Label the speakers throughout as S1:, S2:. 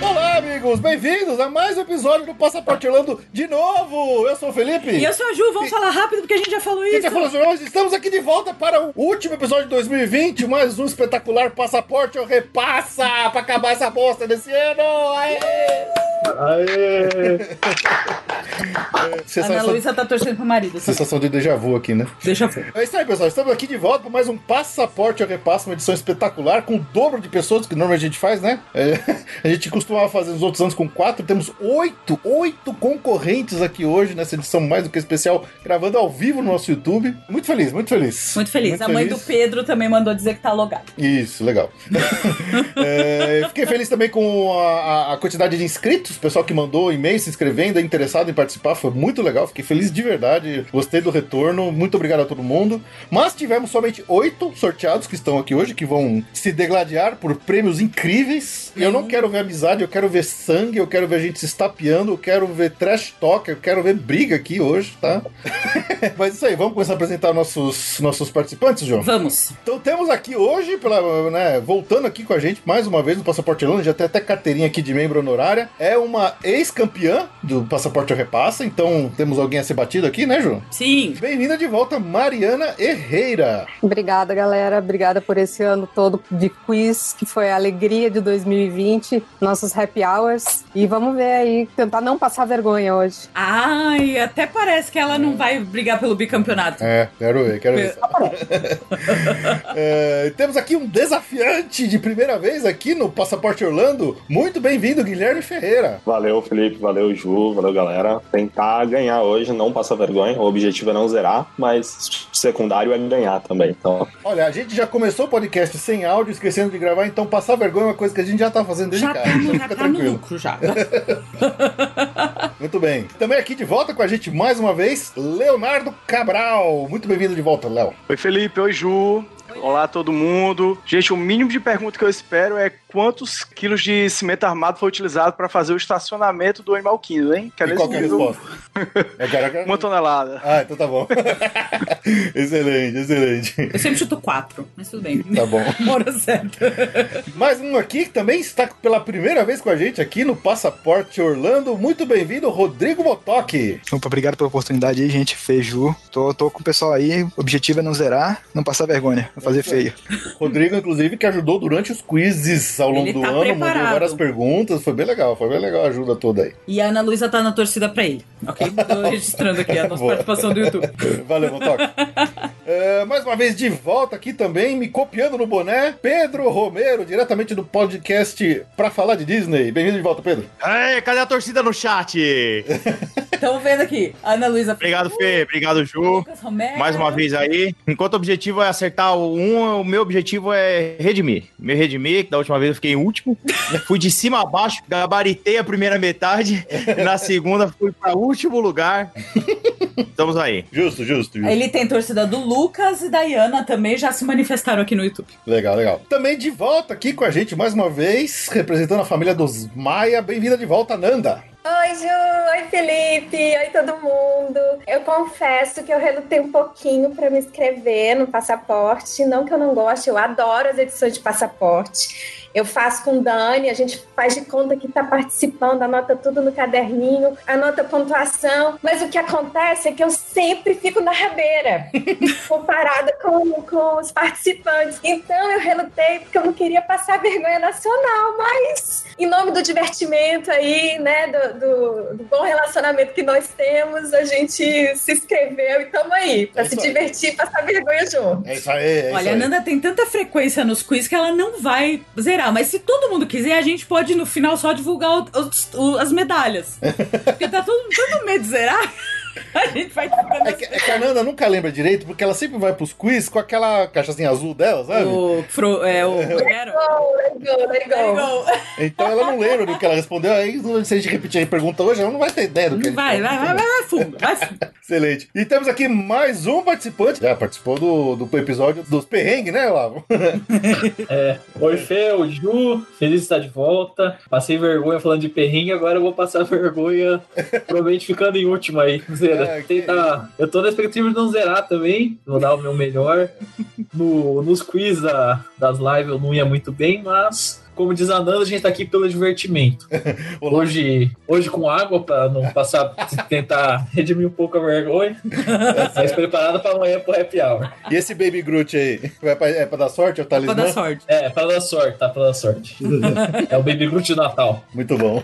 S1: Olá, amigos! Bem-vindos a mais um episódio do Passaporte Orlando de novo! Eu sou o Felipe.
S2: E eu sou a Ju, vamos falar rápido porque a gente já falou isso.
S1: Quem tá falando sobre nós? Estamos aqui de volta para o último episódio de 2020, mais um espetacular passaporte ou repassa para acabar essa bosta desse ano. Aê!
S3: Aê!
S2: Ana
S1: Sensação,
S2: Luísa tá torcendo pro marido. assim.
S1: sensação de déjà vu aqui, né?
S2: Deixa eu ver.
S1: É isso aí, pessoal. Estamos aqui de volta para mais um Passaporte ao Repasso, uma edição espetacular, com o dobro de pessoas que normalmente a gente faz, né? É, a gente costumava fazer nos outros anos com quatro, temos oito, oito concorrentes aqui hoje nessa edição mais do que especial, gravando ao vivo no nosso YouTube. Muito feliz, muito feliz.
S2: Muito feliz. a mãe do Pedro também mandou dizer que tá logado.
S1: Isso, legal. É, fiquei feliz também com a, a- a quantidade de inscritos, o pessoal que mandou e-mail se inscrevendo, é interessado em participar, foi muito legal, fiquei feliz de verdade, gostei do retorno, muito obrigado a todo mundo. Mas tivemos somente oito sorteados que estão aqui hoje, que vão se degladiar por prêmios incríveis. Eu não quero ver amizade, eu quero ver sangue, eu quero ver gente se estapeando, eu quero ver trash talk, eu quero ver briga aqui hoje, tá? Mas isso aí, vamos começar a apresentar nossos, nossos participantes, João?
S2: Vamos.
S1: Então temos aqui hoje, pela, né, voltando aqui com a gente mais uma vez no Passaporte Orlando, já tem até carteirinha aqui de membro honorária. É uma ex-campeã do Passaporte ao Repassa, então temos alguém a ser batido aqui, né, Ju?
S2: Sim.
S1: Bem-vinda de volta, Mariana Herreira.
S3: Obrigada, galera. Obrigada por esse ano todo de quiz, que foi a alegria de 2020, nossos happy hours. E vamos ver aí, tentar não passar vergonha hoje.
S2: Ah. Ai, até parece que ela não vai brigar pelo bicampeonato.
S1: É, quero ver, quero ver. É, temos aqui um desafiante de primeira vez aqui no Passaporte Orlando. Muito bem-vindo, Guilherme Ferreira.
S4: Valeu, Felipe. Valeu, Ju. Valeu, galera. Tentar ganhar hoje, não passar vergonha. O objetivo é não zerar, mas secundário é ganhar também. Então,
S1: Olha, a gente já começou o podcast sem áudio, esquecendo de gravar, então passar vergonha é uma coisa que a gente já tá fazendo desde
S2: Já
S1: casa.
S2: tá, no,
S1: então
S2: já
S1: fica
S2: tá no
S1: tranquilo.
S2: lucro já.
S1: Muito bem. Também aqui de volta com a gente mais uma vez, Leonardo Cabral. Muito bem-vindo de volta, Léo.
S5: Oi Felipe, oi Ju. Olá todo mundo. Gente, o mínimo de pergunta que eu espero é quantos quilos de cimento armado foi utilizado para fazer o estacionamento do Animal Kingdom, hein?
S1: E
S5: Quero
S1: qual
S5: esse
S1: que é a
S5: nível.
S1: resposta? Eu quero- eu quero-
S5: Uma tonelada.
S1: Ah, então tá bom. excelente, excelente.
S2: Eu sempre chuto quatro, mas tudo bem.
S1: Tá bom.
S2: Mora certo.
S1: Mais um aqui que também está pela primeira vez com a gente aqui no Passaporte Orlando. Muito bem-vindo, Rodrigo Botoque.
S6: Opa, obrigado pela oportunidade aí, gente. Feiju. Tô, tô com o pessoal aí. O objetivo é não zerar, não passar vergonha, não fazer feio.
S1: Rodrigo, inclusive, que ajudou durante os quizzes ao longo
S2: Ele
S1: do
S2: tá
S1: ano, mandou
S2: preparado.
S1: várias perguntas. Foi bem legal, foi bem legal a ajuda toda aí.
S2: E a Ana Luísa tá na torcida pra ele, ok? Tô registrando aqui a nossa
S1: Boa.
S2: participação do YouTube.
S1: Valeu, Botox. É, mais uma vez de volta aqui também, me copiando no boné, Pedro Romero, diretamente do podcast Pra Falar de Disney. Bem-vindo de volta, Pedro.
S7: Aê, cadê a torcida no chat?
S2: Estão vendo aqui. a Ana Luísa. Uh,
S7: Obrigado, Fê. Obrigado, Ju.
S2: Lucas Romero.
S7: Mais uma vez aí. Enquanto o objetivo é acertar o um, o meu objetivo é redimir. Me redimir, que da última vez eu fiquei em último. fui de cima a baixo, gabaritei a primeira metade. Na segunda fui pra último lugar. Estamos aí.
S1: Justo, justo, justo.
S2: Ele tem torcida do Lucas e da Iana também já se manifestaram aqui no YouTube.
S1: Legal, legal. Também de volta aqui com a gente mais uma vez, representando a família dos Maia. Bem-vinda de volta, Nanda.
S8: Oi, Ju! Oi, Felipe! Oi, todo mundo! Eu confesso que eu relutei um pouquinho para me inscrever no passaporte. Não que eu não goste, eu adoro as edições de passaporte. Eu faço com o Dani, a gente faz de conta que está participando, anota tudo no caderninho, anota a pontuação. Mas o que acontece é que eu sempre fico na rabeira, comparada com, com os participantes. Então eu relutei porque eu não queria passar vergonha nacional, mas em nome do divertimento aí, né, do, do- do bom relacionamento que nós temos, a gente se inscreveu e tamo aí, pra
S1: É
S8: se
S1: isso aí.
S8: divertir e passar vergonha junto.
S1: É isso aí, é
S2: Olha, a
S1: isso aí.
S2: Nanda tem tanta frequência nos quiz que ela não vai zerar. Mas se todo mundo quiser, a gente pode no final só divulgar o- os- o- as medalhas. Porque tá todo tanto medo de zerar. A gente vai
S1: É
S2: tentando.
S1: que, é que a Nanda nunca lembra direito, porque ela sempre vai pros quiz com aquela cachaçinha azul dela, sabe?
S2: O, fro, é, o Romero.
S8: Let go, let
S2: There you
S8: go.
S2: go.
S1: Então ela não lembra do que ela respondeu. Aí se a gente repetir a pergunta hoje, ela não vai ter ideia do que a gente
S2: Vai,
S1: falou.
S2: vai, vai, vai, vai fundo. Vai fundo.
S1: Excelente. E temos aqui mais um participante. Já participou do, do episódio dos perrengues, né, Lavo?
S9: É, Orfeu, Ju, feliz de estar de volta. Passei vergonha falando de perrinha, agora eu vou passar vergonha, provavelmente ficando em último aí. Zera.
S1: É, que-
S9: Tentar- Eu tô na expectativa de não zerar também, vou dar o meu melhor. No, nos quiz da- das lives eu não ia muito bem, mas. Como diz a Nanda, a gente tá aqui pelo divertimento.
S1: Olá.
S9: Hoje, hoje com água, pra não passar, tentar redimir um pouco a vergonha.
S1: É
S9: Mas preparado pra amanhã pro happy hour.
S1: E esse Baby Groot aí? Vai pra- é pra dar sorte? É o talismã?
S2: Pra dar sorte.
S9: É, pra dar sorte, tá? Pra dar sorte. É o Baby Groot de Natal.
S1: Muito bom.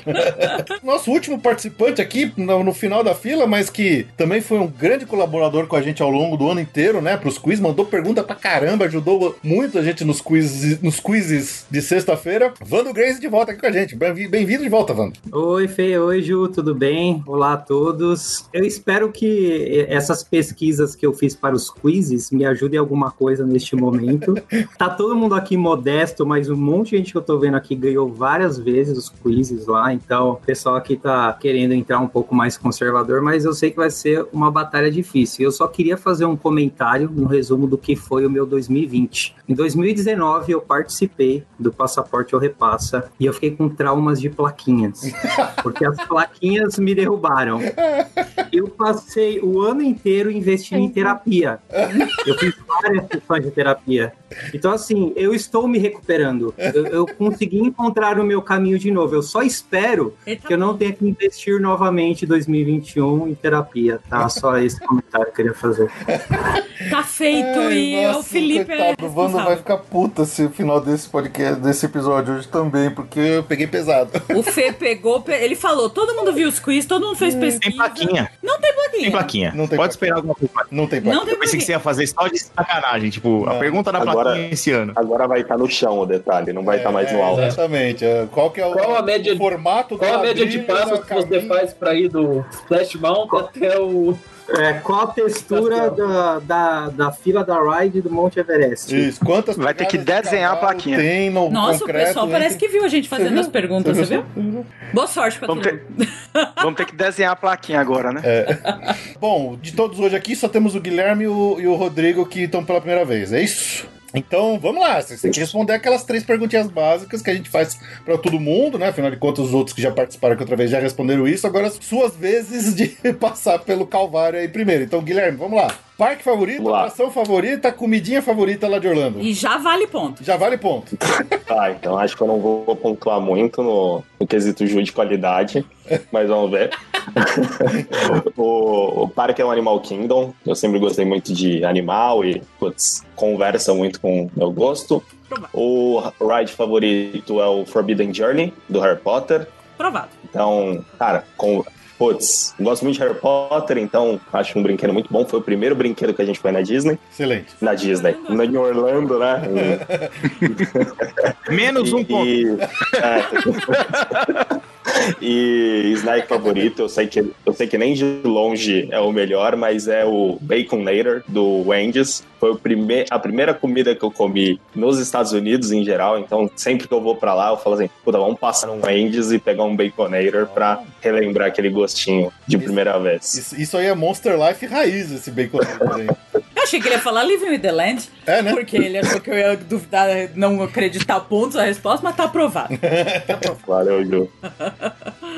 S1: Nosso último participante aqui no, no final da fila, mas que também foi um grande colaborador com a gente ao longo do ano inteiro, né? Pros quiz, mandou pergunta pra caramba, ajudou muito a gente nos quizzes, nos quizzes de sexta-feira. Vando Grace de volta aqui com a gente. Bem- Bem-vindo de volta, Vando.
S10: Oi, Fê, oi, Ju, tudo bem? Olá a todos. Eu espero que essas pesquisas que eu fiz para os quizzes me ajudem em alguma coisa neste momento. tá todo mundo aqui modesto, mas um monte de gente que eu tô vendo aqui ganhou várias vezes os quizzes lá, então o pessoal aqui tá querendo entrar um pouco mais conservador, mas eu sei que vai ser uma batalha difícil. Eu só queria fazer um comentário, um resumo do que foi o meu 2020. Em 2019 eu participei do Passaporte ou Repassa e eu fiquei com traumas de plaquinhas porque as plaquinhas me derrubaram. Eu passei o ano inteiro investindo
S2: Uhum. É.
S10: em terapia. Eu fiz várias sessões de terapia. Então, assim, eu estou me recuperando. Eu, eu consegui encontrar o meu caminho de novo. Eu só espero
S2: Ele tá
S10: que eu não tenha que investir novamente em 2021 em terapia, tá? Só esse comentário que eu queria fazer.
S2: Tá feito
S1: Ai,
S2: e
S1: nossa,
S2: o Felipe é
S1: coitado, o Wando vai
S2: responsável.
S1: ficar puta se o final desse podcast, desse episódio hoje também, porque eu peguei pesado.
S2: O Fê pegou, pe- ele falou, todo mundo viu os quiz, todo mundo
S1: Hum.
S2: fez pesquisa.
S7: Tem plaquinha. Tem plaquinha.
S1: Não tem
S7: Pode
S1: plaquinha.
S7: esperar alguma coisa.
S1: Não tem placa.
S2: Não tem
S7: Eu pensei que
S2: plaquinha.
S7: você ia fazer só de sacanagem. Tipo,
S1: Não.
S7: a pergunta da
S4: Agora-
S7: plaquinha esse ano.
S4: Agora vai estar no chão o detalhe, não vai estar Tá mais no alto.
S1: Exatamente. é. Qual que é o,
S9: Qual a média-
S1: o formato
S9: Qual
S1: da
S9: a média de
S1: ladrilho,
S9: passos
S1: da
S9: que você
S1: cabine?
S9: faz pra ir do Splash Mountain até o.
S10: É, qual a textura da, da, da fila da ride do Monte Everest?
S1: Isso. Quantas
S5: Vai ter que
S1: pegadas de
S5: desenhar a
S1: cavalo
S5: plaquinha.
S1: Tem no
S2: Nossa,
S1: concreto,
S2: o pessoal
S1: né?
S2: parece que viu a gente fazendo
S1: viu?
S2: as perguntas, você
S1: Você
S2: viu? Boa sorte pra todo
S5: Vamos
S2: mundo.
S5: ter, vamos ter que desenhar a plaquinha agora, né?
S1: É. Bom, de todos hoje aqui, só temos o Guilherme e o, e o Rodrigo que estão pela primeira vez, é isso? Então, vamos lá. Vocês têm que responder aquelas três perguntinhas básicas que a gente faz pra todo mundo, né? Afinal de contas, os outros que já participaram aqui outra vez já responderam isso. Agora, suas vezes de passar pelo Calvário aí primeiro. Então, Guilherme, vamos lá. Parque favorito,
S4: Vamos lá.
S1: atração favorita, comidinha favorita lá de Orlando.
S2: E já vale ponto.
S1: Já vale ponto.
S4: Tá, então acho que eu não vou pontuar muito no, no quesito Ju de qualidade, mas vamos ver. o, o parque é o Animal Kingdom, eu sempre gostei muito de animal e putz, conversa muito com o meu gosto. O ride favorito é o Forbidden Journey, do Harry Potter.
S2: Provado.
S4: Então, cara, com. Putz, gosto muito de Harry Potter, então acho um brinquedo muito bom. Foi o primeiro brinquedo que a gente foi na Disney.
S1: Excelente.
S4: Na Disney. Na, em Orlando, né? Em-
S7: Menos
S4: e,
S7: um ponto.
S4: E, é. E snack favorito, eu sei, que, eu sei que nem de longe é o melhor, mas é o Baconator do Wendy's. Foi o prime a primeira comida que eu comi nos Estados Unidos em geral, então sempre que eu vou pra lá, eu falo assim: puta, vamos passar num Wendy's e pegar um Baconator pra relembrar aquele gostinho de primeira vez.
S1: Isso, isso aí é Monster Life raiz, esse bacon. aí.
S2: Eu achei que ele ia falar Living with the Land,
S1: É, né?
S2: porque ele achou que eu ia duvidar, não acreditar pontos a resposta, mas tá aprovado.
S4: Valeu, Ju.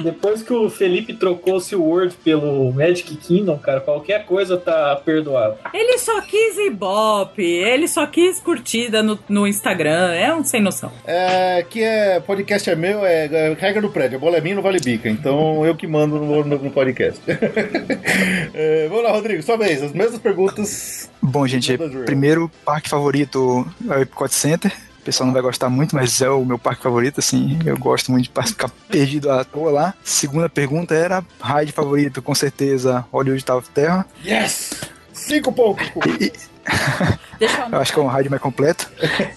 S9: Depois que o Felipe trocou o Word pelo Magic Kingdom, cara, qualquer coisa tá perdoado.
S2: Ele só quis ibope, ele só quis curtida no, no Instagram, é um sem noção.
S11: É, que é podcast é meu, é, é regra do prédio. A bola é minha, não vale bica. Então eu que mando no, no- no podcast. É, vamos lá, Rodrigo, sua vez. As mesmas perguntas.
S6: Bom, gente,
S11: Nada de real.
S6: primeiro parque favorito é o Epcot Center. O pessoal não vai gostar muito, mas é o meu parque favorito, assim. Eu gosto muito de pa- ficar perdido à toa lá. Segunda pergunta era raid favorito, com certeza, Hollywood Tower of Terra.
S11: Yes! Cinco pontos.
S2: Deixa eu
S6: Eu acho que é um raid mais completo.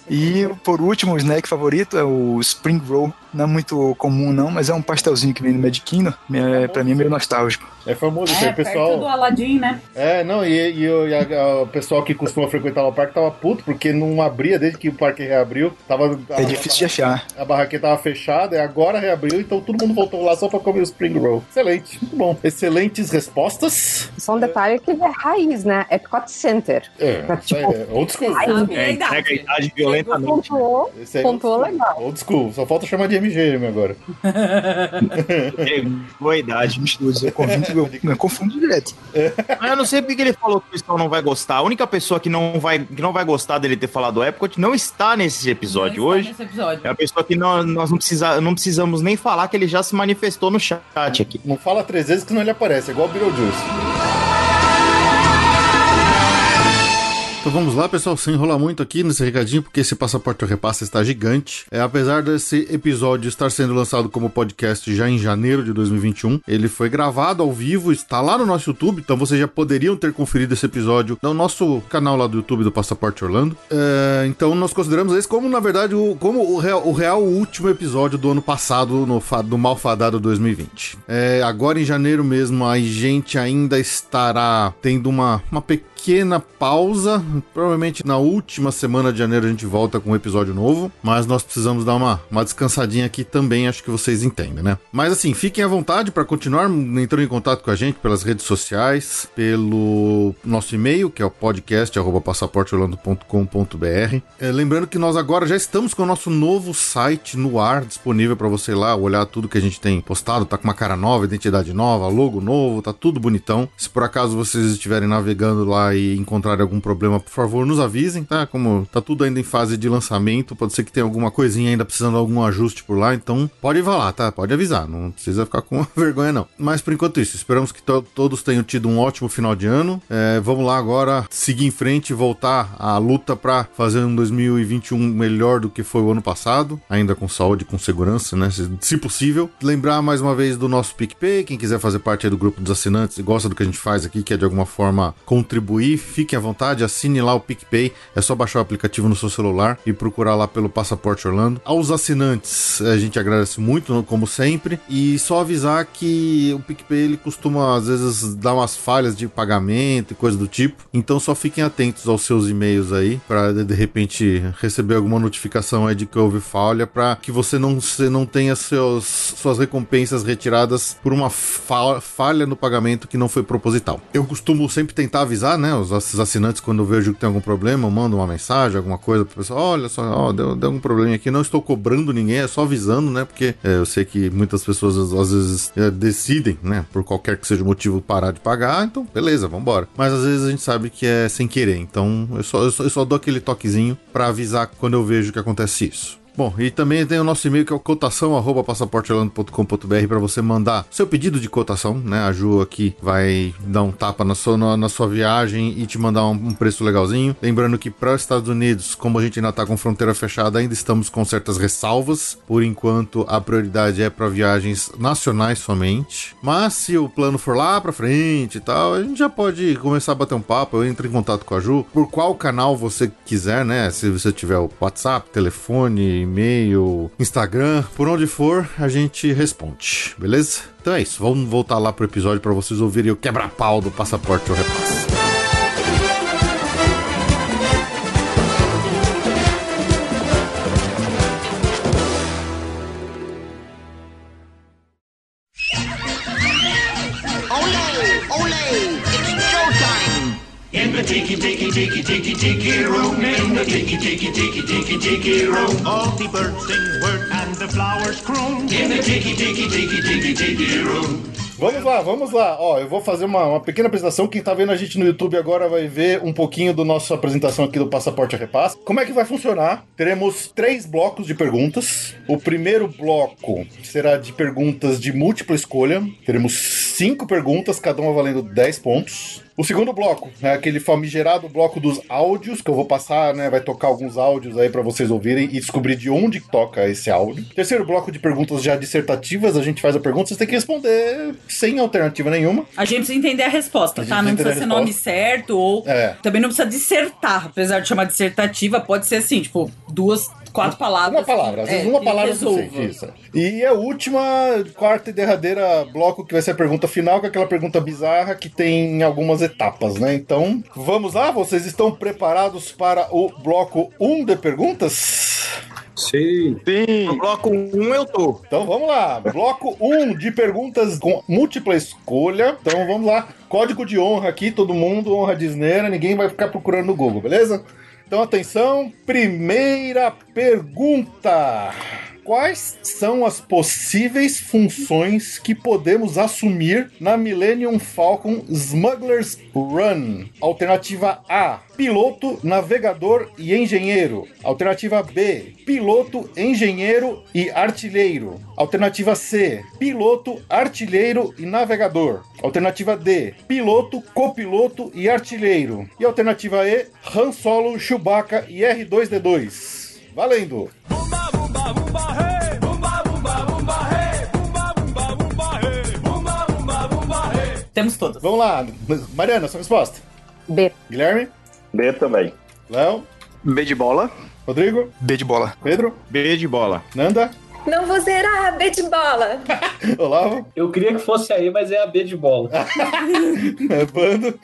S6: E por último, o snack favorito é o Spring Roll. Não é muito comum, não, mas é um pastelzinho que vem do Magic Kingdom. É, pra mim é meio nostálgico.
S11: É famoso isso
S2: É,
S11: aí, pessoal.
S2: perto do Aladdin, né?
S11: É, não, e, e o- e a- a- o pessoal que costuma frequentar o parque tava puto, porque não abria desde que o parque reabriu. Tava, a,
S6: É difícil de achar.
S11: a barraquinha tava fechada e agora reabriu, então todo mundo voltou lá só pra comer o Spring Roll. Excelente, muito bom. Excelentes respostas.
S3: Só um detalhe que é raiz, né? Epcot Center.
S11: É, isso
S3: tipo,
S11: aí é old school.
S2: Sabe a
S7: É,
S2: idade.
S7: entrega a idade violentamente.
S3: Pontuou,
S11: Esse aí é old
S3: pontuou
S11: school.
S3: legal.
S11: Old school, só falta chamar de MGM agora.
S7: Boa idade.
S6: 22, eu
S7: É,
S6: convido, eu, eu confundo direto.
S7: Mas eu não sei porque que ele falou que o pessoal não vai gostar. A única pessoa que não vai, que não vai gostar dele ter falado Epcot não está nesse episódio
S2: Não está
S7: hoje.
S2: nesse episódio.
S7: É a pessoa que nós, nós não, precisa, não precisamos nem falar que ele já se manifestou no chat aqui.
S11: Não fala três vezes que senão ele aparece, é igual o Beetlejuice.
S1: Então vamos lá, pessoal, sem enrolar muito aqui nesse recadinho, porque esse passaporte ao repassa está gigante. É, apesar desse episódio estar sendo lançado como podcast já em janeiro de 2021, ele foi gravado ao vivo, está lá no nosso YouTube, então vocês já poderiam ter conferido esse episódio no nosso canal lá do YouTube do Passaporte Orlando. É, então nós consideramos esse como, na verdade, o, como o real, o real último episódio do ano passado, no, fa- do Malfadado 2020. É, agora em janeiro mesmo, a gente ainda estará tendo uma, uma pequena pequena pausa. Provavelmente na última semana de janeiro a gente volta com um episódio novo. Mas nós precisamos dar uma, uma descansadinha aqui também, acho que vocês entendem, né? Mas assim, fiquem à vontade para continuar entrando em contato com a gente pelas redes sociais, pelo nosso e-mail, que é o podcast arroba passaporteorlando.com.br. É, lembrando que nós agora já estamos com o nosso novo site no ar, disponível para você ir lá olhar tudo que a gente tem postado. Tá com uma cara nova, identidade nova, logo novo, tá tudo bonitão. Se por acaso vocês estiverem navegando lá e encontrarem algum problema, por favor, nos avisem, tá? Como tá tudo ainda em fase de lançamento, pode ser que tenha alguma coisinha ainda precisando de algum ajuste por lá, então pode ir lá, tá? Pode avisar, não precisa ficar com vergonha não. Mas por enquanto isso, esperamos que to- todos tenham tido um ótimo final de ano. É, vamos lá agora seguir em frente e voltar à luta pra fazer um 2021 melhor do que foi o ano passado, ainda com saúde, com segurança, né? Se, se possível. Lembrar mais uma vez do nosso PicPay, quem quiser fazer parte aí do grupo dos assinantes e gosta do que a gente faz aqui, quer de alguma forma contribuir, fique à vontade, assine lá o PicPay, é só baixar o aplicativo no seu celular e procurar lá pelo Passaporte Orlando. Aos assinantes, a gente agradece muito, como sempre, e só avisar que o PicPay ele costuma às vezes dar umas falhas de pagamento e coisa do tipo, então só fiquem atentos aos seus e-mails aí para de repente receber alguma notificação aí de que houve falha para que você não, você não tenha seus, suas recompensas retiradas por uma fa- falha no pagamento que não foi proposital. Eu costumo sempre tentar avisar, né, os ass- assinantes quando eu vejo que tem algum problema, eu mando uma mensagem, alguma coisa pro pessoal, olha só, ó, deu, deu algum probleminha aqui, não estou cobrando ninguém, é só avisando, né, porque é, eu sei que muitas pessoas às- às vezes é, decidem, né, por qualquer que seja o motivo, parar de pagar, então beleza, vambora. Mas às vezes a gente sabe que é sem querer, então eu só, eu só, eu só dou aquele toquezinho para avisar quando eu vejo que acontece isso. Bom, e também tem o nosso e-mail que é o cotação arroba passaporteorlando.com.br para você mandar seu pedido de cotação, né? A Ju aqui vai dar um tapa na sua, na, na sua viagem e te mandar um, um preço legalzinho. Lembrando que para os Estados Unidos, como a gente ainda tá com fronteira fechada, ainda estamos com certas ressalvas. Por enquanto, a prioridade é para viagens nacionais somente. Mas se o plano for lá para frente e tal, a gente já pode começar a bater um papo. Eu entro em contato com a Ju por qual canal você quiser, né? Se você tiver o WhatsApp, telefone, e-mail, Instagram, por onde for, a gente responde, beleza? Então é isso, vamos voltar lá pro episódio para vocês ouvirem o quebra-pau do passaporte ou repasse.
S12: Olé, olé, it's showtime. In the tiki tiki tiki tiki tiki room. In the tiki tiki tiki tiki tiki room. All the birds sing word and the flowers croon. In the tiki tiki tiki tiki tiki room.
S1: Vamos lá, vamos lá. Ó, eu vou fazer uma, uma pequena apresentação. Quem tá vendo a gente no YouTube agora vai ver um pouquinho do nossa apresentação aqui do Passaporte a Repasse. Como é que vai funcionar? Teremos três blocos de perguntas. O primeiro bloco será de perguntas de múltipla escolha. Teremos cinco perguntas, cada uma valendo 10 pontos. O segundo bloco é aquele famigerado bloco dos áudios que eu vou passar, né? Vai tocar alguns áudios aí pra vocês ouvirem e descobrir de onde toca esse áudio. Terceiro bloco de perguntas já dissertativas, a gente faz a pergunta, vocês têm que responder sem alternativa nenhuma.
S2: A gente precisa entender a resposta,
S1: A gente
S2: tá? Não
S1: entender a
S2: precisa ser nome
S1: resposta.
S2: certo ou.
S1: É.
S2: Também não precisa dissertar, apesar de chamar dissertativa, pode ser assim, tipo, duas, quatro palavras.
S1: Uma palavra, às vezes
S2: É,
S1: uma
S2: que
S1: palavra é
S2: resolva.
S1: suficiente. Isso. E a última, quarta e derradeira bloco, que vai ser a pergunta final, que é aquela pergunta bizarra que tem algumas etapas, né? Então, vamos lá? Vocês estão preparados para o bloco 1 de perguntas?
S10: Sim.
S5: Sim.
S7: No bloco 1 eu tô.
S1: Então vamos lá. Bloco 1 de perguntas com múltipla escolha. Então vamos lá. Código de honra aqui, todo mundo, honra disneira, ninguém vai ficar procurando no Google, beleza? Então atenção, primeira pergunta. Quais são as possíveis funções que podemos assumir na Millennium Falcon Smuggler's Run? Alternativa A: piloto, navegador e engenheiro. Alternativa B: piloto, engenheiro e artilheiro. Alternativa C: piloto, artilheiro e navegador. Alternativa D: piloto, copiloto e artilheiro. E alternativa E: Han Solo, Chewbacca e R2D2. Valendo!
S2: Temos todas.
S1: Vamos lá, Mariana, sua resposta.
S3: B.
S1: Guilherme,
S4: B também.
S1: Léo,
S5: B de bola.
S1: Rodrigo,
S6: B de bola.
S1: Pedro,
S7: B de bola.
S1: Nanda,
S8: Não vou zerar, B de bola.
S1: Olavo,
S9: Eu queria que fosse aí, mas é a B de bola.
S1: Né, Bando.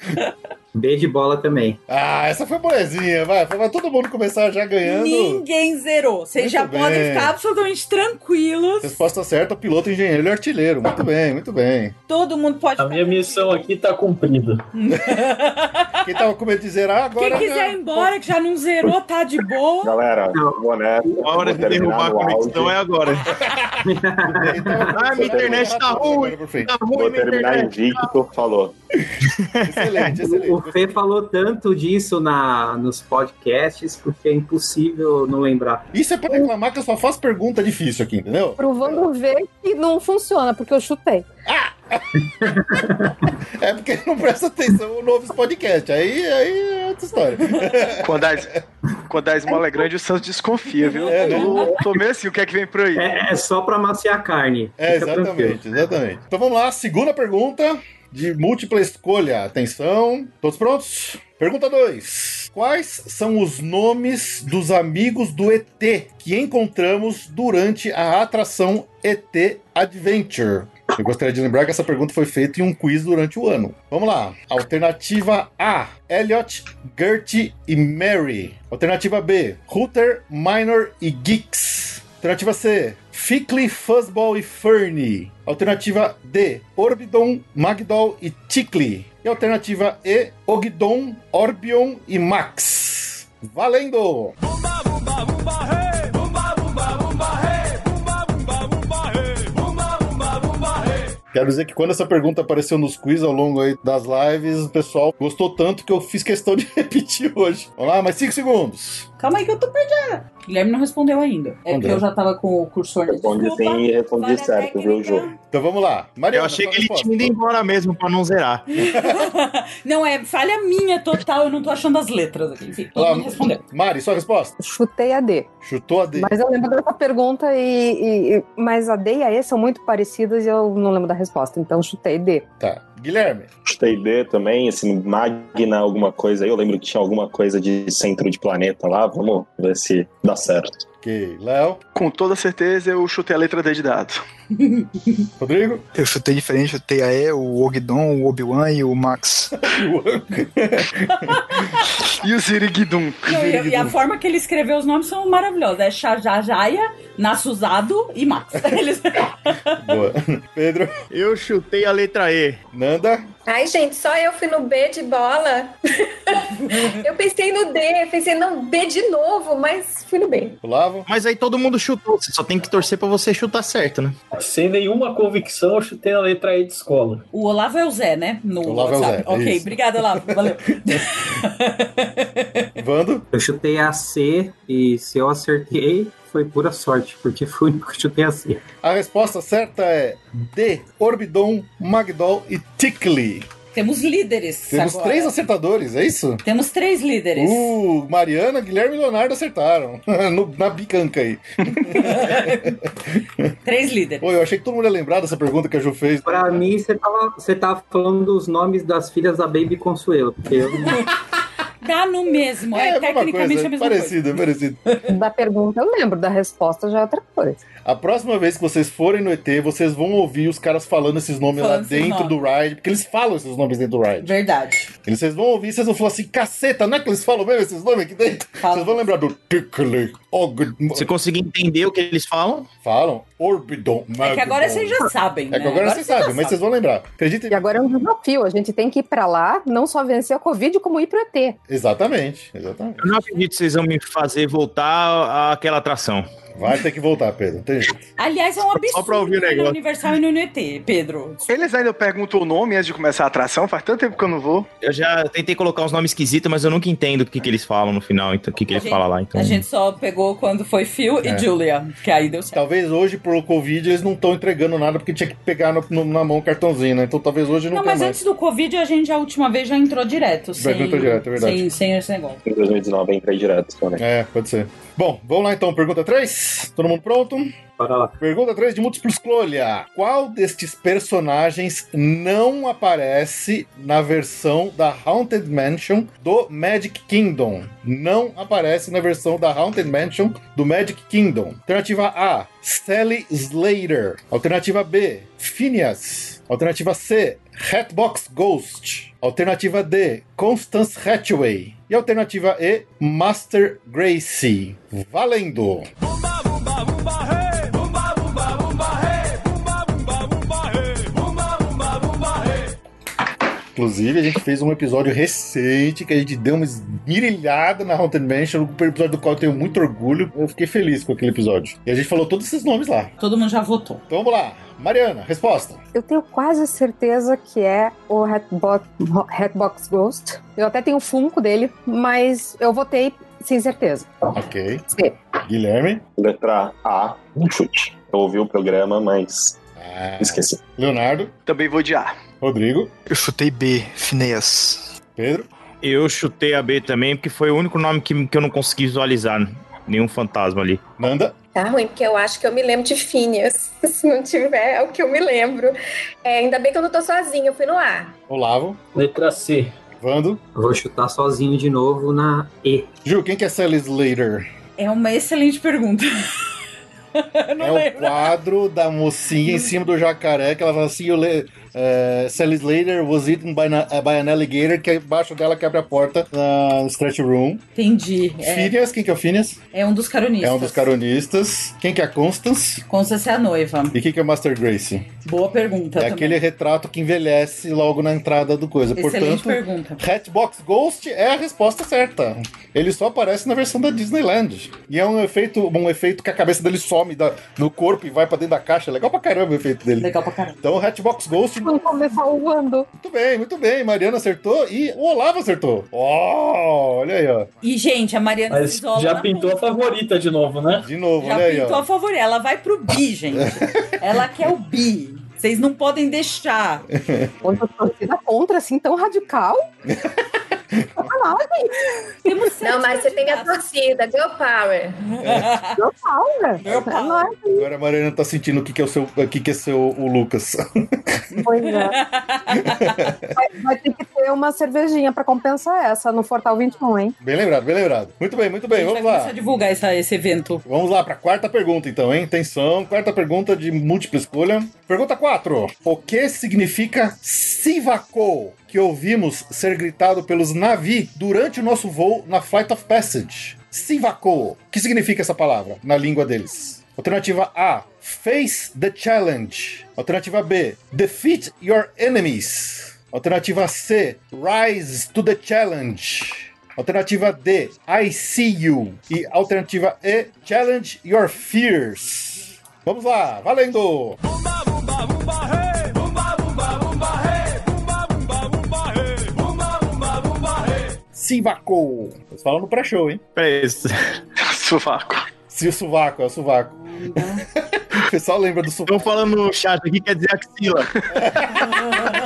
S10: B de bola também.
S1: Ah, essa foi bolezinha, vai. Vai todo mundo começar já ganhando.
S2: Ninguém zerou. Vocês
S1: Muito
S2: já
S1: bem.
S2: podem ficar absolutamente tranquilos.
S1: Resposta certa, piloto, engenheiro e artilheiro. Muito bem, muito bem.
S2: Todo mundo pode
S9: A
S2: ficar.
S9: minha missão aqui tá cumprida.
S1: Quem tava com medo de zerar agora... né?
S2: Quem quiser ir embora, que já não zerou, tá de boa.
S4: Galera, vou nessa.
S7: A hora
S4: Vou
S7: de derrubar
S4: terminar
S7: a
S4: no
S7: conexão
S4: áudio.
S7: é agora.
S1: Quem tava-
S7: Ah, minha
S5: né?
S7: internet tá ruim.
S1: Agora por fim.
S7: Tá ruim,
S4: Vou
S7: minha
S4: terminar
S7: internet.
S4: invicto, falou.
S1: É, Excelente,
S10: O
S1: excelente.
S10: Fê falou tanto disso na, nos podcasts, porque é impossível não lembrar.
S1: Isso é pra reclamar que eu só faço pergunta difícil aqui, entendeu?
S3: Provando ver que não funciona, porque eu chutei.
S1: É porque não presta atenção no novo podcast. Aí, aí é outra história.
S5: Quando a, es- quando a esmola é grande, o Santos desconfia, viu?
S1: É, né?
S5: Eu tô meio assim, o que é que vem por aí?
S10: É, é só pra maciar a carne.
S1: É,
S10: Fica tranquilo.
S1: exatamente, exatamente. Então vamos lá, segunda pergunta de múltipla escolha. Atenção, todos prontos? Pergunta 2. Quais são os nomes dos amigos do ET que encontramos durante a atração ET Adventure? Eu gostaria de lembrar que essa pergunta foi feita em um quiz durante o ano. Vamos lá. Alternativa A: Elliot, Gertie e Mary. Alternativa B: Hooter, Minor e Geeks. Alternativa C: Fickley, Fuzzball e Fernie. Alternativa D: Orbidon, Magdol e Tickly. E alternativa E: Ogdon, Orbion e Max. Valendo! Quero dizer que quando essa pergunta apareceu nos quiz ao longo aí das lives, o pessoal gostou tanto que eu fiz questão de repetir hoje. Vamos lá, mais 5 segundos.
S2: Calma aí que eu tô perdida. Guilherme não respondeu ainda. É porque
S1: André.
S2: eu já tava com o cursor na
S4: Respondi
S2: desculpa.
S4: sim e respondi
S2: Falha
S4: certo, viu,
S2: técnica.
S4: Ju?
S1: Então vamos lá. Mariana,
S7: Eu achei
S1: sua
S7: que ele
S1: resposta.
S7: tinha ido embora mesmo pra não zerar.
S2: Não, é falha minha total, eu não tô achando as letras aqui. Enfim, todo
S1: Olá,
S2: mundo respondeu.
S1: Mari, sua resposta.
S3: Chutei a D.
S1: Chutou a D.
S3: Mas eu lembro dessa pergunta e, e- e- Mas a D e a E são muito parecidas e eu não lembro da resposta. Então chutei D.
S1: Tá. Guilherme.
S4: Chutei D também, assim, Magna alguma coisa aí. Eu lembro que tinha alguma coisa de centro de planeta lá. Vamos ver se dá certo.
S1: Ok. Léo.
S5: Com toda certeza eu chutei a letra D de dado.
S1: Rodrigo?
S6: Eu chutei diferente, eu chutei a E, o Ogdon, o Obi-Wan e o Max.
S5: e o Ziriguidum.
S2: Não, e, e a forma que ele escreveu os nomes são maravilhosos. É Shajajaya, Nassuzado e Max. Eles...
S1: Boa. Pedro?
S7: Eu chutei a letra E.
S1: Nanda?
S8: Ai, gente, só eu fui no B de bola. eu pensei no D, pensei, não, B de novo, mas fui no B.
S1: Olavo?
S7: Mas aí todo mundo chutou. Você só tem que torcer pra você chutar certo, né?
S9: Sem nenhuma convicção, eu chutei na letra E de escola.
S2: O Olavo é o Zé, né? No
S1: Olavo é o
S2: WhatsApp.
S1: Zé,
S2: Ok,
S1: isso.
S2: obrigada, Olavo. Valeu.
S1: Vando?
S10: Eu chutei a C e se eu acertei foi pura sorte, porque foi o único que eu chutei a C.
S1: A resposta certa é D. Orbidon, Magdol e Tickly.
S2: Temos líderes.
S1: Temos
S2: agora.
S1: três acertadores, é isso?
S2: Temos três líderes.
S1: Uh, Mariana, Guilherme e Leonardo acertaram. No- na bicanca aí.
S2: Três líderes.
S1: Pô, eu achei que todo mundo ia lembrar dessa pergunta que a Ju fez.
S10: Pra mim, você tava, você tava falando dos nomes das filhas da Baby Consuelo, porque eu não
S2: Dá no mesmo. É,
S1: a mesma
S2: tecnicamente
S1: coisa,
S2: a mesma coisa.
S1: parecido, é parecido.
S3: Da pergunta eu lembro, da resposta já é outra coisa.
S1: A próxima vez que vocês forem no ET, vocês vão ouvir os caras falando esses nomes
S2: Falando
S1: lá
S2: esses
S1: dentro
S2: nomes.
S1: do ride, porque eles falam esses nomes dentro do ride.
S2: Verdade.
S1: Eles vocês vão ouvir, vocês vão falar assim, caceta, não é que eles falam mesmo esses nomes aqui dentro? Vocês vão lembrar do Tickly, Ogden,
S7: Você conseguiu entender o que eles falam?
S1: falam Orbidon,
S2: É que agora vocês já sabem.
S1: É que
S2: né?
S1: agora vocês sabem,
S2: já
S1: mas vocês vão lembrar. Acredita?
S3: E agora é um desafio, a gente tem que ir pra lá, não só vencer a Covid, como ir pro ET.
S1: Exatamente, exatamente.
S7: Eu não acredito que vocês vão me fazer voltar àquela atração.
S1: Vai ter que voltar, Pedro, não tem jeito.
S2: Aliás, é um absurdo.
S7: Só pra ouvir o
S2: ir no
S7: negócio.
S2: Universal e no NT, Pedro.
S5: Eles ainda perguntam o nome antes de começar a atração, faz tanto tempo que eu não vou.
S7: Eu já tentei colocar uns nomes esquisitos, mas eu nunca entendo o que, que eles falam no final, então, o que, que
S2: A
S7: eles
S2: gente-
S7: falam lá. Então.
S2: A gente só pegou quando foi Phil
S1: É.
S2: e Julia, que aí deu certo.
S1: Talvez hoje, por Covid, eles não estão entregando nada porque tinha que pegar no- no- na mão o cartãozinho, né? Então talvez hoje não,
S2: Não,
S1: tenha
S2: mas
S1: mais.
S2: antes do Covid, a gente a última vez já entrou direto.
S1: Já
S2: Sem,
S1: entrou direto, é verdade.
S2: Sem, sem esse negócio.
S4: Em 2019 eu entrei direto né? também.
S1: É, pode ser. Bom, vamos lá então, pergunta 3. Todo mundo pronto?
S10: para lá.
S1: Pergunta 3 de múltipla escolha. Qual destes personagens não aparece na versão da Haunted Mansion do Magic Kingdom? Não aparece na versão da Haunted Mansion do Magic Kingdom. Alternativa A, Sally Slater. Alternativa B, Phineas. Alternativa C, Hatbox Ghost. Alternativa D, Constance Hathaway. E alternativa E, Master Gracie. Valendo! Inclusive, a gente fez um episódio recente que a gente deu uma esmirilhada na Haunted Mansion, um episódio do qual eu tenho muito orgulho. Eu fiquei feliz com aquele episódio. E a gente falou todos esses nomes lá.
S2: Todo mundo já votou.
S1: Então vamos lá. Mariana, resposta.
S3: Eu tenho quase certeza que é o Hatbox, Hatbox Ghost. Eu até tenho o Funko dele, mas eu votei sem certeza.
S1: Ok.
S3: Sim.
S1: Guilherme.
S4: Letra A, um chute. Eu ouvi o programa, mas
S1: Ah,
S4: esqueci.
S1: Leonardo.
S5: Também vou de A.
S1: Rodrigo.
S6: Eu chutei B, Phineas.
S1: Pedro.
S7: Eu chutei a B também, porque foi o único nome que, que eu não consegui visualizar. né? Nenhum fantasma ali.
S1: Nanda.
S8: Tá ruim, porque eu acho que eu me lembro de Phineas. Se não tiver, é o que eu me lembro. É, ainda bem que eu não tô sozinha, eu fui no A.
S1: Olavo.
S9: Letra C.
S1: Vando.
S10: Eu Vou chutar sozinho de novo na E.
S1: Ju, quem que é Sally Slater?
S2: É uma excelente pergunta. eu não
S1: é
S2: lembro.
S1: o quadro da mocinha em cima do jacaré que ela fala assim: eu le- eh, Sally Slater was eaten by, na- eh, by an alligator, que é embaixo dela quebra a porta na Stretch Room.
S2: Entendi. É,
S1: Phineas, quem que é o Phineas?
S2: é um dos caronistas.
S1: É um dos caronistas. Quem que é a Constance?
S2: Constance é a noiva.
S1: E quem que é o Master Grace?
S2: Boa pergunta
S1: é
S2: também.
S1: aquele retrato que envelhece logo na entrada do coisa.
S2: Excelente
S1: Portanto,
S2: pergunta.
S1: Hatbox Ghost é a resposta certa. Ele só aparece na versão da Disneyland. E é um efeito, um efeito que a cabeça dele some da, do corpo e vai pra dentro da caixa. Legal pra caramba o efeito dele.
S2: Legal pra caramba.
S1: Então, Hatbox Ghost,
S3: Vamos começar voando.
S1: muito bem, muito bem. Mariana acertou e o Olavo acertou. Oh, olha aí, ó.
S2: E, gente, a Mariana se
S9: Mas
S2: isola
S9: já
S2: na
S9: pintou a
S2: ponta.
S9: favorita de novo, né?
S1: De novo,
S2: Já
S1: olha aí,
S2: pintou
S1: ó.
S2: a favor. Ela vai pro bi, gente. Ela quer o bi. Vocês não podem deixar.
S3: Outra torcida contra, assim, tão radical.
S8: Tá Não, mas você tem a torcida, Girl Power. É. Girl Power. Tá Girl Power.
S1: Agora a Mariana tá sentindo o que, que é o seu, o que, que é seu, o Lucas.
S3: Pois é. Vai- Vai ter que ter uma cervejinha pra compensar essa no Fortal 21, hein?
S1: Bem lembrado, bem lembrado. Muito bem, muito bem,
S2: A gente
S1: vamos
S2: vai
S1: lá.
S2: começar a divulgar essa- esse evento.
S1: Vamos lá para quarta pergunta, então, hein? Atenção, quarta pergunta de múltipla escolha. Pergunta 4. O que significa Sivacou, que ouvimos ser gritado pelos Navi durante o nosso voo na Flight of Passage? Sivacou. O que significa essa palavra na língua deles? Alternativa A. Face the challenge. Alternativa B. Defeat your enemies. Alternativa C. Rise to the challenge. Alternativa D, I see you. E alternativa E, challenge your fears. Vamos lá, valendo! Sivaco. Vocês falam no pré-show, hein?
S7: Peraí.
S5: Sovaco.
S1: Se o sovaco, é o sovaco. o pessoal lembra do sovaco.
S7: Estão falando no chat aqui, quer dizer axila.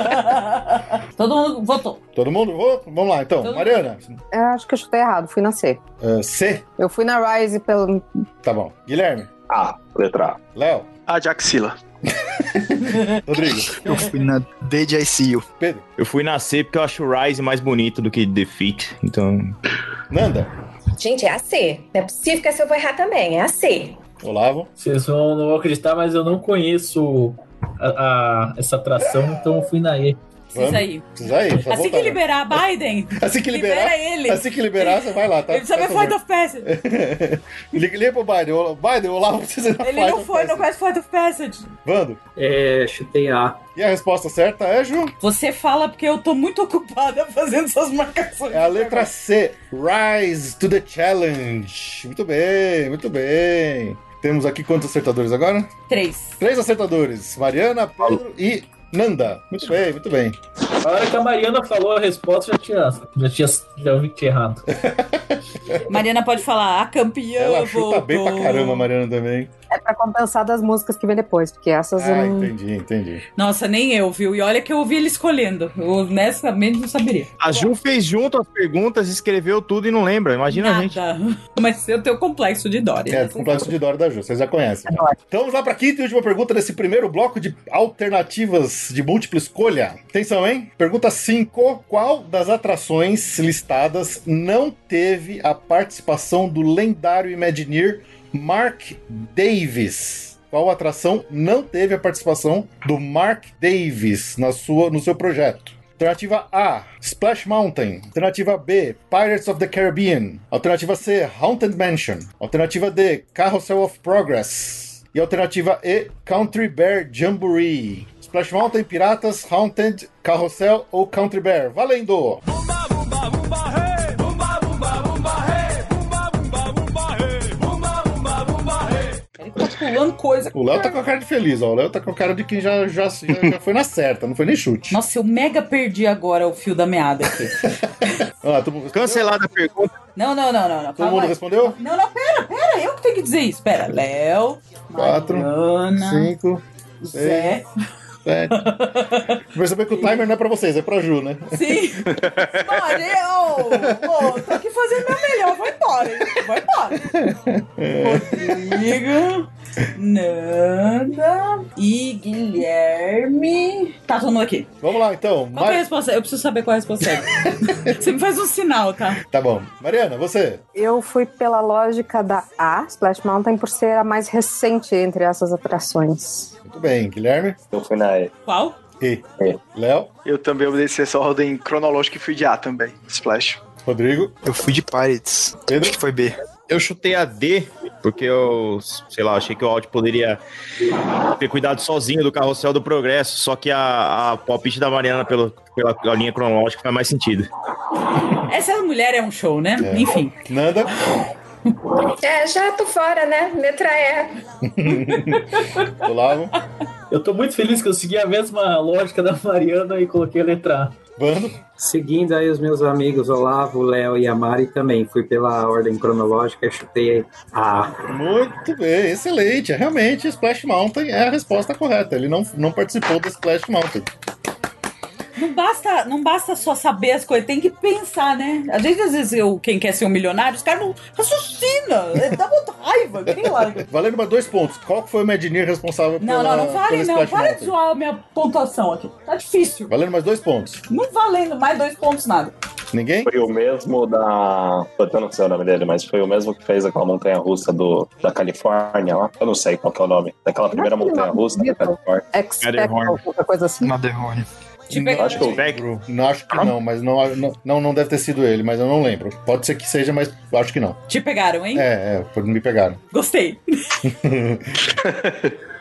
S2: Todo mundo votou.
S1: Todo mundo? Vou- Vamos lá, então.
S3: Todo
S1: Mariana,
S3: Eu acho que eu chutei errado, fui na C.
S1: eh, C.
S3: Eu fui na Rise pelo.
S1: Tá bom. Guilherme.
S4: A, letra A.
S1: Léo.
S5: A de axila.
S1: Rodrigo.
S6: Eu fui na D de ICU.
S1: Pedro.
S7: Eu fui nascer porque eu acho o Rise mais bonito do que Defeat. Então.
S1: Nanda.
S8: Gente, é a C. Não é possível que essa eu vou errar também. É a C.
S1: Olavo.
S9: Vocês vão, não vão acreditar, mas eu não conheço a- a- essa atração, então eu fui na E.
S2: Precisa ir.
S1: Precisa ir,
S2: assim que liberar Biden,
S1: Assim que liberar,
S2: libera ele.
S1: assim que liberar, você vai lá, tá?
S2: Ele precisa ver
S1: Faz favor.
S2: Flight of Passage.
S1: Liga, liga pro Biden. ô, Biden, olá, tá precisa ir na
S2: Ele
S1: Flight
S2: não
S1: of
S2: foi,
S1: Passage.
S2: não conhece Flight of Passage.
S1: Vando.
S10: É, chutei A.
S1: E a resposta certa é, Ju?
S2: Você fala porque eu tô muito ocupada fazendo essas marcações.
S1: É a letra C. Rise to the challenge. Muito bem, muito bem. Temos aqui quantos acertadores agora?
S2: Três.
S1: Três acertadores. Mariana, Pedro e Nanda. Muito bem, muito bem.
S9: A hora que a Mariana falou a resposta, eu já tinha, já tinha, já vi que tinha errado.
S2: Mariana pode falar, a campeã.
S1: Ela chuta
S2: voltou.
S1: bem pra caramba, Mariana, também.
S3: É pra compensar das músicas que vem depois, porque essas
S1: Ah,
S3: eu
S2: Hum.
S3: não.
S1: entendi, entendi.
S2: Nossa, nem eu, viu? E olha que eu ouvi ele escolhendo. Eu honestamente não saberia.
S7: A Ju fez junto as perguntas, escreveu tudo e não lembra. Imagina a gente.
S2: Nada. Mas eu tenho um complexo de Dória.
S1: É, do complexo de Dora da Ju, vocês já conhecem. Então vamos lá pra quinta e última pergunta desse primeiro bloco de alternativas de múltipla escolha. Atenção, hein? Pergunta 5. Qual das atrações listadas não teve a participação do lendário Imagineer Mark Davis? Qual atração não teve a participação do Mark Davis na sua, no seu projeto? Alternativa A, Splash Mountain. Alternativa B, Pirates of the Caribbean. Alternativa C, Haunted Mansion. Alternativa D, Carousel of Progress. E alternativa E, Country Bear Jamboree. Splash Mountain, Piratas, Haunted, Carrossel ou Country Bear. Valendo!
S2: Ele tá pulando coisa.
S1: O Léo tá com a cara de feliz, ó. O Léo tá com a cara de quem já, já, já, já foi na certa, não foi nem chute.
S2: Nossa, eu mega perdi agora o fio da meada aqui.
S1: Olha lá, todo mundo respondeu?
S7: Cancelada a pergunta.
S2: Não, não, não, não. não.
S1: Ah, Todo
S2: Calma
S1: mundo
S2: aí.
S1: respondeu?
S2: Tá Não, não, pera, pera. Eu que tenho que dizer isso. Pera, Léo,
S1: Quatro,
S2: Mariana,
S1: 5,
S2: Zé.
S1: 7. Percebeu que o timer não é pra vocês, é pra Ju, né?
S2: Sim. Olha, ô, ô, tô aqui fazendo meu melhor. Vou embora, hein? Vou embora. Rodrigo, Nanda e Guilherme. Tá todo mundo aqui.
S1: Vamos lá, então.
S2: Qual que é a
S1: Mari-
S2: resposta? Eu preciso saber qual é a resposta. Você me faz um sinal, tá?
S1: Tá bom. Mariana, você.
S3: Eu fui pela lógica da A, Splash Mountain, por ser a mais recente entre essas atrações.
S1: Muito bem. Guilherme.
S4: Eu fui na E.
S2: Qual?
S1: E. Léo.
S5: Eu também obedeci essa ordem cronológica e fui de A também. Splash.
S1: Rodrigo.
S6: Eu fui de Pirates.
S1: Pedro.
S6: Acho que foi B.
S7: Eu chutei a D, porque eu, sei lá, achei que o Audi poderia ter cuidado sozinho do carrossel do progresso. Só que a, a palpite da Mariana pelo, pela, pela linha cronológica faz mais sentido.
S2: Essa mulher é um show, né? Enfim.
S1: Nanda.
S8: É, já tô fora, né? Letra E.
S1: Olavo.
S9: Eu tô muito feliz que eu segui a mesma lógica da Mariana e coloquei a letra A.
S1: Bando.
S10: Seguindo aí os meus amigos Olavo, Léo e Amari também, fui pela ordem cronológica e chutei A.
S1: Muito bem. Excelente. Realmente, Splash Mountain é a resposta correta. Ele não, não participou do Splash Mountain.
S2: Não basta, não basta só saber as coisas, tem que pensar, né? Às vezes, às vezes eu, quem quer ser um milionário, os caras não raciocinam. é, Dá muita raiva. Quem lá?
S1: Valendo mais dois pontos. Qual que foi o Medinir responsável
S2: Não,
S1: pela,
S2: não, não
S1: pelo
S2: vale, não.
S1: splash
S2: Para de
S1: mountain?
S2: zoar a minha pontuação aqui. Tá difícil.
S1: Valendo mais dois pontos.
S2: Não valendo mais dois pontos nada.
S1: Ninguém?
S4: Foi o mesmo da. Eu não sei o nome dele, mas foi o mesmo que fez aquela montanha russa do... da Califórnia lá. Eu não sei qual que é o nome. Daquela primeira montanha russa da Califórnia.
S3: Expecto, qualquer coisa assim.
S6: Matterhorn.
S1: Não acho que é eu lembro. Não acho que não, mas não, não, não, não deve ter sido ele, mas eu não lembro. Pode ser que seja, mas acho que não.
S2: Te pegaram, hein?
S1: É, é, por- me pegaram.
S2: Gostei.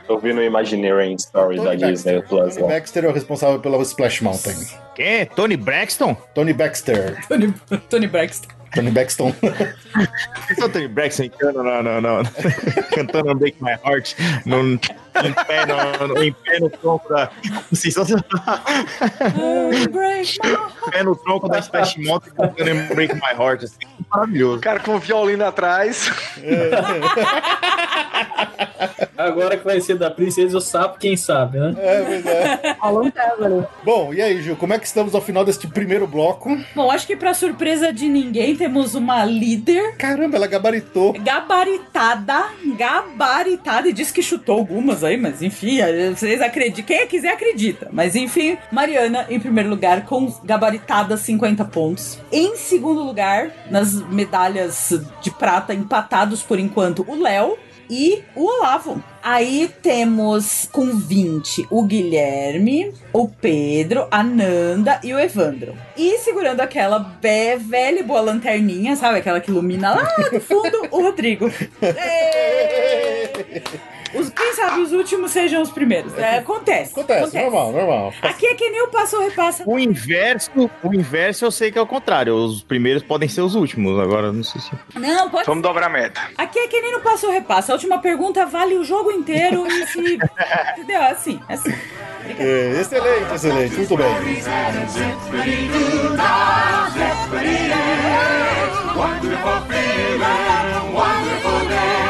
S4: Eu vi no Imagineering Stories da Disney Plus
S1: Tony
S4: lá.
S1: Baxter é o responsável pela Splash Mountain.
S7: Quem? Tony Braxton?
S1: Tony Baxter.
S2: Tony, Tony Braxton.
S1: Tony Baxton.
S7: Só é Tony Braxton cantando, não, não, não. cantando Break My Heart no, em, pé, no, no, em pé no tronco da. Assim, só, pé no tronco da Splash Mountain cantando em Break My Heart. Assim, maravilhoso.
S5: Cara com violino atrás.
S9: Agora que vai ser da princesa e o sapo, quem sabe, né?
S1: É, pois é. Bom, e aí, Gil, como é que estamos ao final deste primeiro bloco?
S2: Bom, acho que pra surpresa de ninguém, temos uma líder.
S1: Caramba, ela gabaritou.
S2: Gabaritada. Gabaritada. E disse que chutou algumas aí, mas enfim, eh, vocês acreditam. Quem quiser acredita. Mas enfim, Mariana, em primeiro lugar, com gabaritada 50 pontos. Em segundo lugar, nas medalhas de prata, empatados por enquanto, o Léo e o Olavo. Aí temos com 20 o Guilherme, o Pedro, a Nanda e o Evandro. E segurando aquela be- velha e boa lanterninha, sabe? Aquela que ilumina lá no fundo, o Rodrigo. Ê! Os, quem sabe os últimos sejam os primeiros. É, acontece.
S1: Acontece, normal, né? normal.
S2: Aqui é que nem o passou repassa.
S7: O inverso, o inverso eu sei que é o contrário. Os primeiros podem ser os últimos. Agora, não sei se.
S2: Não, pode
S7: Vamos dobrar a meta.
S2: Aqui é que nem no passou repassa. A última pergunta vale o jogo inteiro e se. Entendeu? É assim, é assim.
S1: É, excelente, excelente. Muito bem.
S12: Wonderful feeling, wonderful day.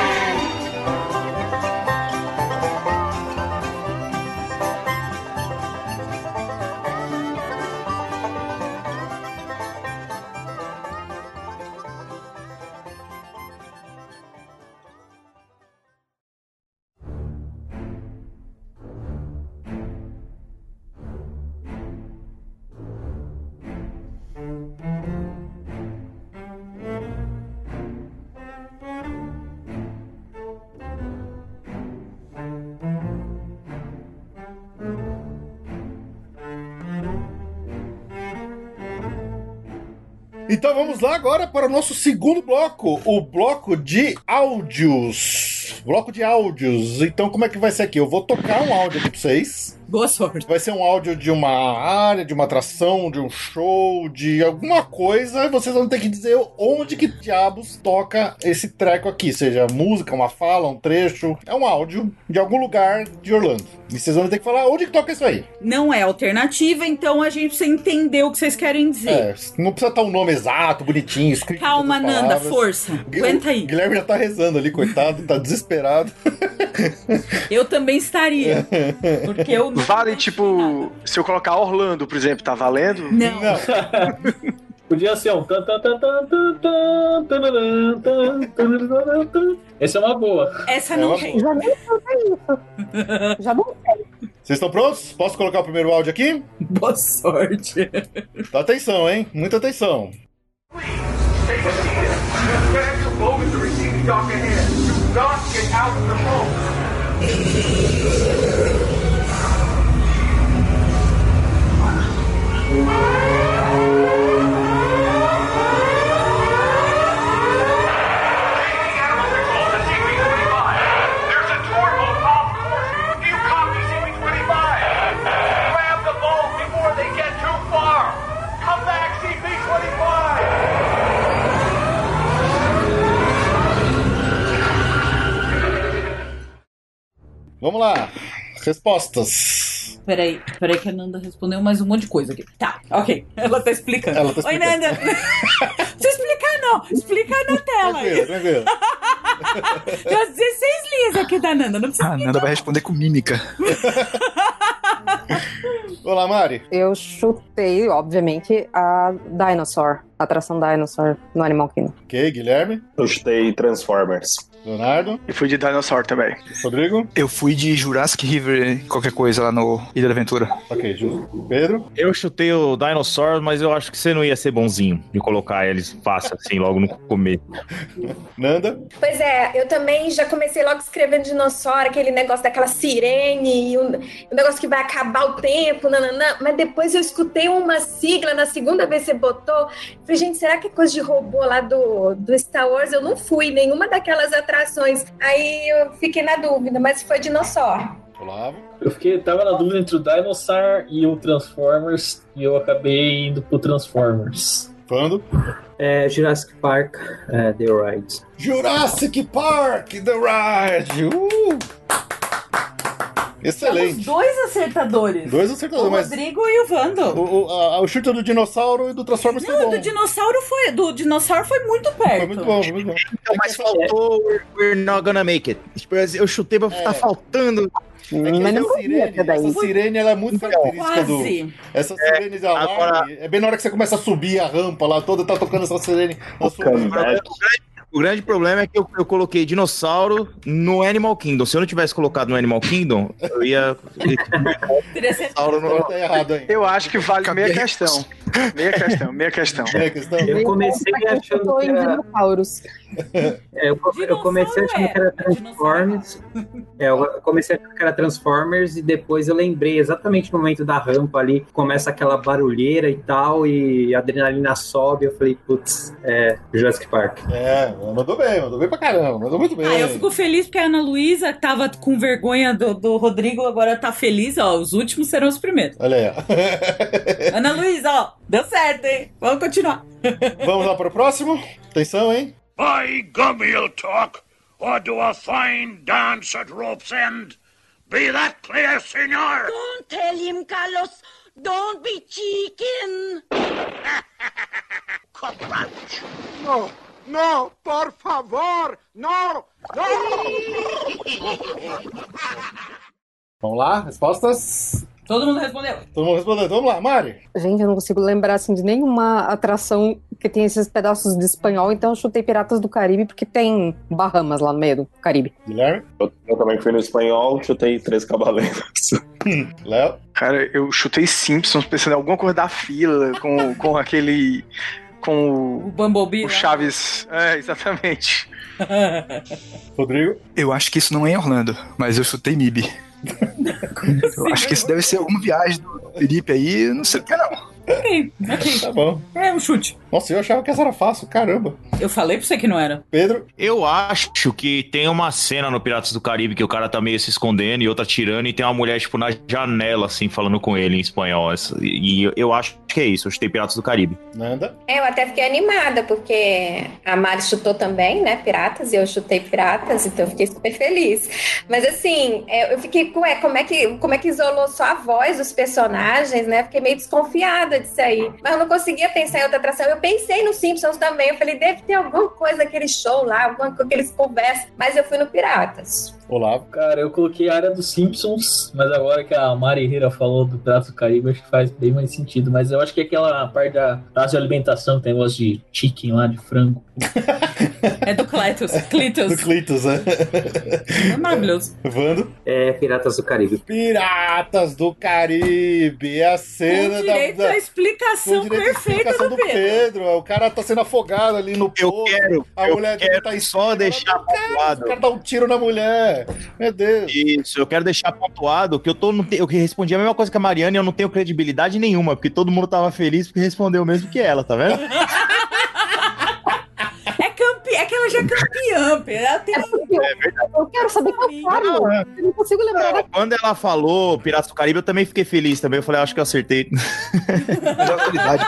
S1: Então vamos lá agora para o nosso segundo bloco, o bloco de áudios. Bloco de áudios. Então como é que vai ser aqui? Eu vou tocar um áudio aqui para vocês.
S2: Boa sorte.
S1: Vai ser um áudio de uma área, de uma atração, de um show, de alguma coisa, e vocês vão ter que dizer onde que diabos toca esse treco aqui, seja música, uma fala, um trecho. É um áudio de algum lugar de Orlando. E vocês vão ter que falar onde que toca isso aí.
S2: não é alternativa, então a gente precisa entender o que vocês querem dizer.
S1: É, não precisa estar um nome exato, bonitinho, escrito. em
S2: Calma,
S1: outras
S2: Nanda,
S1: palavras.
S2: força.
S1: Gu-
S2: Aguenta aí.
S1: Guilherme já tá rezando ali, coitado, tá desesperado.
S2: Eu também estaria. Porque eu não.
S5: Vale, tipo, se eu colocar Orlando, por exemplo, tá valendo?
S2: Não.
S9: Podia ser um. tan, tan, tan, tan, tan, tan, tararã, tan, tararã, tan. Essa é uma boa.
S2: Essa
S1: É uma
S2: não
S1: boa.
S2: tem.
S3: Já nem sei isso. Já não sei.
S1: Vocês estão prontos? Posso colocar o primeiro áudio aqui?
S2: Boa sorte.
S1: Dá atenção, hein? Muita atenção.
S12: Take a seat. You grab your bowl and the receiver y'all can have. Do not get out of the home. There's a tornado off course. Do you copy CP25? Grab the bowl before they get too far. Come back, CP25.
S1: Vamos lá. Respostas.
S2: Peraí, peraí que a Nanda respondeu mais um monte de coisa aqui. Tá, ok. Ela tá explicando.
S1: Ela tá
S2: Oi,
S1: explicando.
S2: Nanda. Não precisa explicar, não. Explica na tela.
S1: Tranquilo, tranquilo.
S2: Tem umas 16
S6: Ah,
S2: linhas aqui da Nanda. Não precisa
S6: A Nanda vai responder com mímica.
S1: Olá, Mari.
S3: Eu chutei, obviamente, a Dinosaur. A atração Dinosaur no Animal Kingdom.
S1: Ok, Guilherme.
S4: Eu chutei Transformers.
S1: Leonardo.
S5: E fui de Dinosaur também.
S1: Rodrigo.
S6: Eu fui de Jurassic River, qualquer coisa lá no Ilha da Aventura.
S1: Ok, justo. Pedro?
S7: Eu chutei o Dinosaur, mas eu acho que você não ia ser bonzinho de colocar eles fácil assim, logo no começo.
S8: é.
S1: Nanda?
S8: Pois é, eu também já comecei logo escrevendo dinossauro, aquele negócio daquela sirene, e um, um negócio que vai acabar o tempo, nananã. Mas depois eu escutei uma sigla, na segunda vez você botou. Falei, gente, será que é coisa de robô lá do, do Star Wars? Eu não fui, nenhuma daquelas atrações. Aí eu fiquei na dúvida, mas foi dinossauro.
S1: Olavo.
S9: Eu fiquei, tava na dúvida entre o Dinosaur e o Transformers, e eu acabei indo pro Transformers.
S1: Quando?
S10: É, Jurassic Park, é, The Ride.
S1: Jurassic Park, The Ride! Uh!
S2: Os
S1: Excelente.
S2: dois acertadores.
S1: Dois acertadores,
S2: O
S1: mas-
S2: Rodrigo e o Vando.
S1: O, o, a- a- o chute do dinossauro e do Transformers foi
S2: Não,
S1: bom.
S2: do dinossauro foi. Do dinossauro foi muito perto.
S1: Foi muito bom, foi muito bom.
S7: Então, mas faltou we're, we're not gonna make it. Tipo, Eu chutei
S2: É.
S7: pra tá faltando.
S1: Hum.
S3: Mas não podia ter daí.
S1: Essa sirene ela é muito característica do.
S2: Quase.
S1: Essa sirene de alarme.
S7: Então, É, agora-
S1: É bem na hora que você começa a subir a rampa lá toda, tá tocando essa sirene na
S4: O
S1: sua.
S7: né?
S4: comeback.
S7: O grande problema é que eu, eu coloquei dinossauro no Animal Kingdom. Se eu não tivesse colocado no Animal Kingdom, eu ia.
S2: Teria sido-
S7: dinossauro no-
S1: Tá errado aí.
S5: Eu acho que vale meia
S6: Acabei.
S5: questão. Meia questão, meia questão.
S1: Não é questão?
S10: Eu comecei
S2: Tá
S3: Eu
S10: achando
S3: tô
S10: que
S3: em
S10: era,
S3: dinossauros.
S10: é, eu, come- eu comecei achando que era Transformers. É, eu comecei achando que era Transformers e depois eu lembrei exatamente no momento da rampa ali, começa aquela barulheira e tal, e a adrenalina sobe. Eu falei, putz, é Jurassic Park.
S1: É, mandou bem, mandou bem pra caramba, mandou muito bem.
S2: Ah, eu fico feliz porque a Ana Luísa que tava com vergonha do, do Rodrigo, agora tá feliz, ó. Os últimos serão os primeiros.
S1: Olha aí. ó.
S2: Ana Luísa, ó, deu certo, hein? Vamos continuar.
S1: Vamos lá pro próximo? Atenção, hein?
S12: By gum, he'll talk, or do a fine dance at rope's end. Be that clear, senor?
S13: Don't tell him, Carlos. Don't be chicken.
S12: Cockroach. No, no, por favor, no, no.
S1: Vamos lá, respostas?
S2: Todo mundo respondeu.
S1: Todo mundo respondendo. Vamos lá, Mari.
S3: Gente, eu não consigo lembrar assim, de nenhuma atração que tem esses pedaços de espanhol, então eu chutei Piratas do Caribe, porque tem Bahamas lá no meio do Caribe.
S1: é, Guilherme.
S4: Eu, eu também fui no espanhol, chutei três cavaleiros.
S1: Léo.
S5: Cara, eu chutei Simpsons pensando em alguma coisa da fila, com, com aquele. com
S2: O Bumblebee. né?
S5: o, o
S2: lá.
S5: Chaves. É, exatamente.
S1: Rodrigo.
S6: Eu acho que isso não é em Orlando, mas eu chutei MIB. eu acho que isso deve ser alguma viagem do Felipe aí, eu não sei o que não.
S2: ok, ok.
S1: Tá bom.
S2: É um chute.
S1: Nossa, eu achava que essa era fácil, caramba.
S2: Eu falei pra você que não era.
S1: Pedro.
S7: Eu acho que tem uma cena no Piratas do Caribe que o cara tá meio se escondendo e outra tirando, e tem uma mulher, tipo, na janela, assim, falando com ele em espanhol. Essa- E e eu acho que é isso. Eu chutei Piratas do Caribe.
S1: Nanda.
S8: É, eu até fiquei animada, porque a Mari chutou também, né? Piratas, e eu chutei piratas, então eu fiquei super feliz. Mas assim, é, eu fiquei, ué, como é que, como é que isolou só a voz dos personagens, né? Fiquei meio desconfiada disso aí. Mas eu não conseguia pensar em outra atração. Eu pensei no Simpsons também, eu falei, deve ter alguma coisa naquele show lá, alguma coisa que eles conversam. Mas eu fui no Piratas.
S1: Olavo.
S9: Cara, eu coloquei a área dos Simpsons, mas agora que a Mari Hira falou do Prato do Caribe, acho que faz bem mais sentido. Mas eu acho que aquela parte da praça de alimentação, tem um negócio de chicken lá, de frango.
S2: É do Cletus.
S1: Do
S2: Clitus.
S1: Clitus, né?
S2: É maravilhoso.
S1: Vando.
S10: É Piratas do Caribe.
S1: Piratas do Caribe. É a cena
S2: Com
S1: da-
S2: direito
S1: da.
S2: à explicação
S1: direito à
S2: perfeita
S1: explicação
S2: do Pedro.
S1: O cara tá sendo afogado ali no
S7: Eu
S1: poço.
S7: quero,
S1: A
S7: eu
S1: mulher dele
S7: quero
S1: tá em
S7: só
S1: cima,
S7: deixar
S1: O
S7: pontuado.
S1: cara dá um tiro na mulher. Meu Deus.
S7: Isso, eu quero deixar pontuado que eu tô não te- eu respondi a mesma coisa que a Mariana e eu não tenho credibilidade nenhuma, porque todo mundo tava feliz porque respondeu o mesmo que ela, tá vendo?
S2: É, campe... é que ela já é campeã, Pedro. Ela tem
S3: É porque eu, eu quero saber qual
S7: Não,
S1: é.
S3: fórmula. Eu não consigo lembrar da
S7: Quando ela falou Piratas do Caribe, eu também fiquei feliz também. Eu falei, "Ah, acho que eu acertei.
S6: Mas é uma qualidade.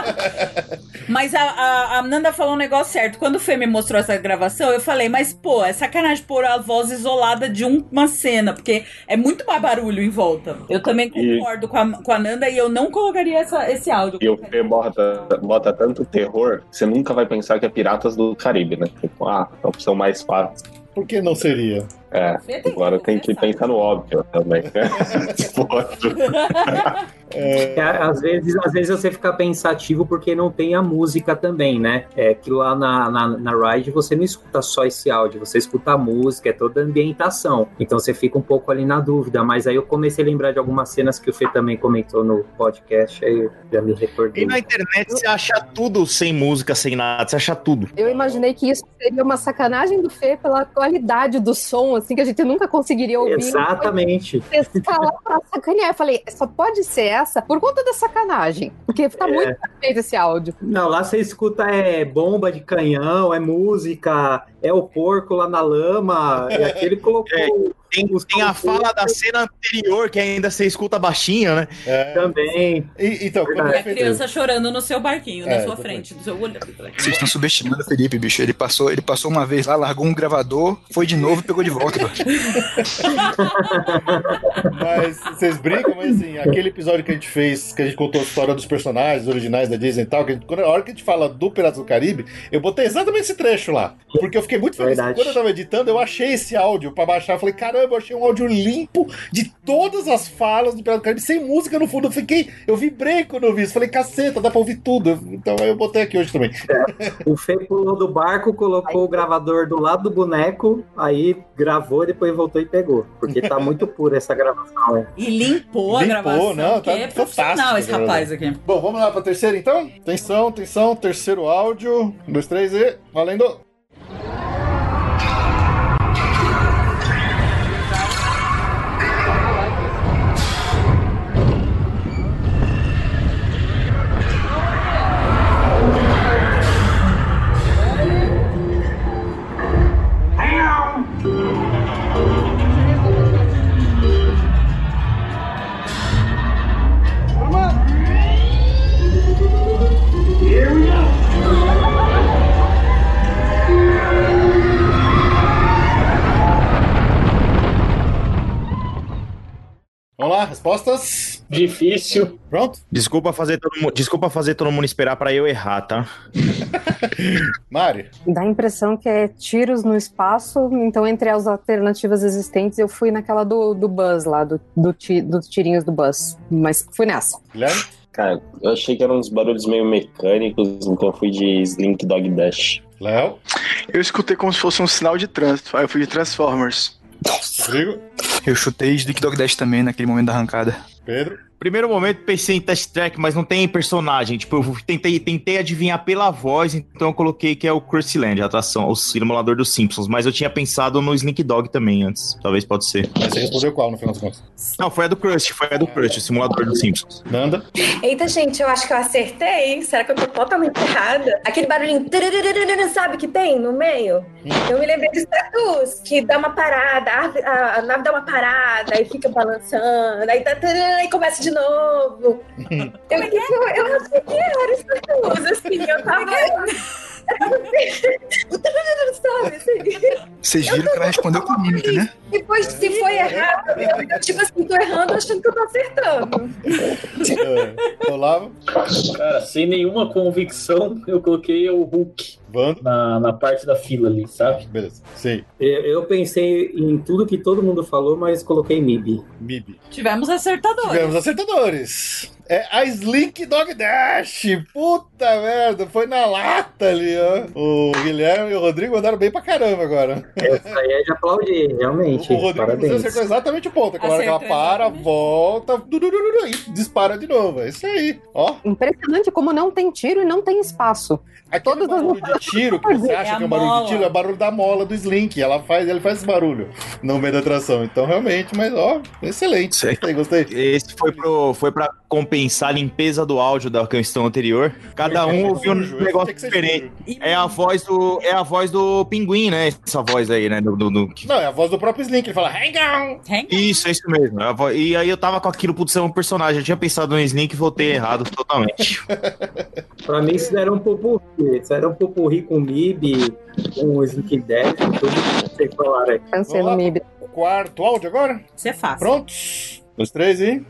S2: Mas a, a, a Nanda falou um negócio certo. Quando o Fê me mostrou essa gravação, eu falei, mas pô, é sacanagem pôr a voz isolada de um- uma cena, porque é muito mais barulho em volta. Eu também
S4: E-
S2: concordo com, a, com a Nanda e eu não colocaria essa, esse áudio.
S4: E o Fê bota, bota tanto terror que você nunca vai pensar que é Piratas do Caribe, né? Tipo, ah, a opção mais fácil.
S1: Por que não seria?
S4: É, agora tem que pensar no óbvio também.
S10: É, às, vezes, às vezes você fica pensativo porque não tem a música também, né? É que lá na, na, na Ride você não escuta só esse áudio, você escuta a música, é toda a ambientação. Então você fica um pouco ali na dúvida. Mas aí eu comecei a lembrar de algumas cenas que o Fê também comentou no podcast, aí eu já me recordei.
S7: E na internet você acha tudo sem música, sem nada, você acha tudo.
S3: Eu imaginei que isso seria uma sacanagem do Fê pela qualidade do som, assim, que a gente nunca conseguiria ouvir.
S10: Exatamente.
S3: Foi falar pra sacanear. Eu falei, só pode ser essa por conta da sacanagem. Porque tá
S10: É.
S3: muito perfeito esse áudio.
S10: Não, lá você escuta é bomba de canhão, é música, é o porco lá na lama, Ah, e aquele colocou.
S7: É, tem, tem a fala da cena anterior que ainda você escuta baixinho, né?
S10: É. Também.
S1: então,
S2: E é a criança chorando no seu
S6: É,
S2: barquinho, na sua
S6: exatamente.
S2: frente, do seu olho.
S6: Vocês estão subestimando o Felipe, bicho. Ele passou, ele passou uma vez lá, largou um gravador, foi de novo e pegou de volta.
S1: Mas vocês brincam, mas assim, aquele episódio que a gente fez, que a gente contou a história dos personagens originais da Disney e tal, que a, gente, quando, a hora que a gente fala do Piratas do Caribe, eu botei exatamente esse trecho lá. Porque eu fiquei muito feliz.
S10: Verdade.
S1: Quando eu tava editando, eu achei esse áudio pra baixar. Eu falei, caramba, eu achei um áudio limpo de todas as falas do Piratas do Caribe, sem música no fundo. Eu fiquei, eu vibrei quando eu vi isso. Falei, caceta, dá pra ouvir tudo. Então eu botei aqui hoje também.
S10: O Fê pulou do barco, colocou o gravador do lado do boneco, aí gravou, depois voltou e pegou. Porque tá muito pura essa gravação. né?
S2: E limpou a gravação, que
S1: tá
S2: é profissional esse rapaz aqui.
S1: Bom, vamos lá pra terceira então? Atenção, atenção, terceiro áudio. Um, dois, três e. Valendo! Vamos lá, respostas?
S9: Difícil.
S1: Pronto?
S7: Desculpa fazer todo mundo, desculpa fazer todo mundo esperar pra eu errar, tá?
S1: Mari.
S3: Dá a impressão que é tiros no espaço, então entre as alternativas existentes, eu fui naquela do, do Buzz lá, do, do ti- dos tirinhos do Buzz. Mas fui nessa.
S4: Cara, eu achei que eram uns barulhos meio mecânicos, então eu fui de Slink Dog Dash.
S1: Léo?
S5: Eu escutei como se fosse um sinal de trânsito. Aí eu fui de Transformers.
S1: Rodrigo?
S6: Eu chutei Slick Dog Dash também naquele momento da arrancada.
S1: Pedro?
S7: Primeiro momento pensei em test track, mas não tem personagem. Tipo, eu tentei, tentei adivinhar pela voz, então eu coloquei que é o Krusty Land, a atração, o simulador dos Simpsons. Mas eu tinha pensado no Slink Dog também antes. Talvez pode ser.
S1: Mas você respondeu qual no final das contas?
S7: Não, foi a do Krusty, foi a do Krusty, o simulador dos Simpsons.
S1: Nanda?
S8: Eita, gente, eu acho que eu acertei. Será que eu tô totalmente errada? Aquele barulhinho, tararararara, sabe que tem no meio? Eu me lembrei do status, que dá uma parada, a, árvore- a- a nave dá uma parada, aí fica balançando, aí, tá, tarará, e começa de novo. Eu, eu, eu achei que era status, assim, eu tava. O tararara, sabe, assim.
S6: Vocês viram que ela respondeu com mímica, né?
S8: Depois, se foi errado, eu, tipo assim, tô errando achando que eu tô acertando.
S1: É. Olavo?
S9: Cara, sem nenhuma convicção, eu coloquei o Hulk na, na parte da fila ali, sabe?
S1: Beleza, sei.
S10: Eu eu pensei em tudo que todo mundo falou, mas coloquei MIB.
S1: MIB.
S2: Tivemos acertadores.
S1: Tivemos acertadores. É a Slink Dog Dash. Puta merda, foi na lata ali, ó. O Guilherme e o Rodrigo mandaram bem pra caramba agora.
S10: Essa aí é de aplaudir, realmente.
S1: O Rodrigo você
S10: Parabéns.
S1: acertou exatamente o ponto. Aquela hora que ela
S2: Acertou
S1: para, volta, du- du- du- du- du- e dispara de novo. É isso aí, ó.
S3: Impressionante como não tem tiro e não tem espaço.
S1: Aquele barulho de tiro que você acha
S3: É a
S1: que é um barulho
S3: mola.
S1: de tiro, é o barulho da mola do Slink. Ela faz, ele faz esse barulho no meio da atração. Então, realmente, mas ó, excelente. Gostei, gostei.
S7: Esse foi, pro, foi pra compensar a limpeza do áudio da questão anterior. Cada um ouviu um negócio diferente. É a voz do, é a voz do pinguim, né? Essa voz aí, né? Do, do- do-
S1: Não, é a voz do próprio Slink. Ele fala, hang on!
S7: Isso, é isso mesmo. É a voz- E aí eu tava com aquilo, putz, é um personagem. Eu tinha pensado no Slink e voltei errado totalmente.
S10: Pra mim, isso era um pupurri. Isso era um pupurri com MIB, com Slink Dead, com um tudo que vocês falaram aí.
S1: Vamos lá pro Quarto áudio agora?
S2: Isso é fácil.
S1: Prontos? Dois, três e.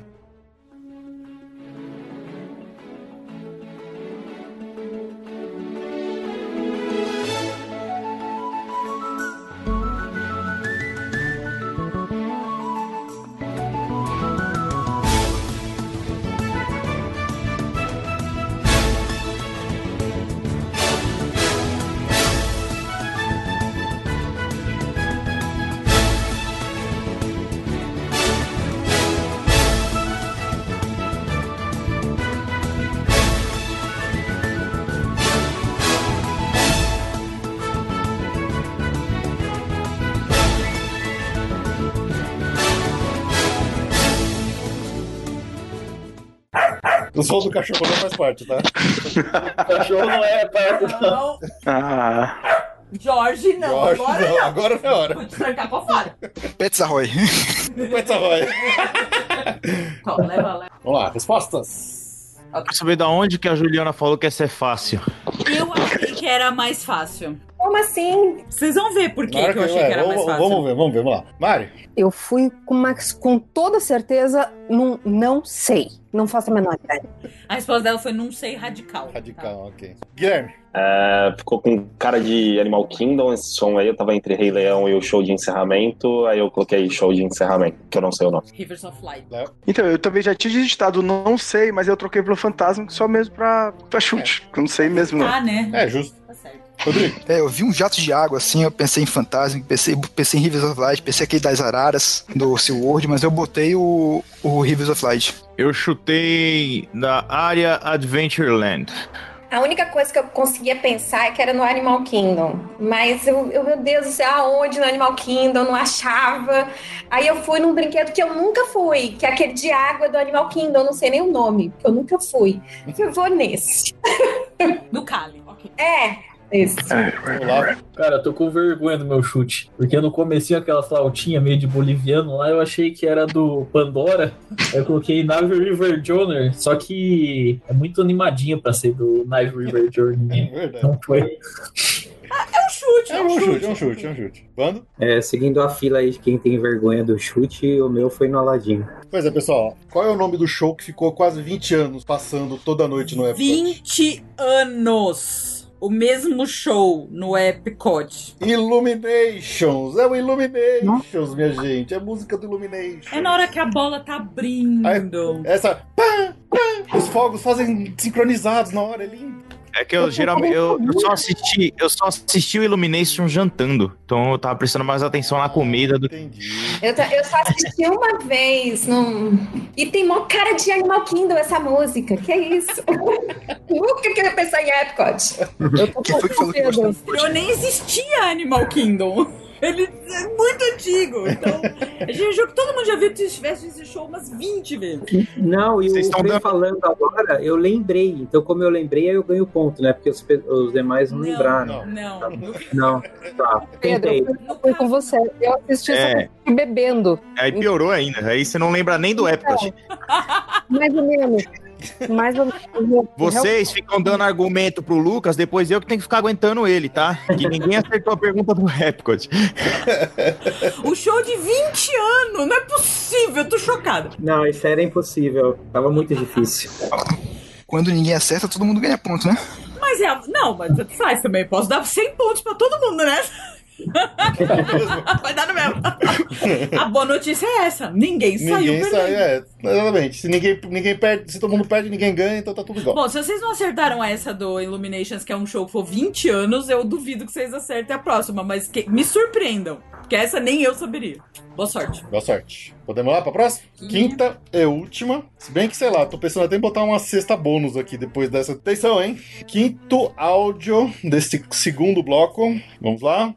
S1: O som do cachorro não faz parte, tá?
S9: O cachorro não é perto,
S2: não.
S6: Ah.
S2: Jorge, não.
S1: Jorge,
S2: agora
S1: não,
S2: não.
S1: agora não é hora.
S2: Vou te trancar pra fora.
S6: Pets Ahoy.
S1: Pets Ahoy.
S2: Toma, leva, leva.
S1: Vamos lá, respostas.
S7: Quero saber da onde que a Juliana falou que essa é fácil.
S2: Eu achei que era mais fácil.
S8: Como assim?
S2: Vocês vão ver por que, que eu achei
S1: é,
S2: que era mais
S1: vamos,
S2: fácil.
S1: vamos ver, vamos ver, vamos lá. Mário,
S3: Eu fui com, uma, com toda certeza num não sei. Não faço a menor ideia.
S2: A resposta dela foi não sei radical. tá?
S1: Radical, ok. Guilherme.
S4: É, ficou com cara de Animal Kingdom esse som aí. Eu tava entre Rei Leão e o show de encerramento. Aí eu coloquei show de encerramento, que eu não sei o nome.
S2: Rivers of Light.
S5: Então, eu também já tinha digitado não sei, mas eu troquei pelo fantasma só mesmo pra, pra chute. que Eu não sei mesmo, não.
S2: Ah, né?
S1: É, justo.
S2: Tá certo.
S6: É, eu vi um jato de água assim, eu pensei em Fantasma, pensei, pensei em Rivers of Light, pensei aquele das araras do SeaWorld, mas eu botei o, o Rivers of Light.
S7: Eu chutei na área Adventureland.
S8: A única coisa que eu conseguia pensar é que era no Animal Kingdom. Mas eu, eu, meu Deus do céu, aonde no Animal Kingdom? Não achava. Aí eu fui num brinquedo que eu nunca fui, que é aquele de água do Animal Kingdom, eu não sei nem o nome, porque eu nunca fui. Eu vou nesse.
S2: No Cali, ok.
S8: É, esse.
S1: Olá.
S9: Cara, eu tô com vergonha do meu chute. Porque no comecinho aquela flautinha meio de boliviano lá, eu achei que era do Pandora. Aí Eu coloquei Nave River Journey, só que é muito animadinha pra ser do Nave River
S1: É
S9: Journey.
S1: verdade.
S9: Não foi.
S2: É um chute,
S1: É um chute, é um chute, é um chute. Bando?
S10: É, seguindo a fila aí de quem tem vergonha do chute, o meu foi no Aladim.
S1: Pois é, pessoal. Qual é o nome do show que ficou quase 20 anos passando toda noite no Epcot?
S2: 20 anos. O mesmo show no Epcot.
S1: Illuminations! É o Illuminations, minha gente. É a música do Illuminations.
S2: É na hora que a bola tá abrindo.
S1: Essa. Pá, pá, os fogos fazem sincronizados na hora, é lindo.
S7: É que eu geralmente eu, eu só assisti, eu só assisti o Illumination jantando. Então eu tava prestando mais atenção na comida do É.
S1: Entendi.
S8: Eu, ta- eu só assisti uma vez. Num... E tem mó cara de Animal Kingdom essa música. Que é isso? Nunca queria pensar em Epcot.
S3: Eu tô
S6: Quem foi que falou que gostou?
S2: Eu nem existia Animal Kingdom. Ele é muito antigo. Então, é um jogo que todo mundo já viu se tivesse esse show umas 20 vezes.
S10: Não, e
S7: Vocês
S10: o
S7: estão
S10: Fê
S7: dando-
S10: falando agora, eu lembrei. Então, como eu lembrei, aí eu ganho ponto, né? Porque os, pe- os demais não,
S2: Não,
S10: lembraram.
S1: Não.
S2: Não. No,
S10: Não, tá.
S3: Pedro,
S10: Tentei.
S3: eu fui com você. Eu assisti essa
S7: É.
S3: coisa bebendo.
S7: Aí piorou ainda. Aí você não lembra nem do Epcot.
S3: Então, Mais ou menos. Mais ou menos.
S7: Vocês ficam dando argumento pro Lucas, depois eu que tenho que ficar aguentando ele, tá? Que ninguém acertou a pergunta do Epcot.
S2: o show de 20 anos. Não é possível. Eu tô chocada.
S10: Não, isso era impossível. Tava muito difícil.
S6: Quando ninguém acerta, todo mundo ganha ponto, né?
S2: Mas é. a- Não, mas tanto faz também. Posso dar 100 pontos pra todo mundo, né? Vai dar no mesmo. A boa notícia é essa: ninguém, saiu
S1: Ninguém
S2: perdendo.
S1: sai, é. Exatamente. Se ninguém, ninguém perde, se todo mundo perde, ninguém ganha, então tá tudo igual.
S2: Bom, se vocês não acertaram essa do Illuminations, que é um show que for 20 anos, eu duvido que vocês acertem a próxima, mas que- me surpreendam, porque essa nem eu saberia. Boa sorte.
S1: Boa sorte. Podemos lá pra próxima? Quinta é última. Se bem que, sei lá, tô pensando até em botar uma sexta bônus aqui depois dessa. Atenção, hein? Quinto áudio desse segundo bloco. Vamos lá.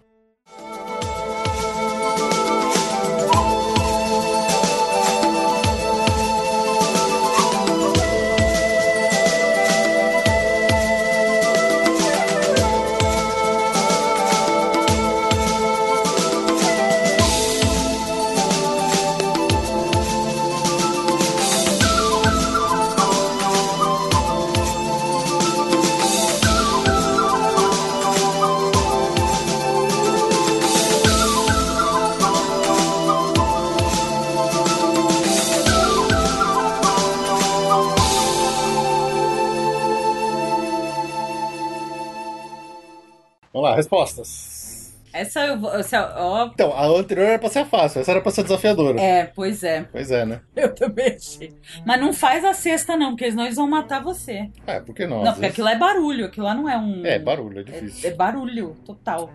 S1: Vamos lá, respostas.
S2: Essa eu vou. essa- ó,
S1: Então, a anterior era pra ser fácil, essa era pra ser desafiadora.
S2: é, pois é.
S1: Pois é, né?
S2: Eu também achei. Mas não faz a sexta, não, porque senão eles vão matar você.
S1: É, por que não?
S2: não,
S1: Às
S2: porque
S1: vezes-
S2: aquilo lá é barulho, aquilo lá não é um.
S1: É, barulho, é
S2: É
S1: difícil.
S2: barulho total.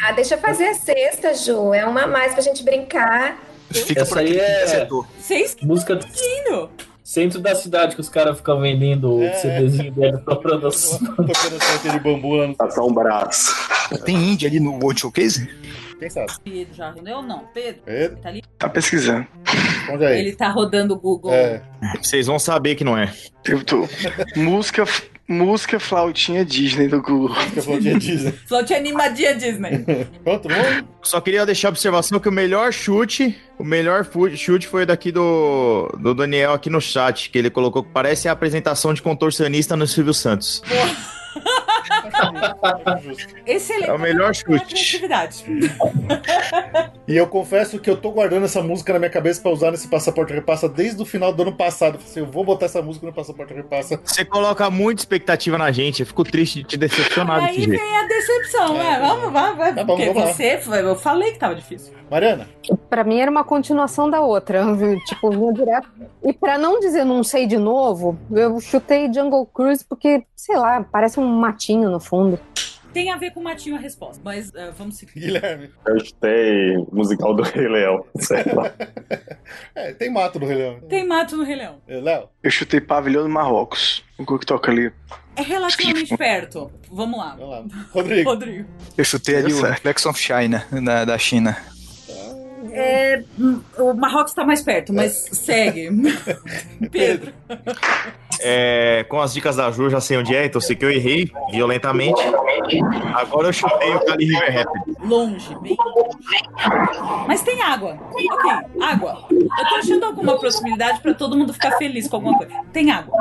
S8: Ah, deixa eu fazer a sexta, Ju. É uma a mais pra gente brincar.
S6: Fica
S9: Essa
S6: por aqui
S9: aí é-
S6: que acertou.
S2: Vocês que
S9: Música do
S2: indo.
S9: centro da cidade que os caras ficam vendendo o
S1: É.
S9: CDzinho dele pra produção.
S1: Tocando essa de bambu lá no.
S4: Passar um braço.
S6: Tem Índia ali no World Showcase?
S1: Quem sabe?
S2: Pedro já respondeu? Não, Pedro.
S1: Pedro?
S2: Tá ali?
S5: Tá pesquisando.
S1: Responde É, aí.
S2: Ele tá rodando o Google.
S1: É.
S7: Vocês vão saber que não é.
S5: Eu tô. música, música flautinha Disney do Google.
S1: Música flautinha Disney.
S2: Float animadinha Disney.
S1: Pronto, bom?
S7: Só queria deixar a observação que o melhor chute, o melhor fu- chute foi daqui do, do Daniel aqui no chat, que ele colocou que parece a apresentação de contorcionista no Silvio Santos.
S2: Esse
S7: É o melhor
S1: tipo
S7: chute.
S2: criatividade.
S1: E eu confesso que eu tô guardando essa música na minha cabeça pra usar nesse passaporte repassa desde o final do ano passado. Eu falei assim, eu vou botar essa música no passaporte repassa.
S7: Você coloca muita expectativa na gente, eu fico triste de te decepcionar desse
S2: Aí
S7: jeito.
S2: vem a decepção, é. Vamos, vamos, vamos.
S1: Tá bom,
S2: porque
S1: vamos lá.
S2: você, foi- eu falei que tava difícil.
S1: Mariana,
S3: Pra mim era uma continuação da outra, tipo, vinha direto. E pra não dizer não sei de novo, eu chutei Jungle Cruise porque, sei lá, parece um matinho no fundo.
S2: Tem a ver com o Matinho a resposta, mas eh, vamos seguir.
S1: Guilherme.
S4: Eu chutei o musical do Rei Leão. Sei lá.
S1: É, tem mato no Rei Leão.
S2: Tem mato no Rei Leão.
S1: É, Léo,
S5: Eu chutei pavilhão do Marrocos. O que toca ali?
S2: É relativamente perto. Vamos lá.
S1: Tipo. vamos lá. Rodrigo.
S2: Rodrigo.
S6: Eu chutei ali
S5: Deu
S6: o
S5: certo.
S6: Reflection of China, da, da China.
S2: É, hum, o Marrocos tá mais perto, mas segue. Pedro.
S7: É, com as dicas da Ju, já sei onde é, então sei que eu errei violentamente. Agora eu chutei o Cali River Rapid.
S2: Longe, bem. Mas tem água. Ok, água. Eu tô achando alguma proximidade pra todo mundo ficar feliz com alguma coisa. Tem água.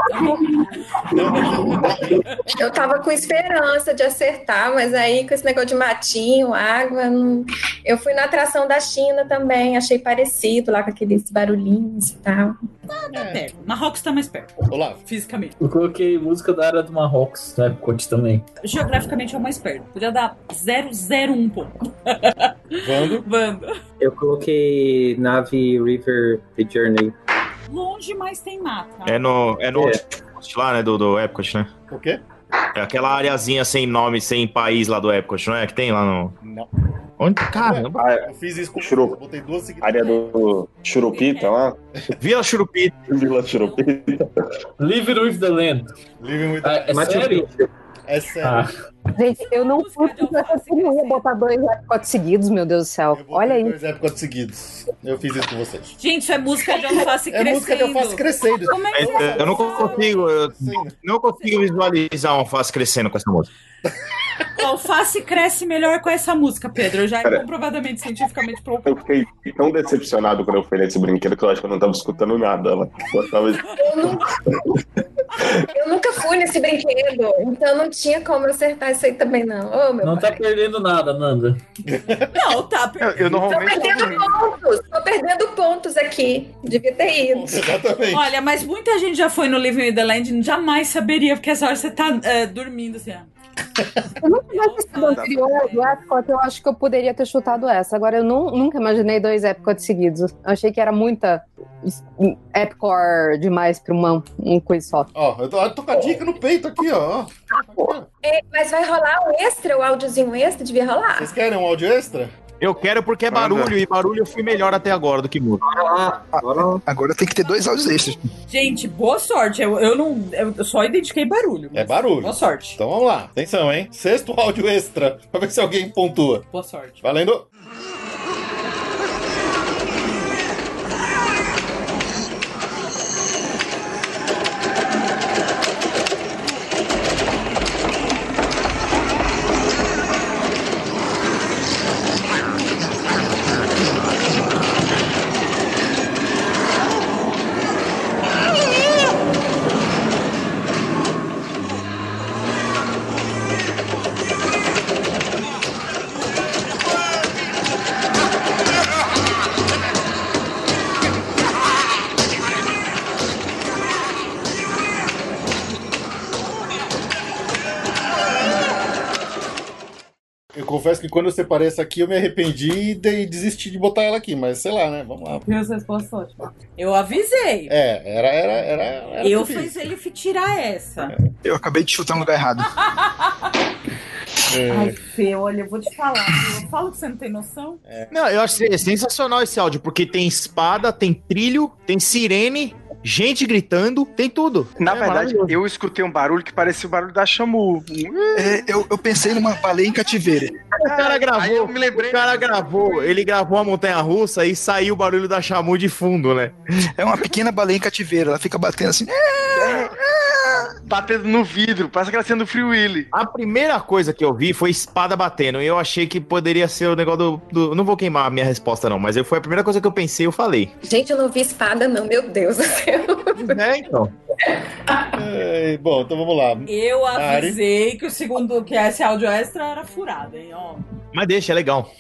S8: Eu tava com esperança de acertar, mas aí com esse negócio de matinho, água. não- Eu fui na atração da China também, achei parecido lá com aqueles barulhinhos e tal.
S2: Tá perto. Marrocos tá mais perto,
S1: É. Olá.
S2: fisicamente.
S9: Eu coloquei música da área do Marrocos na Epcot também.
S2: Geograficamente é o mais perto. Podia dar 001 ponto.
S1: Vando.
S2: Vando.
S10: Eu coloquei Nave River The Journey.
S2: Longe, mas tem mata.
S7: É no, é no
S10: É.
S7: Outpost lá, né, do, do Epcot, né?
S1: O quê?
S7: É aquela areazinha sem nome, sem país lá do Epcot, não é? Que tem lá no...
S1: Não.
S7: Onde? Caramba!
S4: A
S1: Eu fiz isso com
S4: Churuco.
S1: eu botei duas seguidas.
S4: Ah, é. área do Churupita lá.
S7: Vila Churupita.
S4: Vila Churupita.
S9: Live with the Land.
S1: Living with...
S9: Ah, é
S10: Machu
S9: sério? Ah,
S10: Picchu.
S1: É sério.
S3: Gente, eu não fui porque eu não ia botar dois quatro seguidos, meu Deus do céu.
S1: Eu botei
S3: Olha aí.
S1: Dois épocas seguidos. Eu fiz isso com vocês.
S2: Gente, isso é música de alface
S1: É
S2: crescendo.
S1: música que eu faço crescendo.
S2: Como é que você
S7: Eu não consigo, eu
S1: Crescendo.
S7: não consigo visualizar um alface crescendo com essa música.
S2: O alface cresce melhor com essa música, Pedro. Eu já é
S4: Cara.
S2: comprovadamente cientificamente provado.
S4: Eu fiquei tão decepcionado quando eu fui nesse brinquedo que eu acho que eu não tava escutando nada. Ela tava
S8: Eu nunca, eu nunca fui nesse brinquedo, então não tinha como acertar isso aí também, não. Ô, meu
S9: Não tá
S8: pai.
S9: perdendo nada, Nanda.
S2: Não, tá.
S5: Eu,
S2: Pedro.
S5: eu
S8: Tô
S5: normalmente.
S8: perdendo pontos, tô perdendo pontos aqui. Devia ter ido.
S1: Exatamente.
S2: Olha, mas muita gente já foi no Living in the Land e jamais saberia, porque essa hora você tá é, dormindo assim. ó.
S3: Eu nunca mais assisti do anterior do Epcot, eu acho que eu poderia ter chutado essa. Agora, eu nu- nunca imaginei dois Epcot seguidos. Eu achei que era muita Epcor demais pra uma, um quiz só.
S1: Ó, eu tô, eu tô com a dica no peito aqui, ó.
S8: Ei, É, mas vai rolar o extra, o áudiozinho extra? Devia rolar.
S1: Vocês querem um áudio extra?
S7: Eu quero porque é barulho, e barulho eu fui melhor até agora do que música.
S10: Bora lá, bora lá.
S6: Agora tem que ter dois áudios extras.
S2: Gente, boa sorte. Eu, eu não. Então, Eu só identifiquei barulho.
S1: É
S2: mas
S1: barulho.
S2: Boa sorte.
S1: Então vamos lá. Atenção, hein? Sexto áudio extra. Pra ver se alguém pontua.
S2: Boa sorte.
S1: Valendo. Eu confesso que quando eu separei essa aqui, eu me arrependi e dei- desisti de botar ela aqui, mas sei lá, né? Vamos lá.
S2: Deus, resposta ótima. Eu avisei.
S1: É, era, era, era. era
S2: eu
S1: difícil.
S2: fiz ele tirar essa.
S1: É.
S6: Eu acabei de chutar no lugar errado.
S2: Ai, Fê, olha, eu vou te falar. Eu falo que você não tem noção.
S1: É.
S7: Não, eu acho sensacional esse áudio, porque tem espada, tem trilho, tem sirene, gente gritando, tem tudo.
S5: Na
S7: É
S5: verdade,
S7: maravilhoso.
S5: eu escutei um barulho que parecia o barulho da Xamu.
S6: É, eu, eu pensei numa baleia em cativeiro.
S7: O cara gravou, o cara gravou, ele gravou a montanha russa e saiu o barulho da Xamu de fundo, né?
S6: É uma pequena baleia em cativeiro, ela fica batendo assim.
S5: Batendo no vidro, parece que ela sendo Free Willy.
S7: A primeira coisa que eu vi foi espada batendo. e Eu achei que poderia ser o negócio do. do- Não vou queimar a minha resposta, não, mas eu- foi a primeira coisa que eu pensei e eu falei.
S8: Gente, eu não vi espada, não, meu Deus do céu.
S7: É,
S1: Né?
S7: então.
S1: É, bom, então vamos lá.
S2: Eu
S1: Mari.
S2: avisei que o segundo, que esse áudio extra era furado, hein? Ó,
S7: Mas deixa, é legal.
S2: vamos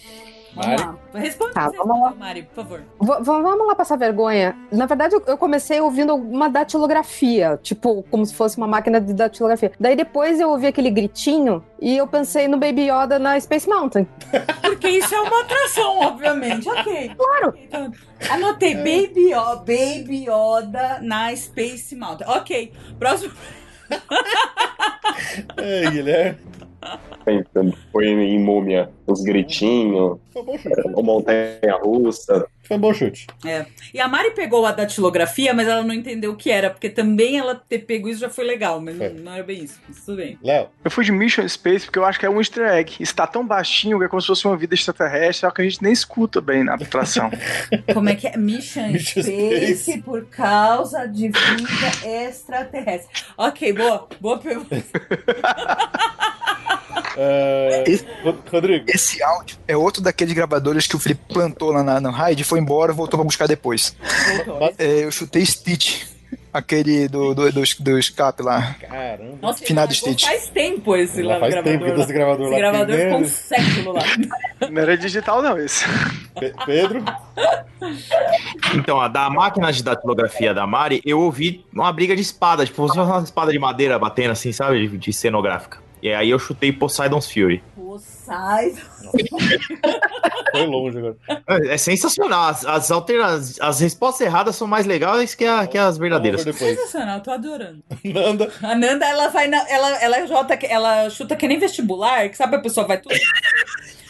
S2: lá. Responde
S3: Tá,
S2: vocês,
S3: vamos lá.
S2: Mari, por favor.
S3: V- v- vamos lá passar vergonha. Na verdade, eu, eu comecei ouvindo uma datilografia, tipo, como se fosse uma máquina de datilografia. Daí depois eu ouvi aquele gritinho e eu pensei no Baby Yoda na Space Mountain.
S2: Porque isso é uma atração, obviamente. Ok. Claro. Então, anotei Baby, Yoda, Baby Yoda na Space Mountain. Ok. Próximo.
S1: É, Guilherme.
S4: Foi em Múmia, os gritinhos, o Montanha Russa.
S1: Foi um bom chute.
S2: É. E a Mari pegou a datilografia, mas ela não entendeu o que era, porque também ela ter pego isso já foi legal, mas não, não era bem isso. Mas tudo bem.
S1: Léo.
S5: Eu fui de Mission Space porque eu acho que é um easter egg. Está tão baixinho que é como se fosse uma vida extraterrestre, só que a gente nem escuta bem na atração.
S2: Como é que é? Mission
S5: Mission
S2: Space
S5: Space.
S2: por causa de vida extraterrestre. Ok, boa. Boa pergunta.
S1: Esse, É, Rodrigo.
S6: Esse áudio é outro daqueles gravadores que o Felipe plantou lá na, no Raid, foi embora, voltou pra buscar depois. É, eu chutei Stitch, aquele do, do, do, do escape lá.
S1: Caramba.
S2: Nossa, ele
S6: Finado
S2: largou
S6: Stitch.
S2: faz tempo esse
S6: Já
S2: lá no
S6: faz
S2: gravador.
S6: tempo que
S2: lá.
S6: esse gravador
S2: esse
S6: lá
S2: gravador
S6: tem
S2: ficou um
S6: meses.
S2: século lá.
S5: Não era digital, não, esse.
S1: Pedro?
S7: Então, a da máquina de datilografia da Mari, eu ouvi uma briga de espada, tipo, como se fosse uma espada de madeira batendo assim, sabe? De, de cenográfica. E aí eu chutei Poseidon's Fury.
S2: Poseidon.
S1: Foi longe agora.
S7: É, é sensacional. As, as, altera- as- as respostas erradas são mais legais que, a- que as verdadeiras.
S2: Sensacional, tô adorando.
S1: Nanda.
S2: A Nanda, ela vai na- ela, ela, jota, ela chuta que nem vestibular, que sabe a pessoa vai tudo.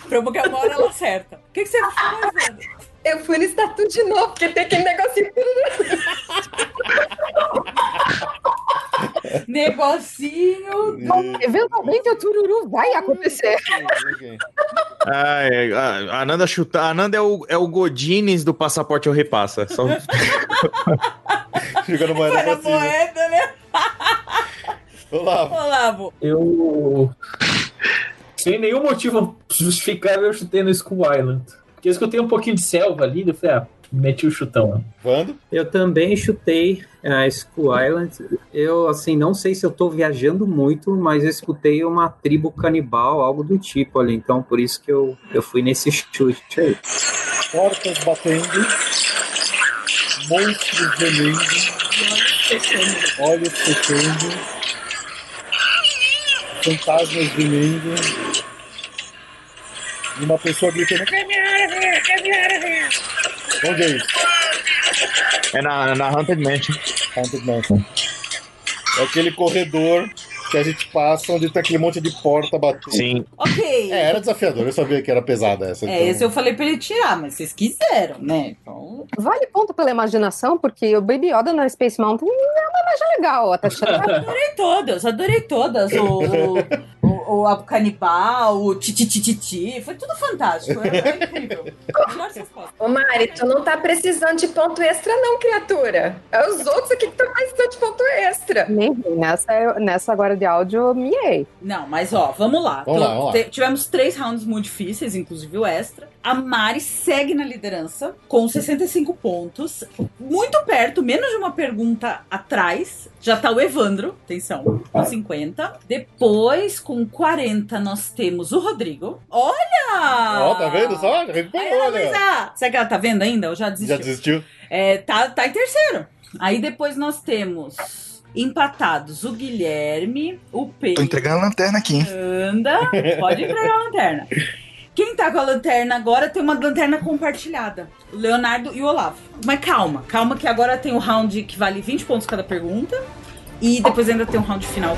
S2: Provocar uma hora ela acerta. O que, que você faz, Nanda?
S8: tá Eu fui no estatuto de novo, porque tem aquele negocinho.
S2: Negocinho.
S3: Eventualmente o tururu vai acontecer.
S1: assim,
S7: Ah, é, a, a Nanda chuta. A Nanda é o, é o Godines do Passaporte ou Repassa. Só...
S1: Jogando
S2: Foi na moeda, né?
S1: Olavo.
S2: Olavo.
S9: Eu. Sem nenhum motivo justificável, eu chutei no School Island. Porque eu escutei um pouquinho de selva ali, eu falei, ah, meti o chutão.
S1: Vando?
S10: Eu também chutei a School Island. Eu, assim, não sei se eu tô viajando muito, mas eu escutei uma tribo canibal, algo do tipo ali. Então, por isso que eu, eu fui nesse chute aí.
S1: Portas batendo. Monstros gemendo. Olhos fechando. Fantasmas gemendo. E uma pessoa gritando. Onde é isso?
S7: É na, na Haunted Mansion.
S1: Haunted Mansion. É aquele corredor que a gente passa onde tem aquele monte de porta batendo.
S7: Sim.
S2: Ok.
S1: É, era assim, desafiador, eu sabia que era pesada essa. então-
S2: É, esse eu falei pra ele tirar, mas vocês quiseram, né? Então.
S3: Vale ponto pela imaginação, porque o Baby Yoda na Space Mountain é uma imagem legal. Tá
S2: Adorei todas, adorei todas. O, o, o, o a canibal, o tititititi, foi tudo fantástico. Era incrível. Melhor resposta.
S8: Ô Mari, tu não tá precisando de ponto extra, não, criatura. É os outros aqui que estão precisando de ponto extra.
S3: Nem vi. nessa, eu- nessa agora de áudio eu miei.
S2: Não, mas ó, vamos lá. Então,
S3: Vamos lá, vamos lá.
S2: te- Tivemos três rounds muito difíceis, inclusive o extra. A Mari segue na liderança com 65 pontos. Muito perto, menos de uma pergunta atrás. Já tá o Evandro, atenção, com 50. Depois, com 40, nós temos o Rodrigo. Olha!
S1: Ó, tá vendo só? Recuperou,
S2: Mas,
S1: né?
S2: ah, será que ela tá vendo ainda? Ou já desistiu?
S1: Já desistiu?
S2: É, tá, tá em terceiro. Aí depois nós temos empatados o Guilherme, o
S6: Tô
S2: Pedro.
S6: entregando a lanterna aqui, hein?
S2: Anda, pode entregar a lanterna. Quem tá com a lanterna agora tem uma lanterna compartilhada. O Leonardo e o Olavo. Mas calma, calma que agora tem o round que vale 20 pontos cada pergunta. E depois ainda tem um round final.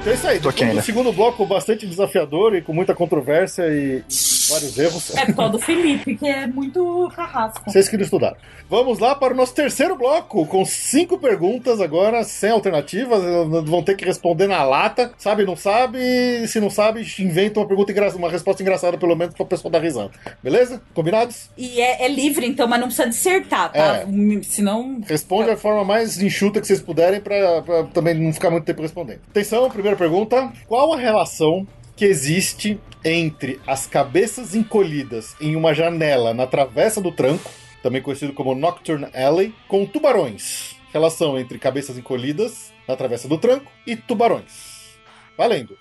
S1: Então é isso aí.
S6: Tô aqui
S1: Depois do
S6: ainda.
S1: segundo bloco, bastante desafiador e com muita controvérsia e, e vários erros.
S2: É por causa do Felipe, que é muito carrasco.
S1: Vocês que não estudaram. Vamos lá para o nosso terceiro bloco, com cinco perguntas agora, sem alternativas. Vão ter que responder na lata. Sabe, não sabe? Se não sabe, inventa uma pergunta engraçada, uma resposta engraçada, pelo menos, para o pessoal dar risada. Beleza? Combinados?
S2: E é, é livre, então, mas não precisa dissertar, tá?
S1: É.
S2: Hum, Senão.
S1: Responde a forma mais enxuta que vocês puderem para também não ficar muito tempo respondendo. Atenção, primeira pergunta. Qual a relação que existe entre as cabeças encolhidas em uma janela na Travessa do Tranco, também conhecido como Nocturne Alley, com tubarões? Relação entre cabeças encolhidas na Travessa do Tranco e tubarões. Valendo.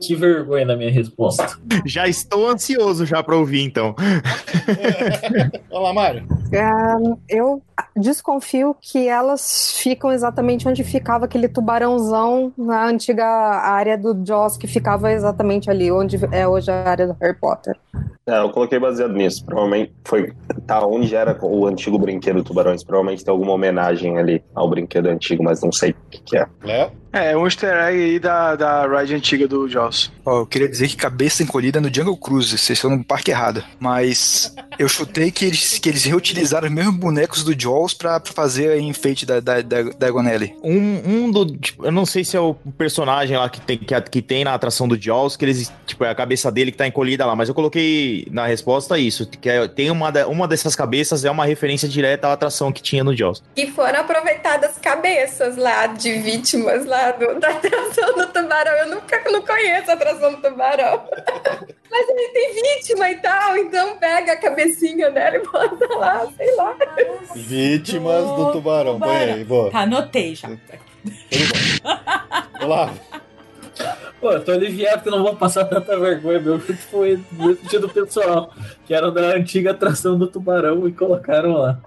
S9: Que vergonha da minha resposta.
S7: Já estou ansioso já pra ouvir, então.
S1: Olá, Mário.
S3: Ah, eu desconfio que elas ficam exatamente onde ficava aquele tubarãozão na antiga área do Jaws, que ficava exatamente ali, onde é hoje a área do Harry Potter.
S4: É, eu coloquei baseado nisso. Provavelmente foi. Tá onde era o antigo brinquedo Tubarões. Provavelmente tem alguma homenagem ali ao brinquedo antigo, mas não sei o que, que é.
S1: Léo?
S5: É, é um easter egg aí da, da ride antiga do Jaws.
S6: Ó, eu queria dizer que cabeça encolhida é no Jungle Cruise, vocês estão no parque errado. Mas eu chutei que eles, que eles reutilizaram os mesmos bonecos do Jaws pra, pra fazer enfeite da, da, da, da Gonelli.
S7: Um, um do. tipo, eu não sei se é o personagem lá que tem, que, a- que tem na atração do Jaws, que eles. Tipo, é a cabeça dele que tá encolhida lá, mas eu coloquei na resposta isso. Que é- tem uma, da- uma dessas cabeças é uma referência direta à atração que tinha no Jaws.
S8: Que foram aproveitadas cabeças lá de vítimas lá do- da atração do tubarão. Eu nunca não conheço a atração do tubarão. Mas ele tem vítima e tal, então pega a cabecinha dela e bota lá, sei lá.
S1: Vítimas do tubarão. Põe aí, boa.
S2: Tá, anotei já.
S1: Olá.
S9: Pô, eu tô aliviado que eu não vou passar tanta vergonha. Meu chute foi tipo do sentido pessoal, que era da antiga atração do tubarão e colocaram lá.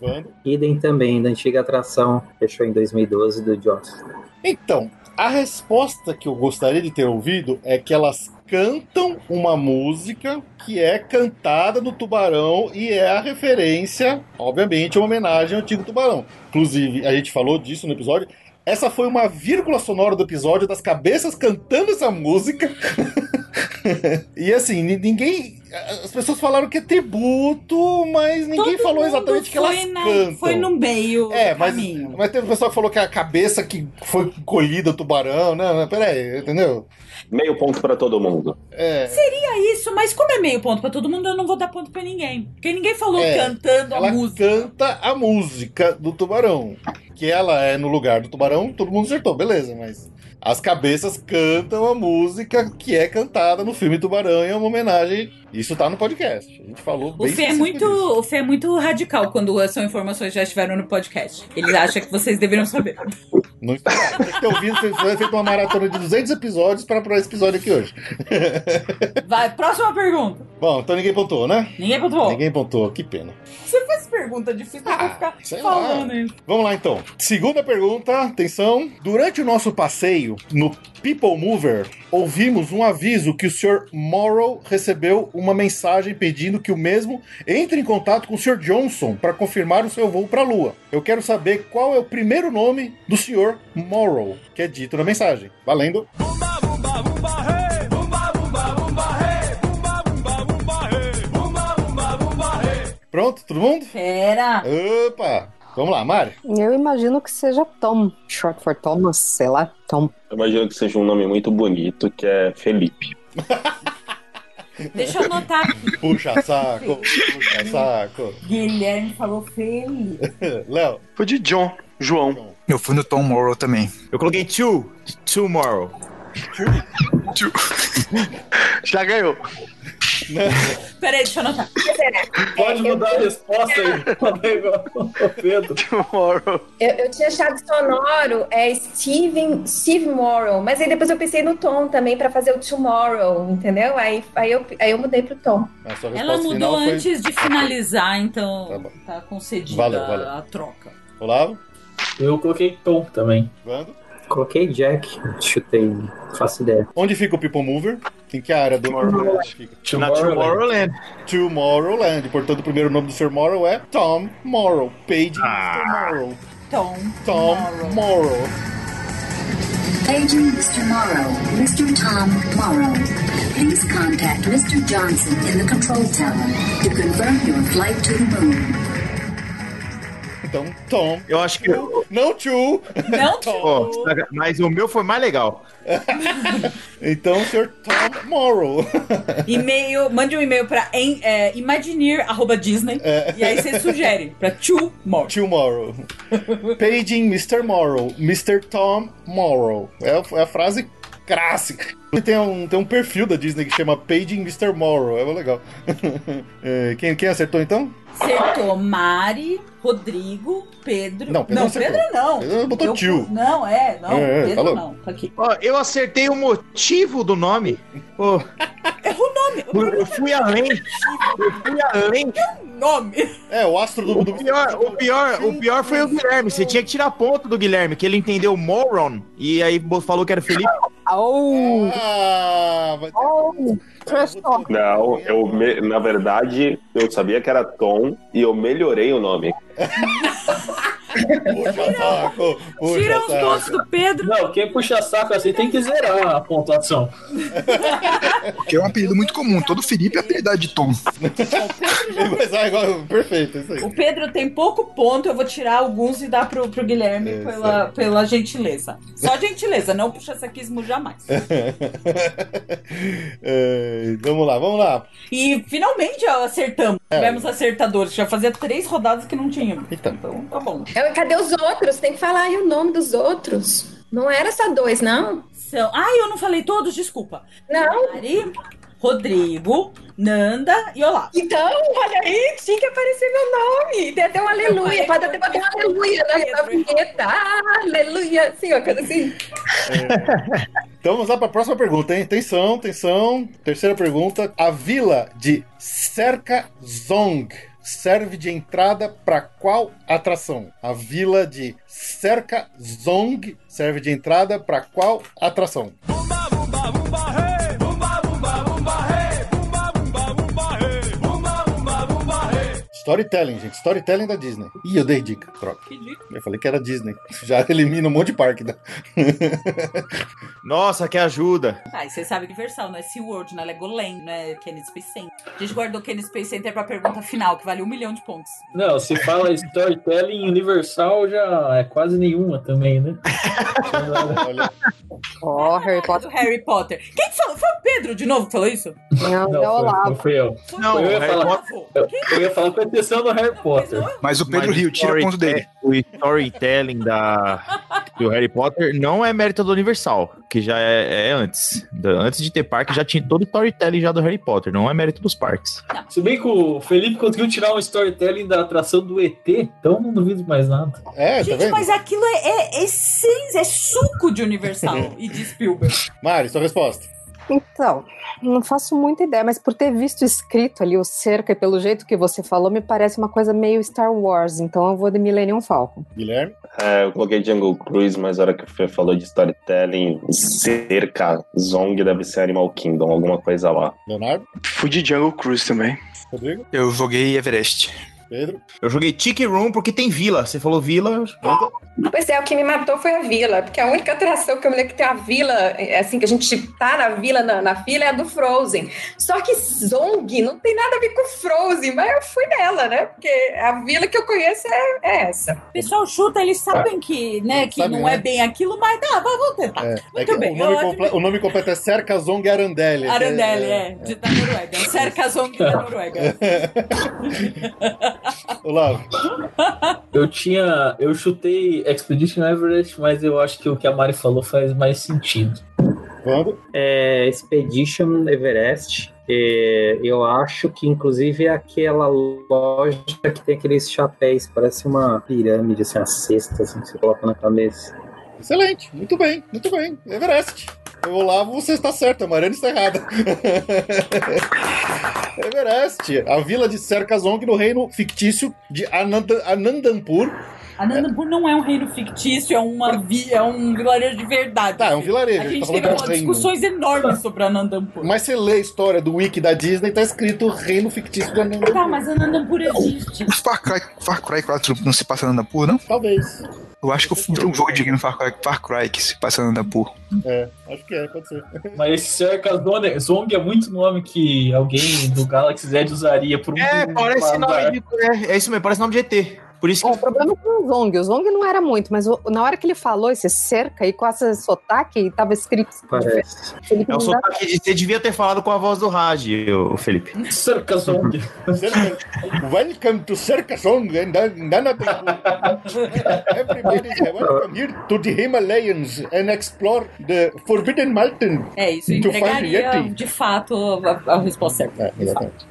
S1: Vando.
S10: Idem também, da antiga atração, fechou em 2012 do Joss.
S1: Então, a resposta que eu gostaria de ter ouvido é que elas cantam uma música que é cantada no Tubarão e é a referência, obviamente, uma homenagem ao antigo Tubarão. Inclusive, a gente falou disso no episódio. Essa foi uma vírgula sonora do episódio das cabeças cantando essa música. e assim, ni- ninguém. As pessoas falaram que é tributo, mas ninguém
S2: Todo
S1: falou
S2: mundo
S1: exatamente que elas
S2: foi na-
S1: cantam.
S2: Foi no meio.
S1: É,
S2: do
S1: mas,
S2: caminho.
S1: mas teve pessoal que falou que a cabeça que foi colhida do tubarão, né? Mas Peraí, entendeu?
S4: Meio ponto pra todo mundo.
S1: É,
S2: Seria isso, mas como é meio ponto pra todo mundo, eu não vou dar ponto pra ninguém. Porque ninguém falou
S1: É,
S2: cantando a
S1: ela
S2: música.
S1: canta a música do tubarão. Que ela é no lugar do tubarão, todo mundo acertou, beleza, mas. As cabeças cantam a música que é cantada no filme Tubarão e é uma homenagem. Isso tá no podcast. A gente falou
S2: O
S1: bem
S2: Fê, é
S1: específico
S2: muito,
S1: disso.
S2: o Fê é muito radical quando são informações que já estiveram no podcast. Ele acha que vocês deveriam saber.
S1: Não está. Tem que ter ouvido, você vai feito uma maratona de 200 episódios pra, pra esse episódio aqui hoje.
S2: Vai, próxima pergunta.
S1: Bom, então ninguém pontuou, né?
S2: Ninguém pontuou.
S1: Ninguém pontuou, que pena.
S2: Você faz pergunta difícil, eu vou ficar
S1: Ah, sei lá.
S2: falando isso.
S1: Vamos lá então. Segunda pergunta, atenção. Durante o nosso passeio no People Mover, ouvimos um aviso que o Sr. Morrow recebeu uma mensagem pedindo que o mesmo entre em contato com o Sr. Johnson para confirmar o seu voo para a Lua. Eu quero saber qual é o primeiro nome do Sr. Morrow que é dito na mensagem. Valendo. Pronto, todo mundo?
S2: Pera.
S1: Opa! Vamos lá, Mari.
S3: Eu imagino que seja Tom, short for Thomas, sei lá, Tom.
S4: Eu imagino que seja um nome muito bonito, que é Felipe.
S2: Deixa eu anotar aqui.
S1: Puxa saco, puxa É saco.
S2: Guilherme falou feio.
S1: Léo,
S5: Foi de John, João.
S6: Eu fui no Tom Morrow também.
S7: Eu coloquei two, tomorrow. two.
S5: Já ganhou.
S2: Peraí, deixa eu anotar.
S9: Né? Pode mudar a resposta aí. Pedro.
S5: Tomorrow.
S8: Eu, eu tinha achado sonoro é Steven, Steve Morrow, mas aí depois eu pensei no Tom também pra fazer o Tomorrow, entendeu? Aí, aí, eu, aí eu mudei pro Tom.
S1: A sua
S2: Ela
S1: resposta final
S2: mudou
S1: foi-
S2: antes de finalizar, então tá, concedida
S1: Valeu, valeu.
S2: a troca.
S1: Olavo?
S9: Eu coloquei Tom também.
S1: Vando?
S10: Coloquei Jack, chutei, não faço ideia.
S1: Onde fica o People Mover? Em que área do Tomorrowland fica?
S7: Na Tomorrowland.
S1: Tomorrowland. Portanto, o primeiro nome do Sr. Morrow é Tom Morrow. Page
S7: Ah.
S1: Mr. Morrow.
S2: Tom.
S1: Tom Morrow.
S14: Paging Mr. Morrow, Mr. Tom Morrow. Please contact Mr. Johnson in the control tower to confirm your flight to the moon.
S1: Então, Tom.
S7: Eu acho que.
S1: Não, tio!
S2: Não,
S7: Ó, saca- mas o meu foi mais legal.
S1: Então, Sr. Tom Morrow.
S2: E-mail, mande um e-mail pra em- é, imagineer.disney
S1: É.
S2: e aí você sugere pra tomorrow.
S1: Tomorrow. Paging Mr. Morrow. Mr. Tom Morrow. É a, é a frase clássica. Tem um, tem um perfil da Disney que chama Paging Mr. Morrow. É legal. É, quem, quem acertou então?
S2: Acertou Mari, Rodrigo, Pedro.
S1: Não, Pedro
S2: não,
S1: acertou.
S2: Pedro não.
S1: Pedro é botou
S2: Eu-
S1: tio.
S2: Não, é, não.
S1: É, é,
S2: Pedro
S1: tá louco.
S2: não. Tá aqui.
S7: Ó, eu acertei o motivo do nome. Pô,
S2: Errou o nome.
S7: eu eu fui além. Eu fui além.
S2: Nome.
S1: É, o astro do.
S7: O
S1: do-
S7: pior, o pior, o pior foi o Guilherme. Você tinha que tirar ponto do Guilherme, que ele entendeu moron e aí bo- falou que era Felipe.
S3: Au!
S1: Ah, vai ter-
S3: Au! Trash talk.
S4: Não, eu me- na verdade, eu sabia que era Tom e eu melhorei o nome.
S1: Puxa saco! Puxa
S2: Tira os
S1: saco.
S2: pontos do Pedro.
S9: Não, quem puxa saco assim tem que zerar a pontuação.
S6: Porque é um apelido muito comum. Todo Felipe é apelidado de Tom.
S1: Mas é igual, perfeito, isso aí.
S2: O Pedro tem pouco ponto, eu vou tirar alguns e dar pro, pro Guilherme
S1: É,
S2: pela, pela gentileza. Só gentileza, não puxa saquismo jamais.
S1: É, vamos lá, vamos lá.
S2: E finalmente ó, acertamos. Tivemos acertadores. Já fazia três rodadas que não tínhamos.
S1: É. Então,
S2: Então tá bom.
S8: Eu, cadê os outros? Tem que falar aí o nome dos outros. Não era só dois, não?
S2: São... Ai, Então, eu não falei todos, desculpa.
S8: Não.
S2: Mari, Rodrigo, Nanda e Olá.
S8: Então, olha aí, tinha que aparecer meu nome. Tem até um aleluia. Pode até botar um aleluia na, na vinheta. Ah, aleluia. Assim, ó, coisa assim.
S1: então vamos lá para a próxima pergunta, hein? Atenção, atenção. Terceira pergunta. A vila de Cerca Zong serve de entrada para qual atração? A vila de Cerca Zong serve de entrada para qual atração? Storytelling, gente. Storytelling da Disney. Ih, eu dei dica. Troca.
S2: Que dica.
S1: Eu falei que era Disney. Já elimina um monte de parque. Né?
S7: Nossa, que ajuda.
S2: Ah, e você sabe Universal, não é SeaWorld, não é Legoland, não é Kenny Space Center. A gente guardou Kenny Space Center pra pergunta final, que vale um milhão de pontos.
S9: assim, Não, se fala storytelling universal já é quase nenhuma também, né?
S1: Olha,
S3: Ó, Harry
S2: É
S3: Potter.
S2: do Harry Potter. Quem que falou? Foi o Pedro de novo que falou isso?
S3: Não,
S9: Não,
S3: é o
S9: foi,
S3: Olavo.
S9: não fui eu.
S2: Foi
S7: Não,
S2: o
S9: eu ia falar-
S2: Olavo.
S9: Eu, eu ia falar com exceção do Harry
S2: Mas
S9: Potter.
S2: não é-
S6: Mas o Pedro
S7: Mas
S6: Rio, tira
S7: storyte-
S6: ponto dele.
S7: O storytelling da, do Harry Potter não é mérito do Universal, que já é, é antes. Da- Antes de ter parque, já tinha todo o storytelling já do Harry Potter, não é mérito dos parques.
S9: Tá. Se bem que o Felipe conseguiu tirar um storytelling da atração do ET, então não duvido mais nada.
S1: é, tá
S2: Gente,
S1: vendo?
S2: mas aquilo é, é essência, é suco de Universal e de Spielberg.
S1: Mari, sua resposta.
S3: Então, não faço muita ideia, mas por ter visto escrito ali o cerca e pelo jeito que você falou, me parece uma coisa meio Star Wars. Então eu vou de Millennium Falcon.
S1: Guilherme?
S4: É, eu coloquei Django Cruz, mas a hora que o Fê falou de storytelling, cerca, Zong deve ser Animal Kingdom, alguma coisa lá.
S1: Leonardo?
S5: Fui de Jungle Cruise também.
S1: Rodrigo?
S6: Eu joguei Everest.
S1: Pedro?
S7: Eu joguei Tiki Room porque tem vila. Você falou vila.
S8: Pois é, o que me matou foi a vila, porque a única atração que eu me lembro que tem a vila, é assim, que a gente tá na vila, na, na fila, é a do Frozen. Só que Zong não tem nada a ver com Frozen, mas eu fui nela, né? Porque a vila que eu conheço é, é essa.
S2: O pessoal chuta, eles sabem que, né, que
S1: Tá. Sabem,
S2: não é
S1: né?
S2: bem aquilo, mas dá, mas vamos tentar.
S1: É, é
S2: Muito
S1: que
S2: bem,
S1: o, nome
S2: eu
S1: comple- o nome completo é Cerca Zong Arandelli.
S2: é,
S1: é.
S2: Arandelli, é, de, da Noruega. Cerca Zong da Noruega.
S1: Olá.
S9: Eu tinha. Eu chutei Expedition Everest, mas eu acho que o que a Mari falou faz mais sentido.
S10: É Expedition Everest. É, eu acho que, inclusive, é aquela loja que tem aqueles chapéus, parece uma pirâmide, assim, uma cesta assim, que você coloca na cabeça.
S1: Excelente, muito bem, muito bem. Everest. O Olavo, você está certo, a Mariana está errada. Everest, a vila de Serkazong no reino fictício de Ananda- Anandampur.
S2: Anandapur não é um reino fictício, é uma vi, é um vilarejo de verdade.
S1: Tá, é um vilarejo,
S2: A
S1: ele
S2: gente
S1: tá
S2: teve
S1: falando de um reino.
S2: discussões enormes sobre Anandampur.
S1: Mas você lê a história do wiki da Disney, tá escrito reino fictício de Anandampur.
S2: Tá, mas Anandampur existe.
S6: Far Cry, Far Cry 4 não se passa na Andapur, não?
S1: Talvez.
S6: Eu acho que eu fui um jogo de game Far Cry, Far Cry que se passa na Andapur.
S1: É, acho que é, pode ser.
S9: Mas esse Cerca Zone- Zong é muito nome que alguém do Galaxy Z usaria por um
S7: É, parece nome
S9: azar.
S7: de. É, é isso mesmo, parece nome de ET. Por isso que.
S3: O É um problema foi o Zong. O Zong não era muito, mas o- na hora que ele falou esse cerca e com esse sotaque, tava escrito.
S10: Parece.
S3: Ele
S7: É o sotaque de. Você devia ter falado com a voz do rádio, ô, Felipe.
S9: Cerca Zong.
S1: Welcome to Serkazong and Anandampur. Everybody is welcome here to the Himalayas and explore the Forbidden Mountain.
S2: É isso,
S1: To find
S2: entregaria um
S1: Yeti.
S2: de fato a, a resposta certa.
S1: É, exatamente.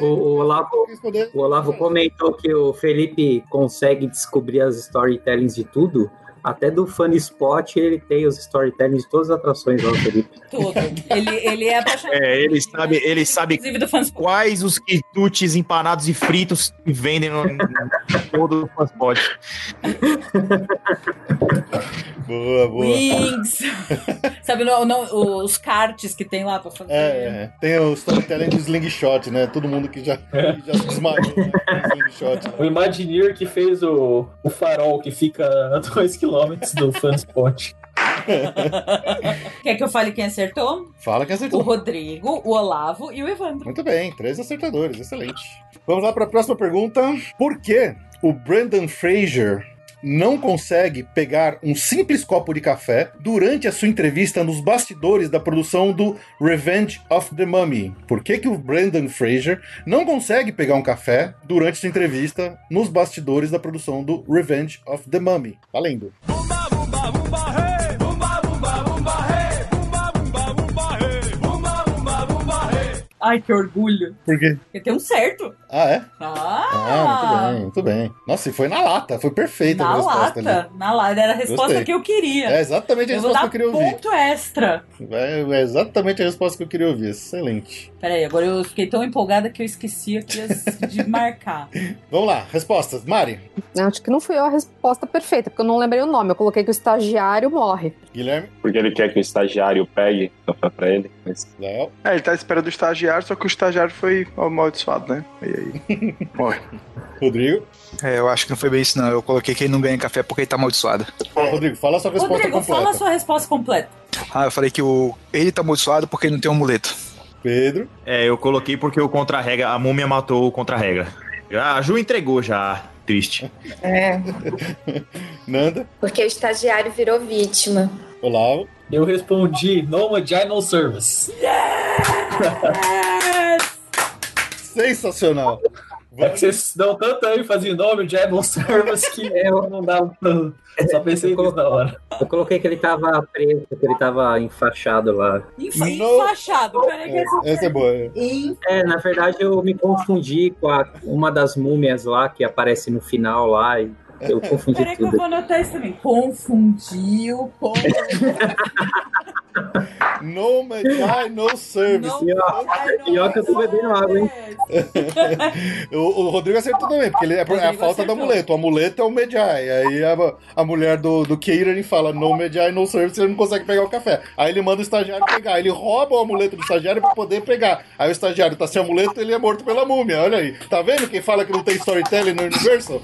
S10: O, o Olavo,
S1: Responder.
S10: o Olavo comentou que o Felipe consegue descobrir as storytellings de tudo. Até do Fun Spot ele tem os storytellings de todas as atrações lá, Felipe.
S2: Tudo. Ele, ele é apaixonado.
S7: É, ele sabe, ele sabe
S2: Inclusive do fãs
S7: quais os quitutes empanados e fritos que vendem no, no todo o transporte.
S1: Boa, boa.
S2: Wings. Sabe, não- não- os karts que tem lá pra fazer.
S1: É, é. tem o storytelling de slingshot, né? Todo mundo que já, que já se esmagou né, com slingshot.
S9: O Imagineer que fez o, o farol que fica a 2km do Fanspot.
S2: Quer que eu fale quem acertou?
S1: Fala que
S2: O
S1: acertou.
S2: Rodrigo, o Olavo e o Evandro.
S1: Muito bem, três acertadores, excelente. Vamos lá para a próxima pergunta. Por que o Brandon Fraser não consegue pegar um simples copo de café durante a sua entrevista nos bastidores da produção do Revenge of the Mummy? Por que, que o Brandon Fraser não consegue pegar um café durante sua entrevista nos bastidores da produção do Revenge of the Mummy? Valendo.
S2: Ai, que orgulho.
S1: Por quê?
S2: Porque tem um certo.
S1: Ah, é? Ah,
S2: Ah!
S1: muito bem, muito bem. Nossa, e foi na lata, foi perfeita a
S2: na
S1: resposta
S2: lata.
S1: ali.
S2: Na lata. Era a resposta
S1: Gostei.
S2: que eu queria.
S1: É exatamente a
S2: eu
S1: resposta
S2: vou dar
S1: que eu queria ouvir.
S2: ponto extra.
S1: É, é exatamente a resposta que eu queria ouvir. Excelente.
S2: Peraí, agora eu fiquei tão empolgada que eu esqueci aqui as- de marcar.
S1: Vamos lá, respostas. Mari,
S3: Não, acho que não foi a resposta perfeita, porque eu não lembrei o nome. Eu coloquei que o estagiário morre.
S1: Guilherme,
S4: Porque ele quer que o estagiário pegue café pra ele. Mas...
S1: Léo.
S5: É, ele tá esperando o estagiário, só que o estagiário foi amaldiçoado, né? E aí? Morre.
S1: Rodrigo.
S6: É, eu acho que não foi bem isso, não. Eu coloquei que ele não ganha café porque ele tá amaldiçoado.
S1: Rodrigo, fala a sua resposta
S2: Rodrigo, fala a
S1: completa.
S2: sua resposta completa.
S6: Ah, eu falei que o... ele tá amaldiçoado porque ele não tem um amuleto.
S1: Pedro.
S7: É, eu coloquei porque o contra-regra, a múmia matou o contra-regra. Já, a Ju entregou já, triste.
S8: É,
S1: Nanda.
S8: porque o estagiário virou vítima.
S1: Olavo.
S9: Eu respondi No Vaginal Service.
S1: Sensacional.
S9: É que vocês dão tanto aí fazendo No Vaginal Service que eu não dava pra... É, Só pensei nisso na hora.
S10: Eu coloquei que ele tava preso, que ele tava enfaixado lá.
S2: Enfa
S1: No-
S2: Enfaixado. Peraí, que essa-
S1: Essa é boa.
S2: Enf-
S10: É, na verdade eu me confundi com a- uma das múmias lá que aparece no final lá e eu confundi
S2: Peraí que eu
S10: tudo.
S2: vou anotar isso também. Confundiu com...
S1: No Medai, no service.
S2: Não-
S10: Pior- pior que eu tô bebendo água, hein?
S1: O, o Rodrigo acertou também, porque ele, é a
S2: Rodrigo
S1: falta do
S2: acertou.
S1: amuleto. O amuleto é o Medjai. Aí a, a mulher do, do Keiran fala: No Medjai, no service, ele não consegue pegar o café. Aí ele manda o estagiário pegar. Ele rouba o amuleto do estagiário pra poder pegar. Aí o estagiário tá sem amuleto ele é morto pela múmia. Olha aí. Tá vendo quem fala que não tem storytelling no universo?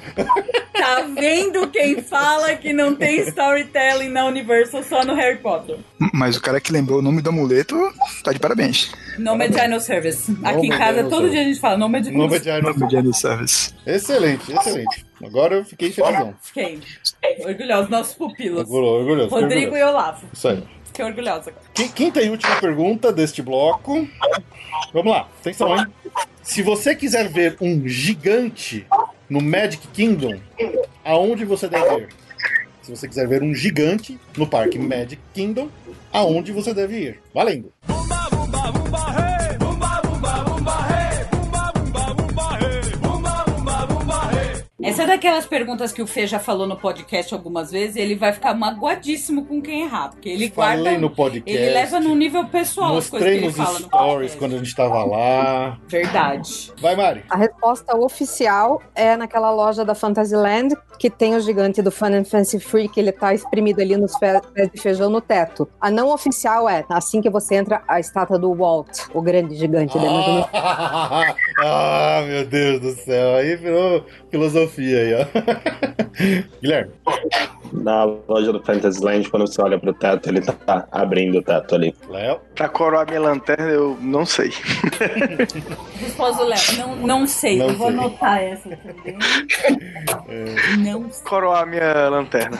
S2: Tá vendo quem fala que não tem storytelling na Universal, só no Harry Potter?
S6: Mas o cara que lembrou o nome do amuleto tá de parabéns.
S2: No Medino Service. Aqui em
S1: Medino
S2: casa, todo
S1: Service.
S2: dia a gente fala no
S1: No
S2: Medino Service.
S1: Medjai, no service.
S6: Mediano Service.
S1: Excelente, excelente. Agora eu fiquei felizão.
S2: Fiquei orgulhosos, nossos pupilos.
S1: Orgulhoso, orgulhoso. fiquei
S2: Rodrigo
S1: orgulhoso.
S2: e Olavo.
S1: Isso aí.
S2: fiquei orgulhosa agora.
S1: Qui- Quinta e última pergunta deste bloco. Vamos lá, atenção, hein? Se você quiser ver um gigante no Magic Kingdom, aonde você deve ir? Se você quiser ver um gigante no parque Magic Kingdom, aonde você deve ir? Valendo!
S2: Essa é daquelas perguntas que o Fê já falou no podcast algumas vezes e ele vai ficar magoadíssimo com quem errar, porque ele guarda.
S1: Falei no podcast.
S2: Ele leva num nível pessoal as coisas que
S1: Mostrei
S2: ele
S1: nos
S2: fala no
S1: stories quando a gente tava lá.
S2: Verdade.
S1: Vai, Mari.
S3: A resposta oficial é naquela loja da Fantasyland que tem o gigante do Fun and Fancy Free que ele tá exprimido ali nos fe- pés de feijão no teto. A não oficial é, assim que você entra, a estátua do Walt, o grande gigante né? da imaginação.
S1: Ah, ah, meu Deus do céu. Aí virou filosofia aí, ó. Guilherme.
S4: Na loja do Fantasyland, quando você olha pro teto, ele tá abrindo o teto ali.
S1: Léo?
S5: Pra coroar minha lanterna, eu não sei.
S2: Resposta do Léo. Não, não sei,
S5: Não
S2: eu vou
S5: sei.
S2: anotar Ah, essa também.
S9: É.
S2: Não sei.
S5: Coroar minha lanterna.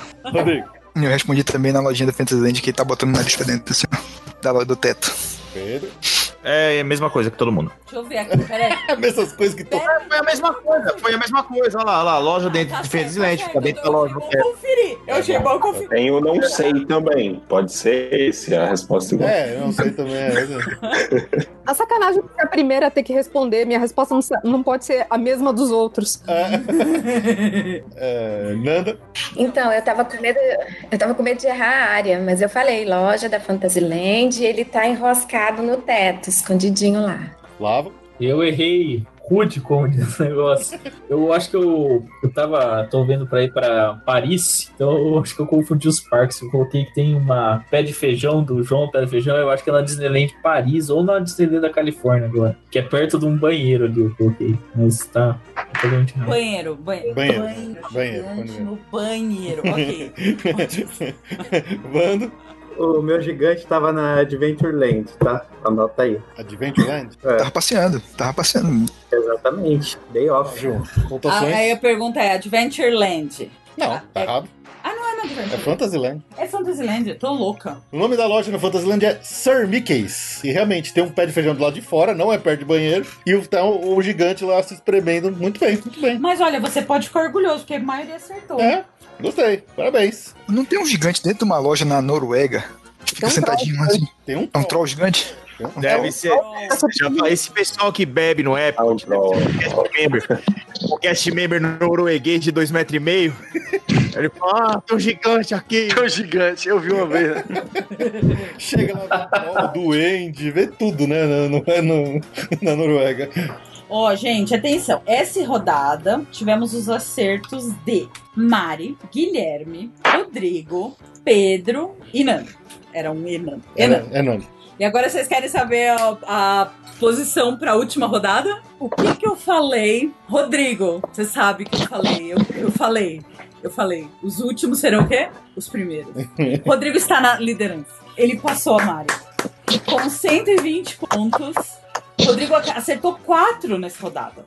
S6: Eu respondi também na lojinha da Fantasyland que tá botando o nariz pra dentro, assim, ó, da loja do teto.
S1: Pedro.
S7: É a mesma coisa que todo mundo.
S2: Deixa eu ver aqui, peraí.
S1: Mesmas coisas que
S2: tu.
S7: Foi a mesma coisa, foi a mesma coisa. Olha lá, olha lá, loja dentro de Fantasyland, fica dentro da loja do teto.
S2: Conferi. Eu
S1: Tá
S2: achei É bom conferir.
S4: Tem o não sei também. Pode ser esse a resposta igual.
S1: É, eu não sei também.
S3: A sacanagem é a primeira a ter que responder. Minha resposta não, sa- não pode ser a mesma dos outros.
S1: É, Nanda.
S8: Então, eu tava com medo, eu tava com medo de errar a área, mas eu falei, loja da Fantasyland, ele tá enroscado no teto, escondidinho lá.
S1: Lava.
S9: Eu errei rude como diz o negócio. Eu acho que eu, eu tava. tô vendo pra ir pra Paris, então eu acho que eu confundi os parques. Eu coloquei que tem uma pé de feijão do João Pé de Feijão, eu acho que é na Disneyland Paris ou na Disneyland da Califórnia agora. Que é perto de um banheiro ali, eu coloquei. Mas tá totalmente errado.
S2: Banheiro, banheiro.
S1: Banheiro,
S2: Banheiro. gigante No banheiro. Ok.
S1: Vando?
S10: O meu gigante tava na Adventureland, tá? Anota aí.
S1: Adventureland?
S6: Tava passeando, tava passeando.
S10: Exatamente. Day off.
S1: João.
S2: Ah, aí a pergunta é: Adventureland?
S1: Não, tá errado.
S2: Ah, não é na
S1: É
S2: Adventureland.
S1: Fantasyland.
S2: É Fantasyland, eu tô louca.
S1: O nome da loja no Fantasyland é Sir Mickey's. E realmente tem um pé de feijão do lado de fora, não é perto de banheiro. E o- tá o, o gigante lá se espremendo. Muito bem, muito bem.
S2: Mas olha, você pode ficar orgulhoso, porque a maioria acertou.
S1: É, gostei. Parabéns.
S6: Não tem um gigante dentro de uma loja na Noruega? que Fica sentadinho lá assim.
S1: Tem um
S6: É um troll gigante?
S7: Deve ser. Já falei, esse pessoal que bebe no Apple, o cast member norueguês de dois metros e meio, ele fala, ah, tem um gigante aqui.
S5: Tem um gigante, eu vi uma vez. né?
S1: Chega lá no duende, vê tudo, né? Na, no- no- na Noruega.
S2: Ó, gente, atenção. Essa rodada tivemos os acertos de Mari, Guilherme, Rodrigo, Pedro e Nando. Era um e Nando. E Nando.
S1: É, é nome.
S2: E agora vocês querem saber a, a posição para a última rodada? O que que eu falei? Rodrigo, você sabe que eu falei. Eu, eu falei. Eu falei. Os últimos serão o quê? Os primeiros. Rodrigo está na liderança. Ele passou a Mari. Com 120 pontos. Rodrigo ac- acertou 4 nessa rodada.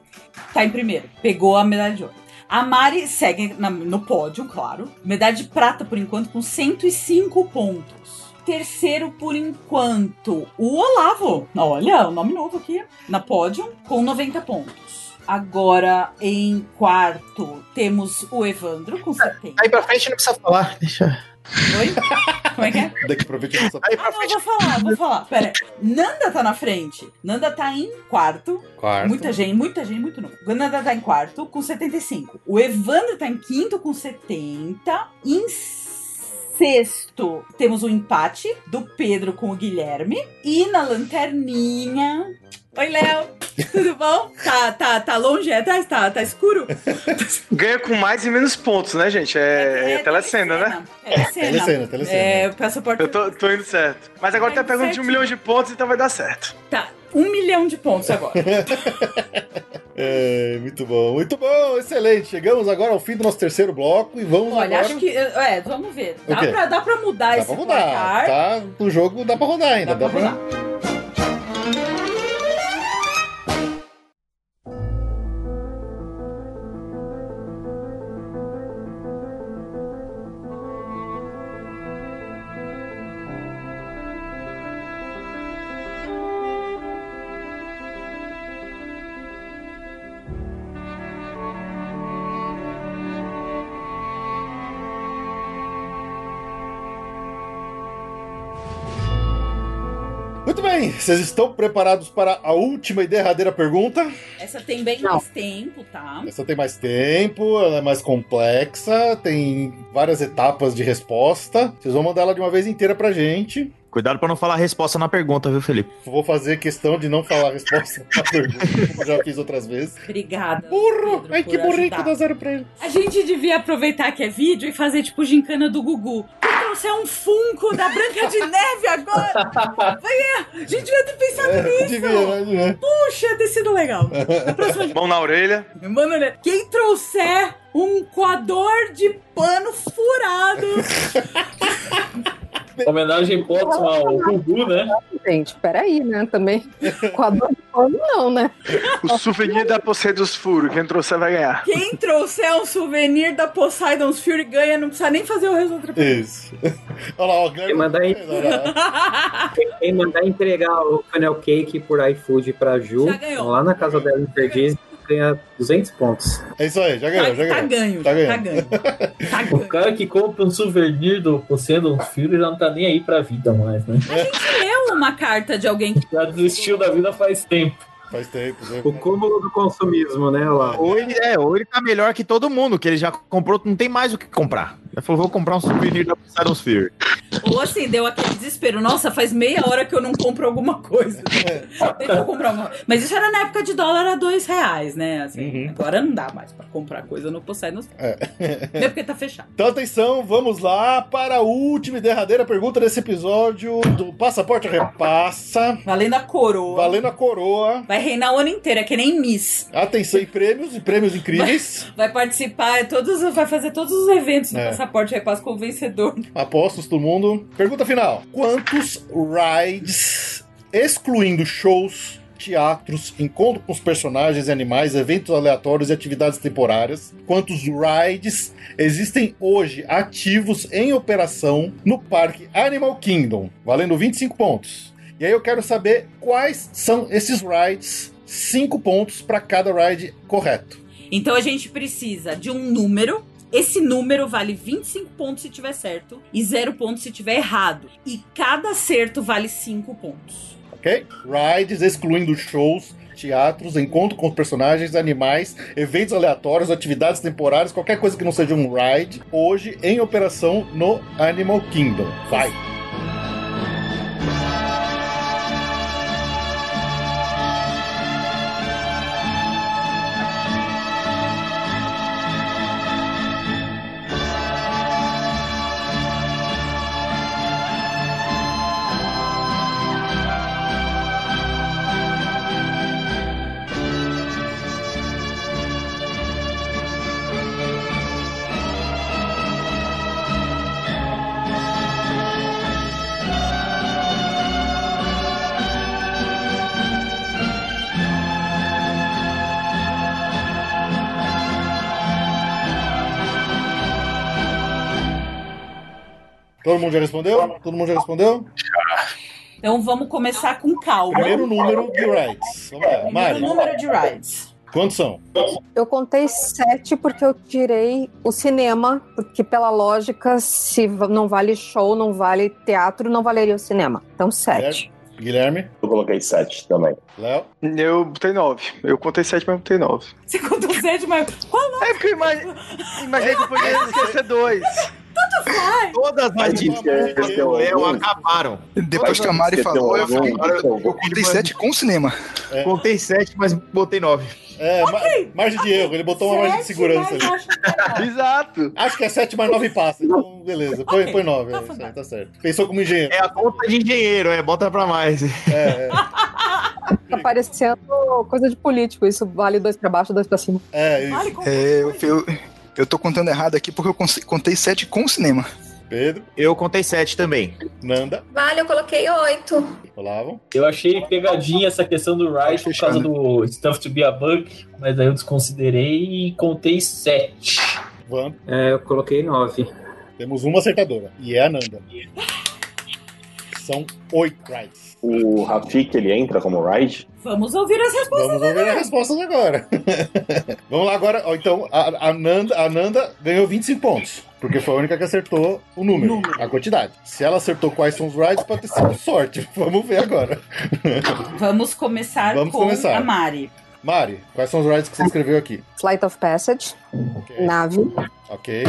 S2: Tá em primeiro. Pegou a medalha de ouro. A Mari segue na- no pódio, claro. Medalha de prata, por enquanto, com 105 pontos. Terceiro, por enquanto, o Olavo. Olha, o nome novo aqui. Na pódio, com 90 pontos. Agora, em quarto, temos o Evandro, com 70.
S7: Aí pra frente não precisa falar, deixa.
S2: Como é que é?
S1: Daqui pra frente eu não sou-
S2: Ah, não, eu vou falar, vou falar. Pera, aí. Nanda tá na frente. Nanda tá em quarto.
S1: Quarto.
S2: Muita gente, muita gente, muito novo. Nanda tá em quarto com 75. O Evandro tá em quinto com 70. E em sexto temos o empate do Pedro com o Guilherme. E na lanterninha. Oi, Léo. Tudo bom? Tá, tá, tá longe aí atrás? Tá, tá escuro?
S5: Ganha com mais e menos pontos, né, gente? É, é telecena, né?
S2: Telecena.
S5: Telecena, telecena.
S2: É, o passaporte.
S5: Eu tô, tô indo certo. Mas agora tem a pergunta de um milhão de pontos, então vai dar certo.
S2: Tá, um milhão de pontos agora.
S1: É, muito bom, muito bom, excelente. Chegamos agora ao fim do nosso terceiro bloco e vamos
S2: Olha,
S1: agora...
S2: acho que. É, vamos ver. Dá,
S1: O quê?
S2: pra, dá pra mudar
S1: Dá
S2: esse
S1: pra mudar,
S2: placar.
S1: tá? O jogo dá pra rodar ainda. Dá, pra... Muito bem, vocês estão preparados para a última e derradeira pergunta?
S2: Essa tem bem mais tempo, tá?
S1: Essa tem mais tempo, ela é mais complexa, tem várias etapas de resposta. Vocês vão mandar ela de uma vez inteira pra gente.
S7: Cuidado pra não falar a resposta na pergunta, viu, Felipe?
S1: Vou fazer questão de não falar a resposta pra pergunta, como já fiz outras vezes.
S2: Obrigada.
S1: Burro!
S2: Pedro,
S1: Ai,
S2: por
S1: que burrinho que
S2: ajudar.
S1: dá zero pra ele.
S2: A gente devia aproveitar que é vídeo e fazer tipo gincana do Gugu. Eu trouxe um Funko da Branca de Neve agora! Vai, é. A gente devia ter pensado nisso!
S1: É, devia, né?
S2: Puxa, ter sido legal.
S5: Mão na orelha.
S2: Mano, né? quem trouxer um coador de pano furado
S9: Homenagem pótuma ao Gugu, né?
S3: Gente, peraí, né? Também. Com a dor de pano, não, né?
S5: O souvenir da Poseidon dos Furos. Quem trouxer vai ganhar.
S2: Quem trouxer um souvenir da Poseidon's Fury ganha, não precisa nem fazer o resultado.
S1: Isso. Olha lá, ó,
S10: Quem mandar, quem mandar entregar o funnel cake por iFood pra Ju,
S2: Já ganhou.
S10: lá na casa dela em Perdiz, ganha 200 pontos.
S1: É isso aí, já ganhou, já
S2: tá
S1: ganhou.
S2: ganho,
S1: Tá
S2: tá
S1: ganho.
S2: ganho. Tá ganho.
S9: O cara que compra um souvenir do Poseidon Fury já não tá nem aí pra vida mais, né?
S2: Leu uma carta de alguém que
S9: Já desistiu da vida faz tempo.
S1: Faz tempo, né?
S10: O cúmulo do consumismo, né, lá.
S7: Ou ele, é, ou ele tá melhor que todo mundo, que ele já comprou, não tem mais o que comprar. Já falou, vou comprar um souvenir da Poseidon's Fury.
S2: ou assim deu aquele desespero. Nossa, faz meia hora que eu não compro alguma coisa.
S1: É.
S2: Deixa eu comprar uma. Mas isso era na época de dólar a dois reais, né?
S1: Uhum.
S2: Assim, Agora não dá mais pra comprar coisa no Poseidon's Fury. É porque tá fechado.
S1: Então, atenção, vamos lá para a última e derradeira pergunta desse episódio do Passaporte Repassa.
S2: Valendo a coroa.
S1: Valendo a coroa.
S2: Vai reinar o ano inteiro, é que nem Miss.
S1: Atenção e prêmios, e prêmios incríveis.
S2: Vai participar, é todos, vai fazer todos os eventos do
S1: É.
S2: Passaporte Repasso com o vencedor.
S1: Apostos todo mundo. Pergunta final: Quantos rides, excluindo shows, teatros, encontro com os personagens e animais, eventos aleatórios e atividades temporárias, quantos rides existem hoje ativos em operação no parque Animal Kingdom, valendo 25 pontos? E aí eu quero saber quais são esses rides, 5 pontos para cada ride correto.
S2: Então a gente precisa de um número. Esse número vale 25 pontos se tiver certo e 0 pontos se tiver errado. E cada acerto vale 5 pontos.
S1: ok? Rides, excluindo shows, teatros, encontro com os personagens, animais, eventos aleatórios, atividades temporárias, qualquer coisa que não seja um ride, hoje em operação no Animal Kingdom. Vai! Todo mundo já respondeu? Todo mundo já respondeu?
S2: Então vamos começar com calma.
S1: Primeiro número de rides. Vamos lá,
S2: Primeiro
S1: Mari.
S2: número de rides.
S1: Quantos são?
S3: Eu contei sete porque eu tirei o cinema, porque pela lógica, se v- não vale show, não vale teatro, não valeria o cinema. Então, sete.
S1: Guilherme?
S4: Eu coloquei 7 também.
S1: Léo?
S5: Eu botei nove. Eu contei sete, mas botei nove.
S2: Você contou 7, mas qual
S5: É porque eu imag- imaginei que eu podia esquecer dois.
S7: Todas as dicas
S4: esqueceu
S7: do Léo é
S4: algum?
S7: acabaram.
S6: Depois que a Mari
S4: Esqueceu
S6: falou, eu
S4: algum?
S6: falei, agora
S4: Esqueceu
S6: eu
S4: algum?
S6: contei sete com o cinema.
S7: Contei sete, mas botei nove.
S1: É, ma- margem de erro, ele botou uma margem de segurança ali.
S2: é
S5: Exato.
S1: Acho que é 7 mais 9 passa, então beleza. Põe,
S2: Ok,
S1: põe 9,
S2: tá
S1: tá certo. Pensou como engenheiro.
S7: É a conta de engenheiro, é, bota pra mais.
S1: É, é.
S3: Tá parecendo coisa de político. Isso vale dois pra baixo, dois pra cima.
S1: é isso.
S2: Vale com
S6: É, eu, eu, eu tô contando errado aqui porque eu conse- contei sete com o cinema.
S1: Pedro,
S7: Eu contei sete também.
S1: Nanda,
S8: Vale, eu coloquei oito.
S1: Olavam.
S9: Eu achei pegadinha essa questão do Wright por causa do Stuff to be a Bug, mas aí eu desconsiderei e contei sete.
S1: Van,
S10: É, eu coloquei nove.
S1: temos uma acertadora. E é a Nanda. São oito rides.
S4: O Rafik, ele entra como ride?
S2: Vamos ouvir as respostas
S1: Vamos ouvir as respostas agora. Vamos lá agora. Ó, então, a, a, Nanda, a Nanda ganhou 25 pontos. Porque foi a única que acertou o número, a quantidade. Se ela acertou quais são os rides, pode ter sido sorte. Vamos ver agora.
S2: Vamos começar
S1: Vamos
S2: com
S1: começar.
S2: a Mari.
S1: Mari, quais são os rides que você escreveu aqui?
S3: Flight of Passage, Nave,
S1: Ok,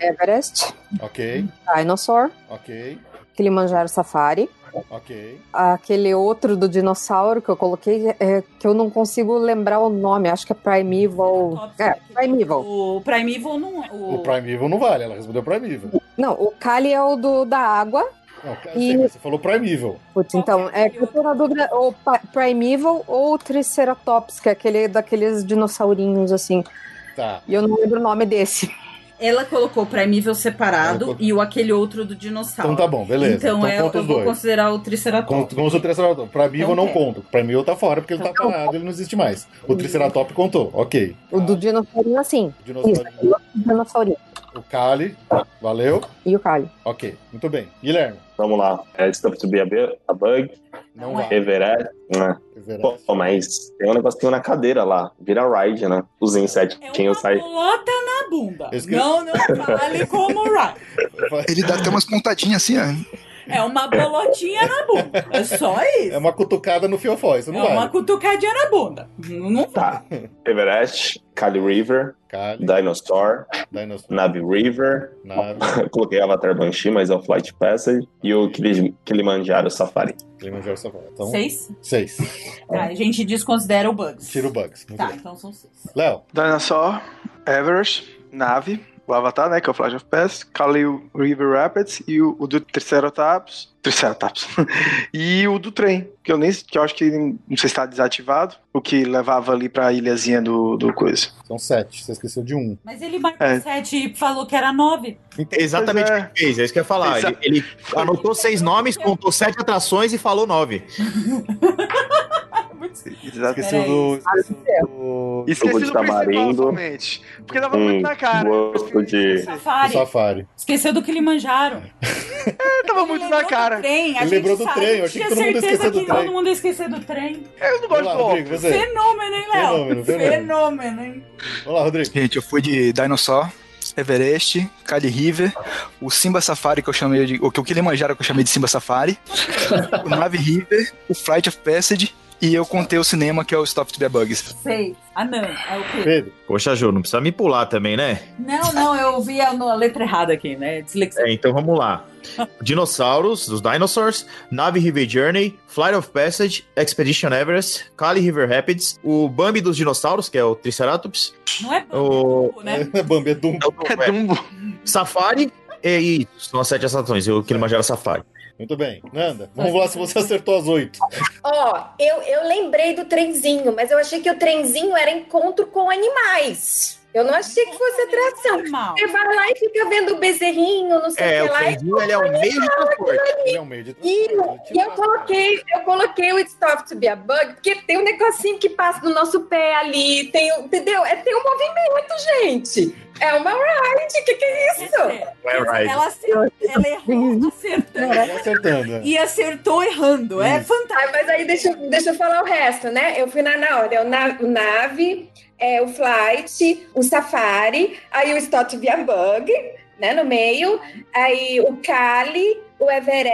S3: Everest,
S1: ok,
S3: Dinosaur,
S1: ok,
S3: Kilimanjaro Safari,
S1: ok.
S3: aquele outro do dinossauro que eu coloquei, é, que eu não consigo lembrar o nome, acho que é Primeval. É, Primeval.
S2: O Primeval não é. O...
S1: O Primeval não vale, ela respondeu Primeval.
S3: Não, o Kali é o do, da água.
S1: Não, cara, eu sei, mas você falou Primeval.
S3: Putz, então, é que eu tô na dúvida, ou Pa- Primeval ou Triceratops, que é aquele daqueles dinossaurinhos assim.
S1: Tá.
S3: E eu não lembro o nome desse.
S2: Ela colocou o Primeval separado
S1: Ela colocou-
S2: e o aquele outro do dinossauro.
S1: Então tá bom, beleza.
S2: Então,
S1: Então
S2: é, eu
S1: conta os
S2: vou
S1: dois.
S2: considerar o Triceratops.
S1: Conto, como se o Triceratops. Pra mim, eu não
S2: Então tá.
S1: conto. Pra mim, eu tá fora, porque ele
S3: Então
S1: tá parado, ele não existe mais. O Triceratops contou, ok.
S3: O do dinossaurinho assim.
S1: Ah. Dinossaurinho.
S3: Isso, o dinossaurinho.
S1: O Kali, valeu.
S3: E o Kali.
S1: Ok, muito bem. Guilherme,
S4: Vamos lá. É Stuff to be a, bu- a bug.
S1: não vai.
S4: Everest. né?
S1: Everest.
S4: Pô, mas tem um negocinho na cadeira lá. Vira ride, né? Os insetinhos saem.
S2: Lota na bunda.
S4: Eu esqueci.
S2: Não, não fale como Ryan.
S6: Ele dá até umas pontadinhas assim, ó.
S2: É uma bolotinha na bunda. É só isso.
S1: É uma cutucada no fiofó, isso
S2: É
S1: não vai.
S2: uma cutucadinha na bunda. Não
S4: tá. Everest, Cali River,
S1: Cali.
S4: Dinosaur,
S1: Dinosaur.
S4: Navi River. Coloquei Avatar Banshee, mas é o Flight Passage. E o Kili- Kilimanjaro Safari.
S1: Kilimanjaro Safari. Então,
S2: Seis?
S1: Seis.
S2: Tá, a gente desconsidera o Bugs.
S1: Tira o Bugs. Muito
S2: Tá,
S1: bem.
S2: então são seis.
S1: Léo.
S5: Dinosaur, Everest, Nave, o Avatar, né, que é o Flash of Pass, Kali River Rapids e o, o do Triceratops, Triceratops, e o do trem, que eu nem, que eu acho que não sei se tá desativado, o que levava ali pra ilhazinha do, do coisa.
S1: São sete, você esqueceu de um.
S2: Mas ele marcou
S5: É.
S2: sete e falou que era nove.
S7: Exatamente
S5: Pois
S7: o que fez, é isso que eu ia falar.
S5: Exa-
S7: Ele, ele anotou seis nomes, contou sete atrações e falou nove.
S1: Esqueceu do.
S4: O
S5: Esqueci
S4: Jogo de
S5: do principal
S4: tamarindo.
S5: somente, porque tava
S2: Hum,
S5: muito
S4: Um
S5: na cara.
S4: gosto de...
S2: Safari.
S1: Safari.
S2: Esqueceu do que ele manjaram.
S5: É, tava muito na cara.
S2: Trem,
S1: Ele
S2: a gente
S1: lembrou do
S2: sabe,
S1: trem, eu achei
S2: tinha
S1: que todo mundo ia
S2: certeza
S1: esquecer do
S2: que
S1: trem.
S2: todo mundo ia esquecer do trem.
S5: Eu
S1: Vamos
S5: não gosto
S1: lá,
S5: do óculos.
S1: Rodrigo, você.
S2: Fenômeno, hein, Léo?
S1: Fenômeno, fenômeno.
S2: Fenômeno, hein?
S1: Vamos lá, Rodrigo.
S6: Gente, eu fui de Dinosaur, Everest, Cali River, o Simba Safari que eu chamei de. O que o Kilimanjaro que eu chamei de Simba Safari, o Nave River, o Flight of Passage e eu contei o cinema que é o Stop to the Bugs.
S2: Seis. Ah, não. É o quê?
S1: Pedro.
S7: Poxa, Ju, não precisa me pular também, né?
S2: Não, não, eu ouvi a, no- a letra errada aqui, né? Dislexia.
S7: É, então vamos lá. Dinossauros, os Dinosaurs, Nave River Journey, Flight of Passage, Expedition Everest, Cali River Rapids, o Bambi dos Dinossauros, que é o Triceratops,
S2: Não é
S7: o
S2: bambu, né?
S1: Bambi é Dumbo.
S5: É Dumbo.
S7: Safari e, e são as sete atrações, e o Kilimanjaro Safari.
S1: Muito bem. Nanda, vamos lá se você acertou as oito.
S8: Ó, eu, eu lembrei do trenzinho, mas eu achei que o trenzinho era encontro com animais. Eu não achei que fosse atração.
S2: Animal.
S8: Você vai lá e fica vendo o bezerrinho, não sei
S7: É,
S8: o que
S7: o
S8: lá. e-
S7: Fredinho, ele é o meio de transporte.
S1: Ele é um meio de
S8: E,
S1: transporte.
S8: e eu coloquei, eu coloquei o It's Tough to Be a Bug, porque tem um negocinho que passa no nosso pé ali, tem, o- entendeu? É, tem um movimento, gente. É uma ride, que que é isso?
S2: Ela, acertou, ela errou acertando.
S1: Não, acertando. é.
S2: E acertou errando. É fantástico.
S8: Ah, mas aí deixa, eu- deixa eu falar o resto, né? Eu fui na, na ordem, o, na, o nave, é, o flight, o safari, aí o Stott via bug, né, no meio, aí o Cali, o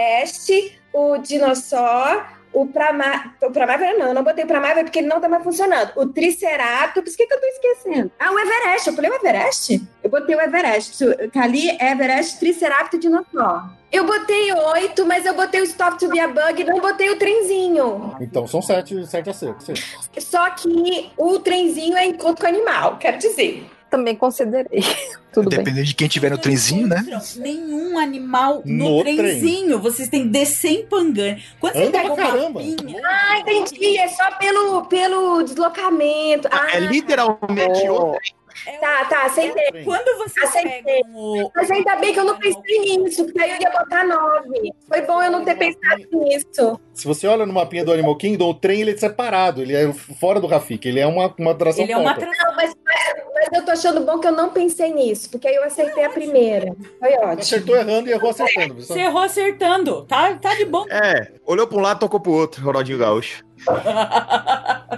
S8: Everest, o dinossauro, o Pramá... O Pramável não, eu não botei o Pramável porque ele não tá mais funcionando. O Triceratops, o que que eu tô esquecendo? Ah, o Everest, eu falei o Everest? Eu botei o Everest, o Cali, Everest, Triceratops e dinossauro. Eu botei oito, mas eu botei o Stop to be a Bug e não botei o trenzinho.
S1: Então são sete, sete acertos. sim.
S8: Só que o trenzinho é encontro com animal, quero dizer.
S3: Também considerei. Tudo bem.
S6: Dependendo de quem tiver no trenzinho, né?
S2: Nenhum animal no,
S1: No trem.
S2: trenzinho. Vocês têm que descer em pangane. Quando você
S1: Anda
S2: pega
S1: pra
S2: uma
S1: caramba.
S2: pinha,
S8: Ah, entendi, é só pelo, pelo deslocamento. Ah,
S7: É literalmente outro.
S1: É um
S8: tá, tá, aceitei.
S2: quando vocês
S8: Aceitei.
S2: pegam o.
S8: Mas ainda bem que eu não pensei nisso, porque aí eu ia botar nove. Foi bom eu não ter pensado nisso.
S1: Se você olha no mapinha do Animal Kingdom, o trem ele é separado, ele é fora do Rafik, ele é uma, uma atração
S2: Ele é uma
S1: própria.
S2: atração.
S8: Mas, mas eu tô achando bom que eu não pensei nisso, porque aí eu acertei a primeira. Foi ótimo.
S1: Acertou errando e errou acertando.
S2: Você errou acertando. Tá, tá de bom.
S7: É, olhou pra um lado, tocou pro outro, Ronaldinho Gaúcho.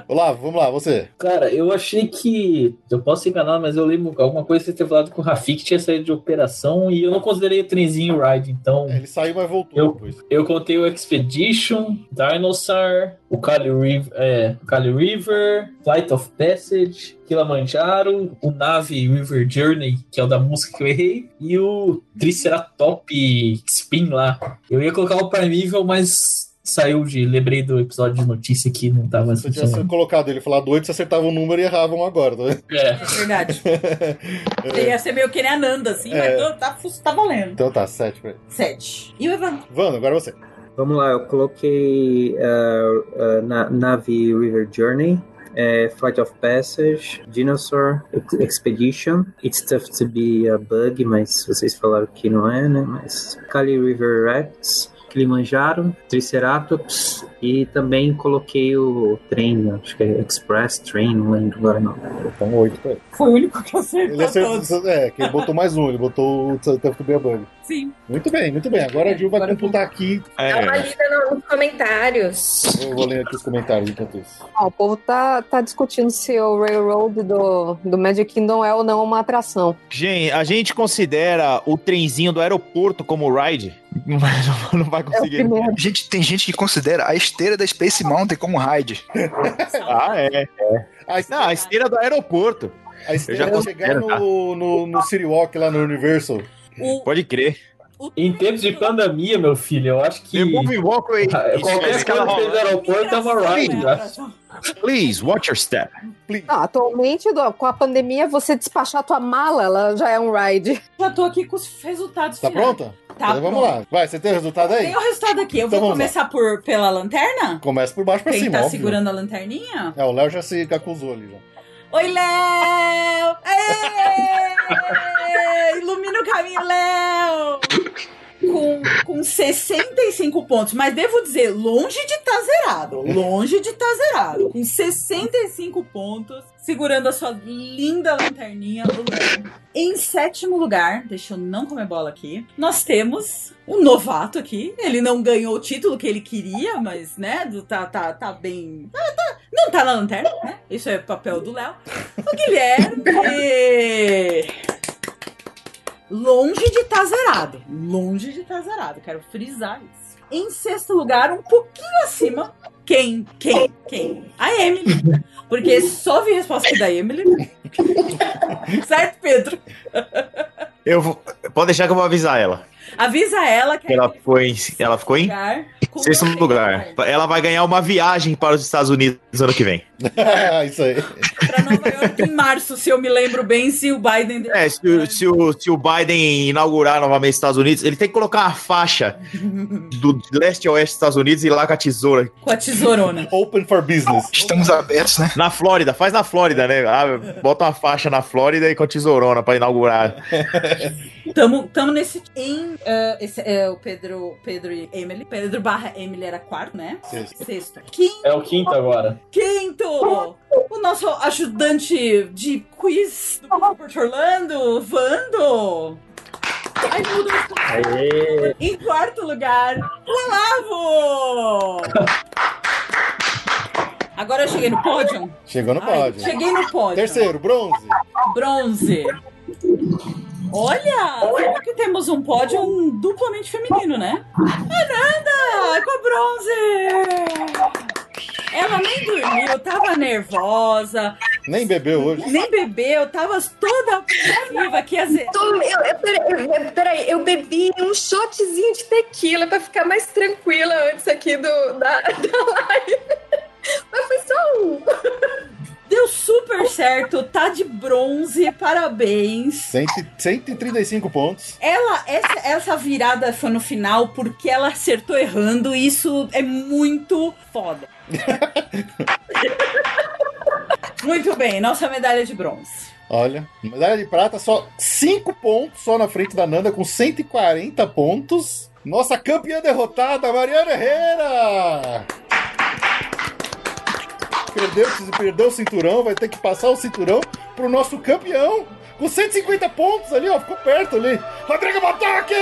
S1: Olá, vamos lá, você.
S9: Cara, eu achei que. Eu posso enganar, mas eu lembro alguma coisa que você ter falado com o Rafik tinha saído de operação e eu não considerei o trenzinho ride, então.
S1: É, Ele saiu, mas voltou
S9: Eu-
S1: depois.
S9: Eu contei o Expedition, Dinosaur, o Cali River, é, Cali River Flight of Passage, Kilimanjaro, o Nave River Journey, que é o da música que eu errei, e o Triceratop Spin lá. Eu ia colocar o Primeval, mas saiu de. Lembrei do episódio de notícia que não tava
S1: Você tinha sido
S9: funcionando.
S1: colocado ele falar doido, você acertava um número e erravam agora, tá vendo?
S9: É.
S2: Verdade.
S1: É.
S2: Você ia ser meio que nem a Nanda, assim, mas tô- tá, fu- tá valendo.
S1: Então tá, sete, peraí.
S2: Sete. E o tá Evan?
S1: Vando, agora você.
S10: Vamos lá, eu coloquei eh, eh, na Navy River Journey, eh, Flight of Passage, Dinosaur, Ex- Expedition. It's tough to be a bug, mas vocês falaram que não é, né? Mas Kali River Rats, Kilimanjaro, Triceratops e também coloquei o trem, acho que é Express Train, não lembro agora não.
S1: Então, oito pra ele.
S2: Foi o único que acertou.
S1: Ele acertou.
S2: todos.
S1: É, que ele botou mais um, ele botou o Tanto do Beabug.
S2: Sim.
S1: Muito bem, muito bem. Agora a Gil vai computar aqui.
S8: Dá uma
S7: É.
S8: lida no- nos comentários.
S1: É. Eu vou ler aqui os comentários enquanto isso.
S3: Ó, o povo tá, tá discutindo se o Railroad do, do Magic Kingdom é ou não uma atração.
S7: Gente, a gente considera o trenzinho do aeroporto como ride? Mas não vai conseguir.
S9: É
S6: Gente, tem gente que considera a esteira da Space Mountain como um ride.
S7: ah, é.
S1: A
S7: Não, a esteira do aeroporto.
S1: A
S7: já tá?
S1: Estela vai
S7: considero,
S1: chegar no, no, no City Walk lá no Universal.
S2: O,
S7: Pode crer.
S9: Em tempos de pandemia, meu filho, eu acho que. Ah,
S7: The movie walkway.
S9: Qualquer coisa que
S7: né?
S9: fez no aeroporto é uma ride, eu
S2: Migração, né,
S9: acho.
S2: atração.
S7: Please, watch your step.
S3: Não, atualmente, do- com a pandemia, você despachar tua mala, ela já é um ride.
S2: Já tô aqui com os resultados
S1: Tá
S2: finais.
S1: pronta?
S2: Tá
S1: Então vamos lá. Vai, você tem o resultado aí?
S2: Tem o resultado aqui. Eu
S1: Então vamos
S2: vou
S1: lá.
S2: começar por, pela lanterna?
S1: Começa por baixo pra
S2: Quem
S1: cima,
S2: tá
S1: óbvio.
S2: segurando a lanterninha?
S1: É, o Léo já se acusou ali. Já.
S2: Oi, Léo! Aê! Ilumina o caminho, Léo! Com, com 65 pontos, mas devo dizer, longe de estar zerado. Longe de estar zerado. Com 65 pontos, segurando a sua linda lanterninha. o Léo. Em sétimo lugar, deixa eu não comer bola aqui, nós temos um novato aqui. Ele não ganhou o título que ele queria, mas, né, do- tá, tá, tá bem. tá- tá- não tá na lanterna, né? Isso é papel do Léo. O Guilherme! Longe de estar zerado. Longe de estar zerado. Quero frisar isso. Em sexto lugar, um pouquinho acima. Quem? Quem? Quem? A Emily. Porque só vi resposta aqui da Emily. certo, Pedro?
S7: Eu vou... Pode deixar que eu vou avisar ela.
S2: Avisa ela que é
S7: Que Ela ficou em... Ela ficou em
S2: lugar. com
S7: sexto
S2: você.
S7: lugar. Ela vai ganhar uma viagem para os Estados Unidos ano que vem.
S1: isso aí.
S2: Pra Nova York em março, se eu me lembro bem, se o Biden.
S7: É, se o, se o- se o Biden inaugurar novamente os Estados Unidos, ele tem que colocar uma faixa do de leste a oeste dos Estados Unidos e ir lá com a tesoura.
S2: Com a tesourona.
S1: Open for business.
S6: Estamos abertos, né?
S7: Na Flórida, faz na Flórida, né? Ah, bota uma faixa na Flórida e com a tesourona pra inaugurar.
S2: Tamo, tamo nesse. Em, eh, esse, eh, o Pedro, Pedro e Emily. Pedro barra Emily era quarto, né?
S1: Sexto.
S2: Sexto. Quinto.
S9: É o quinto agora.
S2: Quinto! O nosso ajudante de quiz do Passport Orlando, Vando! Ai, meu Deus, tô-
S10: Aê!
S2: Em quarto lugar, o Olavo! Agora eu cheguei no pódio?
S1: Chegou no
S2: Ai,
S1: pódio.
S2: cheguei no pódio.
S1: Terceiro, bronze.
S2: Bronze. Olha, será que temos um pódio duplamente feminino, né? Ananda, com bronze! Ela nem dormiu, tava nervosa,
S1: Nem bebeu hoje.
S2: nem bebeu, tava toda apreensiva que ia zerar.
S8: Tô- eu- eu- peraí, eu- peraí, eu bebi um shotzinho de tequila pra ficar mais tranquila antes aqui do, da, da live. Mas foi só um.
S2: Deu super certo, tá de bronze, parabéns.
S1: Cento- 135 pontos.
S2: Ela, essa, essa virada foi no final porque ela acertou errando e isso é muito foda. muito bem, nossa medalha de bronze.
S1: Olha, medalha de prata, só 5 pontos, só na frente da Nanda, com 140 pontos. Nossa campeã derrotada, Mariana Herrera! Perdeu, perdeu o cinturão, vai ter que passar o cinturão pro nosso campeão, com 150 pontos ali, ó, ficou perto ali. Rodrigo Botoque!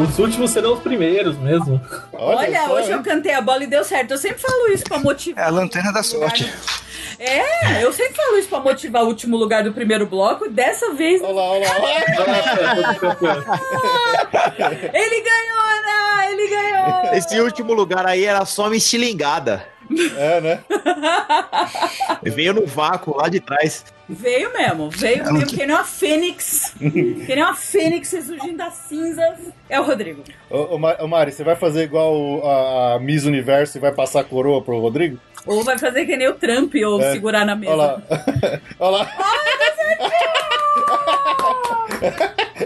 S9: Os últimos serão os primeiros mesmo.
S2: Olha, hoje eu cantei a bola e deu certo. Eu sempre falo isso pra motivar.
S6: É a lanterna da sorte.
S2: É, eu sempre falo isso pra motivar o último lugar do primeiro bloco. Dessa vez. Olha
S1: lá, olha
S2: lá. ele ganhou, né? Ele ganhou.
S7: Esse último lugar aí era só uma estilingada.
S1: É, né?
S7: Veio no vácuo lá de trás.
S2: Veio mesmo, veio mesmo, que nem uma fênix. que nem uma fênix ressurgindo das cinzas. É o Rodrigo.
S1: Ô, ô, Ma- ô, Mari, você vai fazer igual o- a, a Miss Universo e vai passar a coroa pro Rodrigo?
S2: Ou vai fazer que nem o Trump, ou
S1: É.
S2: segurar na mesa.
S1: Olha lá. Olha lá.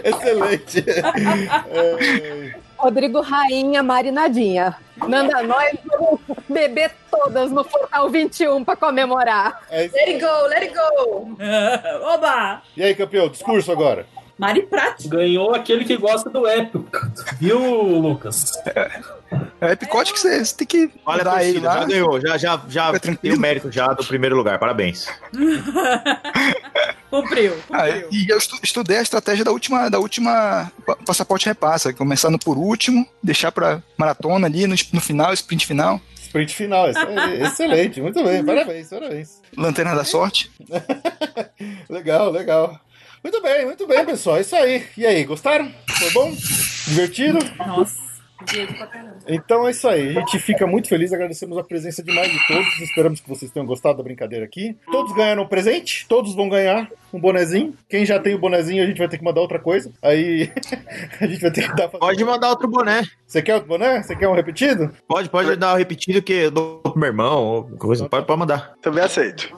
S1: Excelente. É.
S3: Rodrigo Rainha Marinadinha. Nanda nós vamos beber todas no Fortal 21 pra comemorar.
S1: É isso.
S8: Let it go, let it go.
S2: Oba!
S1: E aí, campeão, discurso agora.
S2: Mari Prati.
S9: Ganhou aquele que gosta do épico. Viu, Lucas?
S6: É Epicote que você você tem que
S7: Olha,
S6: dar ele
S7: torcida,
S6: lá.
S7: já ganhou, já, já, já tem o mérito já do primeiro lugar, parabéns.
S2: Cumpriu.
S6: Ah, e eu estu- estudei a estratégia da última, da última pa- passaporte repassa, começando por último, deixar pra maratona ali no, es- no final, sprint final,
S1: Sprint final. Ah, isso aí. Excelente, muito bem. Parabéns, parabéns.
S6: lanterna da sorte.
S1: Legal, legal. Muito bem, muito bem, pessoal. É Isso aí. E aí, gostaram? Foi bom? Divertido?
S2: Nossa.
S1: Então é isso aí. A gente fica muito feliz, agradecemos a presença demais de todos. Esperamos que vocês tenham gostado da brincadeira aqui. Todos ganharam um presente, todos vão ganhar um bonezinho. Quem já tem o bonezinho, a gente vai ter que mandar outra coisa. Aí a gente vai ter que dar.
S7: Pode mandar outro boné.
S1: Você quer outro boné? Você quer um repetido?
S7: Pode, pode dar um repetido que eu dou pro meu irmão, ou coisa, pode, pode mandar.
S5: Também aceito.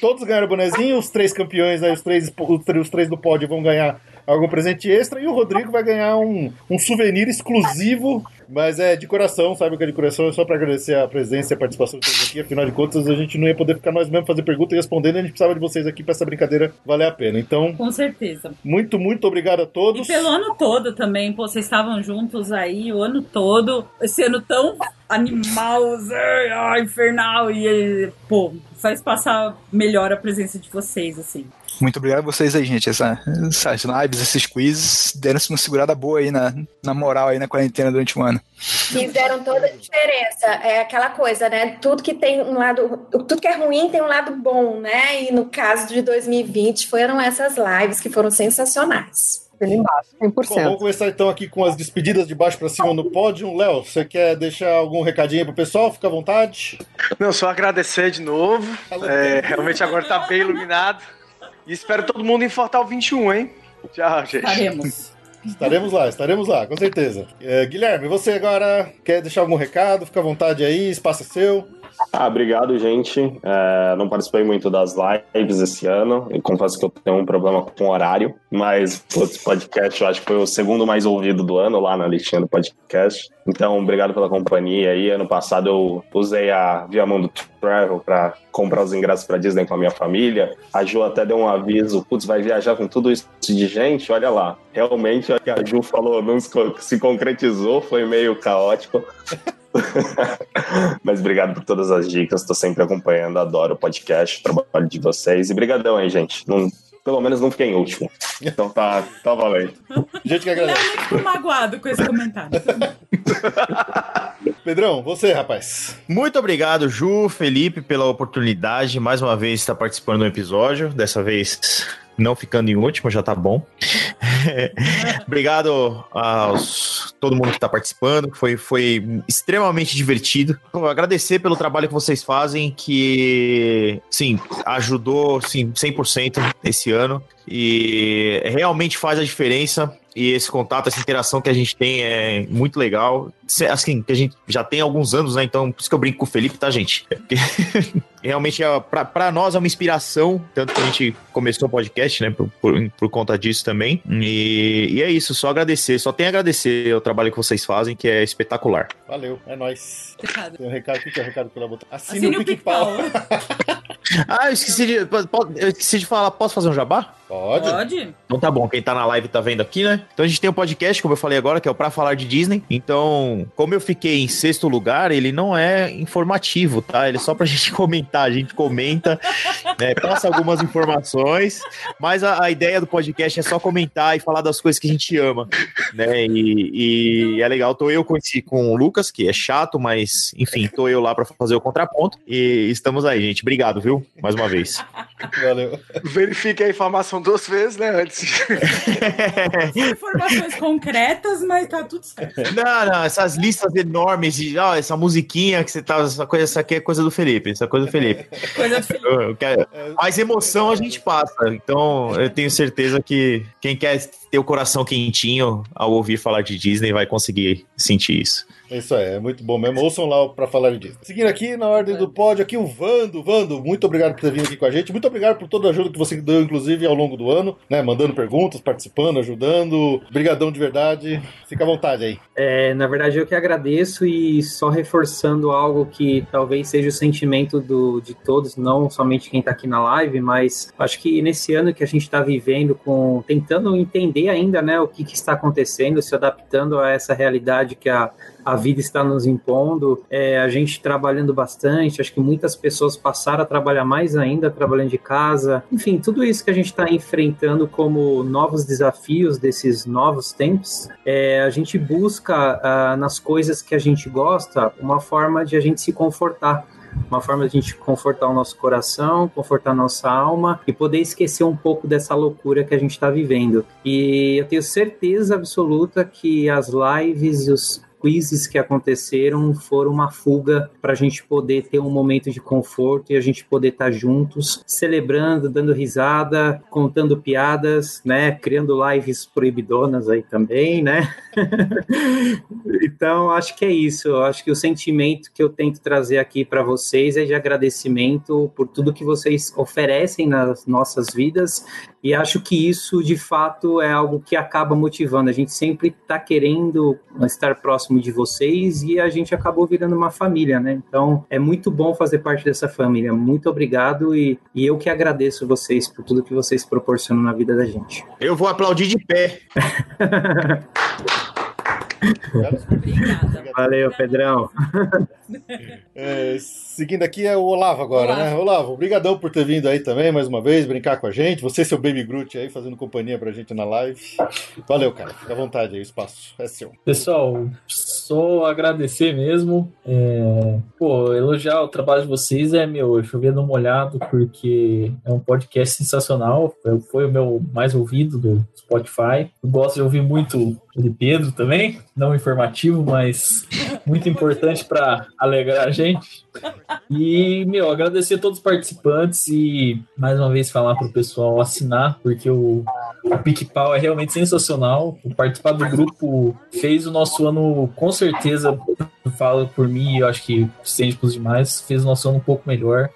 S1: Todos ganharam bonezinho, os três campeões, aí, os, três, os três- os três do pódio vão ganhar algum presente extra e o Rodrigo vai ganhar um, um souvenir exclusivo, mas é de coração, sabe o que é de coração? É só pra agradecer a presença e a participação de vocês aqui, afinal de contas a gente não ia poder ficar nós mesmos fazer pergunta e respondendo, a gente precisava de vocês aqui pra essa brincadeira valer a pena. Então,
S2: Com certeza.
S1: muito, muito obrigado a
S2: E
S1: todos.
S2: pelo ano todo também, pô, vocês estavam juntos aí o ano todo, sendo tão animal, zé, ah, infernal, e, pô, faz passar melhor a presença de vocês, assim.
S6: Muito obrigado a vocês aí, gente. Essa- essas lives, esses quizzes deram-se uma segurada boa aí na, na moral aí na quarentena durante o ano.
S8: Fizeram toda a diferença. É aquela coisa, né? Tudo que tem um lado, tudo que é ruim tem um lado bom, né? E no caso de 2020 foram essas lives que foram sensacionais.
S3: Embaixo,
S1: Bom, vamos
S3: 100%.
S1: começar então aqui com as despedidas de baixo pra cima no pódio. Léo, você quer deixar algum recadinho aí pro pessoal? Fica à vontade.
S5: Não, só agradecer de novo. É, realmente agora tá bem iluminado. E espero todo mundo em Fortal 21, hein? Tchau, gente.
S2: Faremos.
S1: Estaremos lá, estaremos lá, com certeza. É, Guilherme, você agora quer deixar algum recado? Fica à vontade aí, espaço é seu.
S4: Ah, obrigado, gente. É, não participei muito das lives esse ano. Eu confesso que eu tenho um problema com o horário, mas putz, podcast eu acho que foi o segundo mais ouvido do ano lá na listinha do podcast. Então, obrigado pela companhia aí. Ano passado eu usei a Via Mundo Travel para comprar os ingressos para Disney com a minha família. A Ju até deu um aviso, putz, vai viajar com tudo isso de gente? Olha lá. Realmente, o que a Ju falou não se con- se concretizou, foi meio caótico. Mas obrigado por todas as dicas, tô sempre acompanhando, adoro o podcast, o trabalho de vocês. E brigadão aí, gente. Não- pelo menos não fiquei em último. Então tá, tá valendo.
S1: Gente que
S2: Não,
S1: agradece.
S2: nem ficou magoado com esse comentário.
S1: Pedrão, você, rapaz.
S7: Muito obrigado, Ju, Felipe, pela oportunidade. Mais uma vez estar participando do episódio. Dessa vez não ficando em último, já tá bom. obrigado a todo mundo que está participando. que Foi, foi extremamente divertido. Pô, Agradecer pelo trabalho que vocês fazem, que sim, ajudou sim, 100% esse ano. E realmente faz a diferença. E esse contato, essa interação que a gente tem é muito legal. Se- Assim, que a gente já tem há alguns anos, né? Então, por isso que eu brinco com o Felipe, tá, gente? É Porque realmente, é, pra, pra nós, é uma inspiração. Tanto que a gente começou o podcast, né? Por, por, por conta disso também. E, e é isso, só agradecer. Só tem a agradecer o trabalho que vocês fazem, que é espetacular.
S1: Valeu, é nóis. Tem um recado aqui, que é o recado que ela botou. Assine,
S2: Assine
S1: o
S2: o
S1: PicPau.
S7: Ah, eu esqueci de, po- po- eu esqueci de falar. Posso fazer um jabá?
S1: Pode?
S2: Pode?
S7: Então tá bom, quem tá na live tá vendo aqui, né? Então a gente tem um podcast, como eu falei agora, que é o Pra Falar de Disney. Então, como eu fiquei em sexto lugar, ele não é informativo, tá? Ele é só pra gente comentar. A gente comenta, né, passa algumas informações, mas a, a ideia do podcast é só comentar e falar das coisas que a gente ama, né? E, e é legal. Tô eu com, esse, com o Lucas, que é chato, mas enfim, tô eu lá pra fazer o contraponto. E estamos aí, gente. Obrigado, viu? Mais uma vez.
S1: Valeu.
S5: Verifique a informação duas vezes, né? Antes.
S2: Informações concretas, mas tá tudo certo.
S7: Não, não, essas listas enormes de ó, essa musiquinha que você tá. Essa coisa, essa aqui é coisa do Felipe, essa é coisa do Felipe.
S2: Coisa feia.
S7: Eu- eu quero- Mais emoção a gente passa. Então, eu tenho certeza que quem quer ter o coração quentinho ao ouvir falar de Disney vai conseguir sentir isso.
S1: Isso aí, é muito bom mesmo. Ouçam lá pra falar de Disney. Seguindo aqui na ordem do pódio, aqui o Vando. Vando, muito obrigado por ter vindo aqui com a gente. Muito obrigado por toda a ajuda que você deu, inclusive, ao longo do ano, né? Mandando perguntas, participando, ajudando. Obrigadão de verdade. Fica à vontade aí.
S10: É, na verdade, eu que agradeço e só reforçando algo que talvez seja o sentimento do, de todos, não somente quem está aqui na live, mas acho que nesse ano que a gente está vivendo, com tentando entender ainda né, o que, que está acontecendo, se adaptando a essa realidade que a, a vida está nos impondo, é, a gente trabalhando bastante, acho que muitas pessoas passaram a trabalhar mais ainda, trabalhando de casa, enfim, tudo isso que a gente está enfrentando como novos desafios desses novos tempos, é, a gente busca ah, nas coisas que a gente gosta uma forma de a gente se confortar. Uma forma de a gente confortar o nosso coração, confortar a nossa alma e poder esquecer um pouco dessa loucura que a gente está vivendo. E eu tenho certeza absoluta que as lives e os quizzes que aconteceram foram uma fuga para a gente poder ter um momento de conforto e a gente poder estar juntos, celebrando, dando risada, contando piadas, né? Criando lives proibidonas aí também, né? então, acho que é isso. Eu Acho que o sentimento que eu tento trazer aqui para vocês é de agradecimento por tudo que vocês oferecem nas nossas vidas. E acho que isso, de fato, é algo que acaba motivando. A gente sempre está querendo estar próximo de vocês e a gente acabou virando uma família, né? Então, é muito bom fazer parte dessa família. Muito obrigado e, e eu que agradeço vocês por tudo que vocês proporcionam na vida da gente.
S7: Eu vou aplaudir de pé.
S10: Valeu, Pedrão.
S1: É, seguindo aqui é o Olavo agora,
S2: Olavo.
S1: né? Olavo, obrigadão por ter vindo aí também, mais uma vez, brincar com a gente. Você e seu Baby Groot aí, fazendo companhia pra gente na live. Valeu, cara. Fica à vontade aí, o espaço é seu.
S9: Pessoal, só agradecer mesmo. É, Pô, elogiar o trabalho de vocês é meu, chovendo molhado, porque é um podcast sensacional. Foi- Foi o meu mais ouvido do Spotify. Eu gosto de ouvir muito o de Pedro também, não informativo, mas muito importante para alegrar a gente. E, meu, agradecer a todos os participantes e mais uma vez falar pro pessoal assinar, porque o o PicPau é realmente sensacional. O Participar do grupo fez o nosso ano, com certeza, eu falo por mim, e eu acho que estende para os demais, fez o nosso ano um pouco melhor.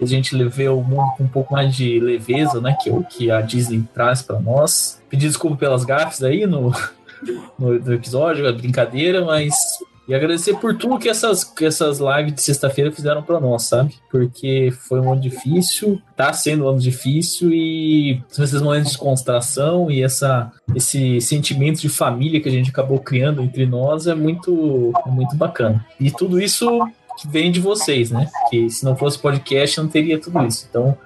S9: A gente levou o mundo com um pouco mais de leveza, né? Que é o que a Disney traz para nós. Pedir desculpa pelas gafes aí no, no, no episódio, a brincadeira, mas. E agradecer por tudo que essas, que essas lives de sexta-feira fizeram pra nós, sabe? Porque foi um ano difícil, tá sendo um ano difícil e são esses momentos de concentração e essa, esse sentimento de família que a gente acabou criando entre nós é muito, é muito bacana. E tudo isso vem de vocês, né? Que se não fosse podcast não teria tudo isso. Então,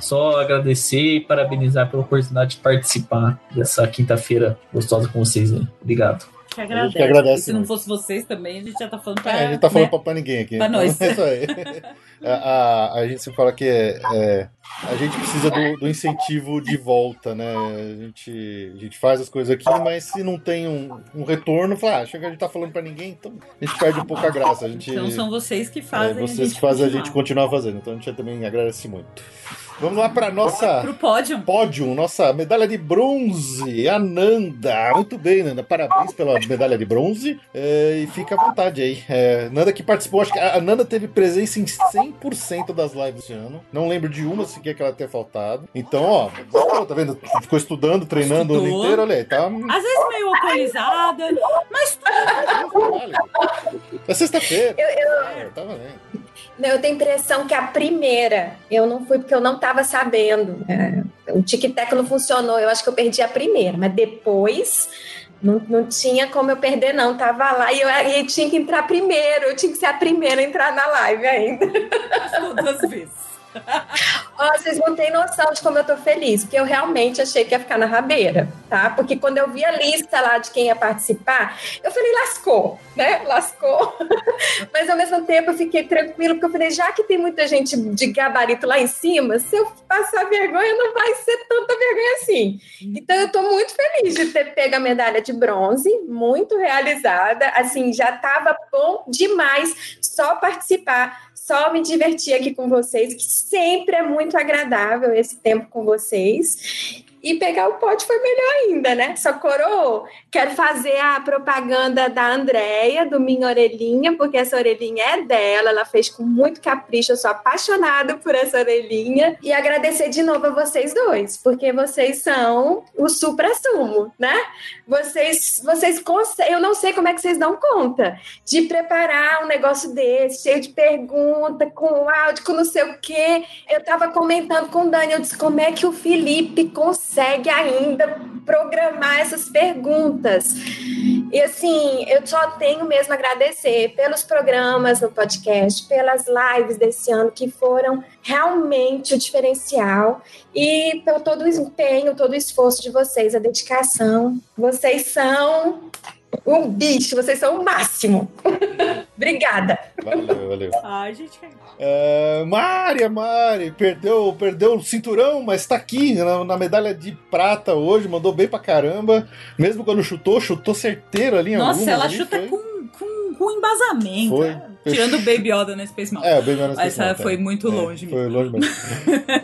S9: só agradecer e parabenizar pela oportunidade de participar dessa quinta-feira gostosa com vocês aí. Obrigado.
S2: Te
S1: A gente
S2: agradece.
S1: que agradece
S2: Se não
S1: muito.
S2: fosse vocês também, a gente já tá falando pra.
S1: É, a gente tá falando
S2: né?
S1: pra, pra ninguém aqui.
S2: Pra
S1: Então,
S2: nós.
S1: É isso aí. A, a- a gente sempre fala que é, é, a gente precisa do, do incentivo de volta, né? A gente, a gente faz as coisas aqui, mas se não tem um, um retorno, fala, ah, acho que a gente tá falando pra ninguém, então a gente perde um pouco a graça. A gente,
S2: Então são vocês que
S1: é,
S2: fazem.
S1: vocês
S2: a gente
S1: fazem a gente
S2: continuar.
S1: continuar fazendo. Então a gente também agradece muito. Vamos lá para nossa.
S2: Pro pódio.
S1: Pódio, nossa medalha de bronze, Ananda. Muito bem, Nanda. Parabéns pela medalha de bronze. É, e fica à vontade aí. É, Nanda que participou, acho que a a Nanda teve presença em 100% das lives esse ano. Não lembro de uma sequer que ela tenha faltado. Então, ó, pô, tá vendo? Ficou estudando, treinando o ano
S2: Estudou.
S1: inteiro, olha aí, tá?
S2: Às vezes meio alcoolizada, mas
S1: É sexta-feira.
S8: Eu, eu-
S1: É, tá valendo.
S8: não, eu tenho a impressão que a primeira eu não fui porque eu não estava sabendo. É, o tic-tac não funcionou. Eu acho que eu perdi a primeira, mas depois não, não tinha como eu perder, não. Tava lá e eu, e eu tinha que entrar primeiro. Eu tinha que ser a primeira a entrar na live ainda.
S2: todas as vezes.
S8: Ó, vocês não têm noção de como eu tô feliz, porque eu realmente achei que ia ficar na rabeira, tá? Porque quando eu vi a lista lá de quem ia participar, eu falei, lascou, né? Lascou. Mas ao mesmo tempo eu fiquei tranquila, porque eu falei, já que tem muita gente de gabarito lá em cima, se eu passar vergonha, não vai ser tanta vergonha assim. Então eu tô muito feliz de ter pego a medalha de bronze, muito realizada. Assim, já tava bom demais só participar só me divertir aqui com vocês, que sempre é muito agradável esse tempo com vocês. E pegar o pote foi melhor ainda, né? Só coroou. Quero fazer a propaganda da Andréia, do Minha Orelhinha, porque essa orelhinha é dela, ela fez com muito capricho, eu sou apaixonada por essa orelhinha. E agradecer de novo a vocês dois, porque vocês são o supra-sumo, né? Vocês, vocês conse- eu não sei como é que vocês dão conta de preparar um negócio desse, cheio de pergunta, com áudio, com não sei o quê. Eu tava comentando com o Dani, eu disse, como é que o Felipe consegue ainda programar essas perguntas? E assim, eu só tenho mesmo a agradecer pelos programas no podcast, pelas lives desse ano que foram realmente o diferencial e pelo todo o empenho, todo o esforço de vocês, a dedicação. Vocês são um bicho, vocês são o máximo. Obrigada.
S1: Valeu, valeu.
S2: Ai, gente, que
S1: É, Mari, a Mari, perdeu, perdeu o cinturão, mas tá aqui na, na medalha de prata hoje, mandou bem pra caramba. Mesmo quando chutou, chutou certeiro ali em
S2: Nossa,
S1: algumas
S2: ela
S1: ali,
S2: chuta
S1: foi-
S2: com, com, com embasamento.
S1: Foi.
S2: né? Tirando o Baby Yoda no Space Mountain.
S1: É, o Baby Yoda no Space
S2: Essa
S1: Mountain.
S2: foi muito longe.
S1: Foi longe mesmo.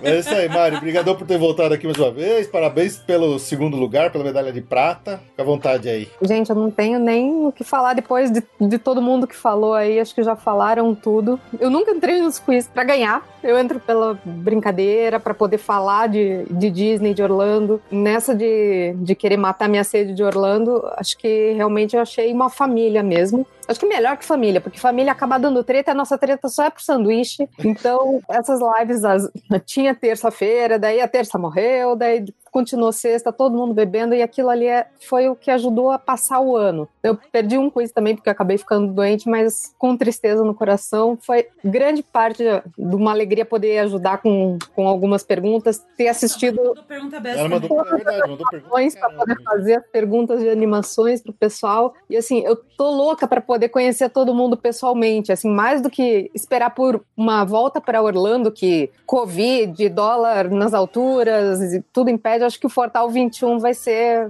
S1: é isso aí, Mari. Obrigadão por ter voltado aqui mais uma vez. Parabéns pelo segundo lugar, pela medalha de prata. Fica à vontade aí.
S3: Gente, eu não tenho nem o que falar depois de, de todo mundo que falou aí. Acho que já falaram tudo. Eu nunca entrei nos quiz pra ganhar. Eu entro pela brincadeira, pra poder falar de, de Disney, de Orlando. Nessa de, de querer matar minha sede de Orlando, acho que realmente eu achei uma família mesmo. Acho que melhor que família, porque família acaba dando treta, a nossa treta só é pro sanduíche. Então, essas lives as- tinha terça-feira, daí a terça morreu, daí continuou sexta, todo mundo bebendo, e aquilo ali é- foi o que ajudou a passar o ano. Eu perdi um quiz também, porque eu acabei ficando doente, mas com tristeza no coração. Foi grande parte de uma alegria poder ajudar com, com algumas perguntas, ter assistido
S2: Pergunta
S1: Ela mandou, é verdade, mandou pergunta. né?
S3: para poder fazer as perguntas de animações pro pessoal. E assim, eu tô louca para poder conhecer todo mundo pessoalmente, assim, mais do que esperar por uma volta para Orlando que Covid, dólar nas alturas, e tudo impede, acho que o Fortal 21 vai ser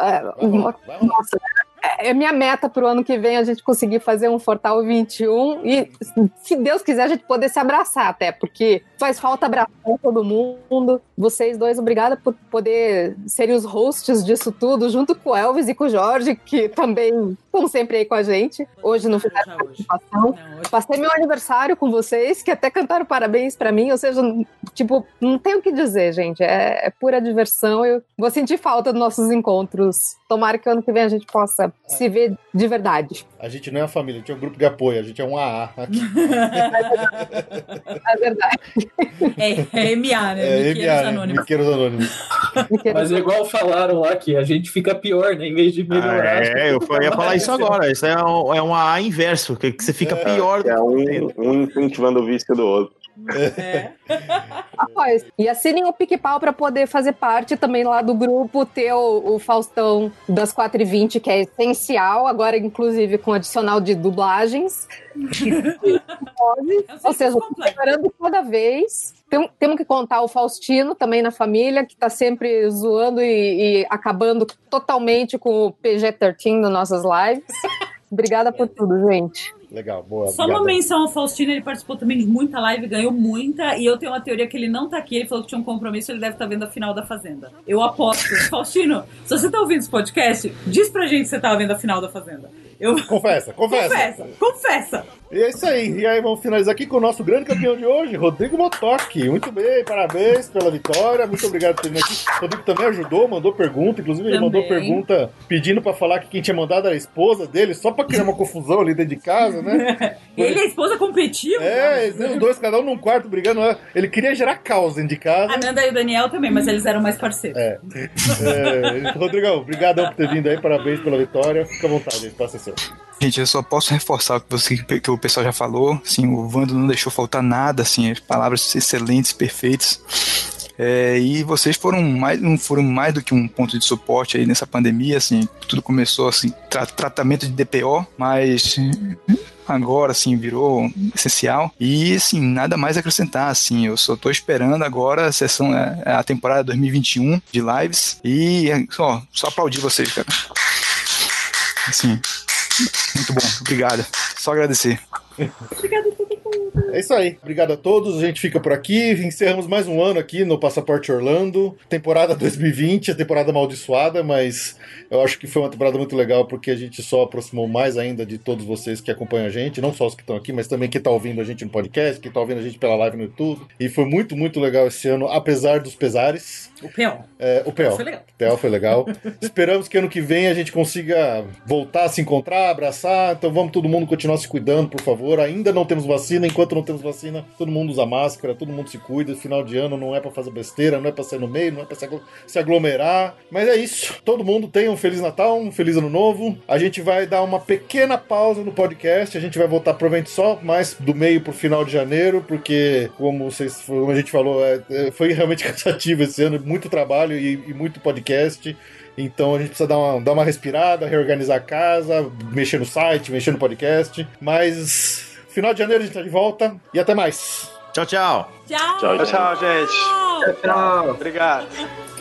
S3: é, uma- nossa, é é minha meta pro ano que vem a gente conseguir fazer um Fortal 21 e, se Deus quiser, a gente poder se abraçar até, porque faz falta abraçar todo mundo. Vocês dois, obrigada por poder serem os hosts disso tudo, junto com o Elvis e com o Jorge, que também estão sempre aí com a gente. Hoje não fizeram participação. Passei meu aniversário com vocês, que até cantaram parabéns pra mim, ou seja, tipo, não tem o que dizer, gente. É, é pura diversão. Eu vou sentir falta dos nossos encontros. Tomara que ano que vem a gente possa se ver de verdade.
S1: A gente não é uma família, a gente é um grupo de apoio, a gente é um AA aqui.
S3: É verdade.
S2: É, é MA, né?
S1: É,
S2: Miqueiros
S1: MA, né?
S2: Anônimos.
S1: Miqueiros Anônimos.
S9: Mas é igual falaram lá que a gente fica pior, né? Em vez de melhorar.
S7: Ah,
S9: acho que
S7: é, eu
S9: fica
S7: fa- ia falar
S9: mais.
S7: isso agora. Isso é um, é um AA inverso, que, que você fica pior do
S4: É um, um incentivando o vício do outro.
S3: Após. E assinem o PicPau pra poder fazer parte também lá do grupo, ter o, o Faustão das 4h20, que é essencial, agora inclusive com adicional de dublagens. Pode. Ou seja, melhorando cada vez. Tem- temos que contar o Faustino também na família, que tá sempre zoando e, e acabando totalmente com o PG-13 nas nossas lives. Obrigada por tudo, gente.
S1: Legal, boa.
S2: Só uma
S1: obrigado.
S2: menção ao Faustino, ele participou também de muita live, ganhou muita, e eu tenho uma teoria que ele não tá aqui, ele falou que tinha um compromisso, ele deve estar vendo a final da Fazenda. Eu aposto. Faustino, se você tá ouvindo esse podcast, diz pra gente se você tá vendo a final da Fazenda. Eu...
S1: Confessa, confessa.
S2: Confessa, confessa.
S1: E é isso aí. E aí vamos finalizar aqui com o nosso grande campeão de hoje, Rodrigo Motoque. Muito bem, parabéns pela vitória. Muito obrigado por ter vindo aqui. O Rodrigo também ajudou, mandou pergunta. Inclusive, ele
S2: Também.
S1: mandou pergunta pedindo pra falar que quem tinha mandado era a esposa dele, só pra criar uma confusão ali dentro de casa, né?
S2: Ele e a esposa competiam.
S1: É, eles eram dois, cada um num quarto brigando. né? Ele queria gerar caos dentro de casa.
S2: A Nanda e o Daniel também, mas eles eram mais parceiros.
S1: É. é. Rodrigão, obrigado por ter vindo aí. Parabéns pela vitória. Fica à vontade, espaço é seu.
S6: Gente, eu só posso reforçar o que, você- que o pessoal já falou. Assim, o Vando não deixou faltar nada, assim, as palavras excelentes, perfeitas. É, e vocês foram mais, não foram mais do que um ponto de suporte aí nessa pandemia, assim, tudo começou assim, tra- tratamento de DPO, mas agora assim virou essencial e assim nada mais a acrescentar assim eu só tô esperando agora a sessão é, a temporada 2021 de lives e é, ó, só aplaudir vocês cara assim muito bom, obrigado. Só agradecer.
S1: É isso aí. Obrigado a todos. A gente fica por aqui. Encerramos mais um ano aqui no Passaporte Orlando. Temporada 2020, a temporada amaldiçoada, mas eu acho que foi uma temporada muito legal porque a gente só aproximou mais ainda de todos vocês que acompanham a gente, não só os que estão aqui, mas também quem está ouvindo a gente no podcast, quem está ouvindo a gente pela live no YouTube. E foi muito, muito legal esse ano, apesar dos pesares.
S2: O peão.
S1: É, o PL.
S2: Foi legal.
S1: O PL foi legal. Esperamos que ano que vem a gente consiga voltar a se encontrar, abraçar. Então vamos todo mundo continuar se cuidando, por favor. Ainda não temos vacina. Enquanto não temos vacina, todo mundo usa máscara, todo mundo se cuida. Final de ano não é pra fazer besteira, não é pra sair no meio, não é pra se aglo- se aglomerar. Mas é isso. Todo mundo tenha um Feliz Natal, um Feliz Ano Novo. A gente vai dar uma pequena pausa no podcast. A gente vai voltar provavelmente só mais do meio pro final de janeiro, porque, como vocês, como a gente falou, é, é, foi realmente cansativo esse ano, muito trabalho e, e muito podcast. Então a gente precisa dar uma, dar uma respirada, reorganizar a casa, mexer no site, mexer no podcast. Mas final de janeiro a gente tá de volta e até mais.
S7: Tchau, tchau.
S2: Tchau.
S5: Tchau, tchau, gente.
S10: Tchau.
S5: Obrigado.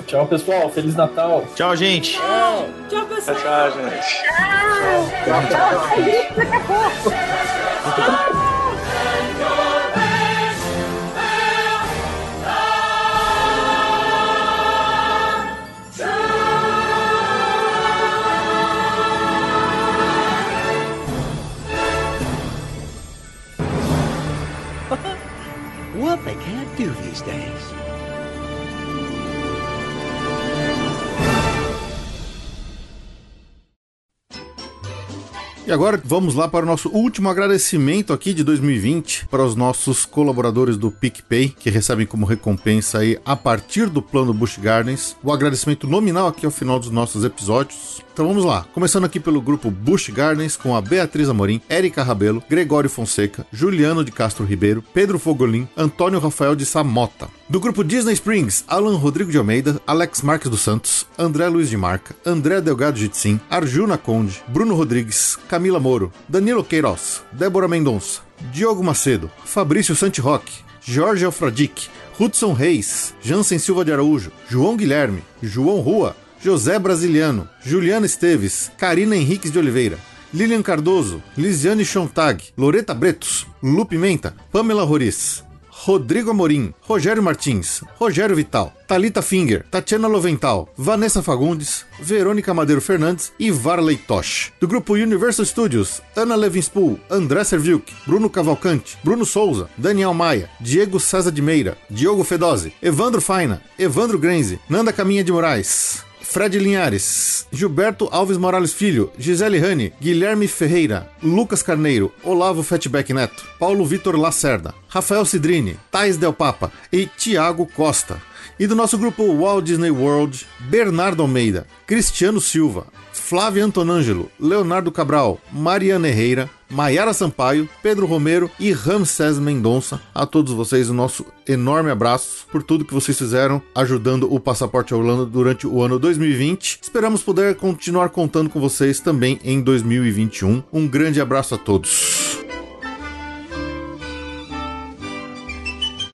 S9: Tchau, pessoal. Feliz Natal.
S7: Tchau, gente.
S2: Tchau, pessoal.
S5: Tchau, tchau, gente.
S12: What they can't do these days.
S15: E agora vamos lá para o nosso último agradecimento aqui de 2020 para os nossos colaboradores do PicPay, que recebem como recompensa aí, a partir do plano Bush Gardens, o agradecimento nominal aqui ao final dos nossos episódios. Então vamos lá, começando aqui pelo grupo Bush Gardens com a Beatriz Amorim, Érica Rabelo, Gregório Fonseca, Juliano de Castro Ribeiro, Pedro Fogolin, Antônio Rafael de Samota. Do grupo Disney Springs, Alan Rodrigo de Almeida, Alex Marques dos Santos, André Luiz de Marca, André Delgado Jitsin, Arjuna Conde, Bruno Rodrigues, Camila Moro, Danilo Queiroz, Débora Mendonça, Diogo Macedo, Fabrício Santiroque, Jorge Alfradique, Hudson Reis, Jansen Silva de Araújo, João Guilherme, João Rua, José Brasiliano, Juliana Esteves, Karina Henriques de Oliveira, Lilian Cardoso, Lisiane Chontag, Loreta Bretos, Lu Pimenta, Pamela Roriz, Rodrigo Amorim, Rogério Martins, Rogério Vital, Talita Finger, Tatiana Lovental, Vanessa Fagundes, Verônica Madeiro Fernandes e Varley Tosh. Do grupo Universal Studios, Ana Levinspool, André Servilk, Bruno Cavalcante, Bruno Souza, Daniel Maia, Diego César de Meira, Diogo Fedose, Evandro Faina, Evandro Grenze, Nanda Caminha de Moraes, Fred Linhares, Gilberto Alves Morales Filho, Gisele Rani, Guilherme Ferreira, Lucas Carneiro, Olavo Fatback Neto, Paulo Vitor Lacerda, Rafael Cidrini, Thais Del Papa e Tiago Costa. E do nosso grupo Walt Disney World, Bernardo Almeida, Cristiano Silva, Flávio Antonângelo, Leonardo Cabral, Mariana Herrera, Maiara Sampaio, Pedro Romero e Ramsés Mendonça. A todos vocês, o nosso enorme abraço por tudo que vocês fizeram ajudando o Passaporte Orlando durante o ano 2020. Esperamos poder continuar contando com vocês também em 2021. Um grande abraço a todos.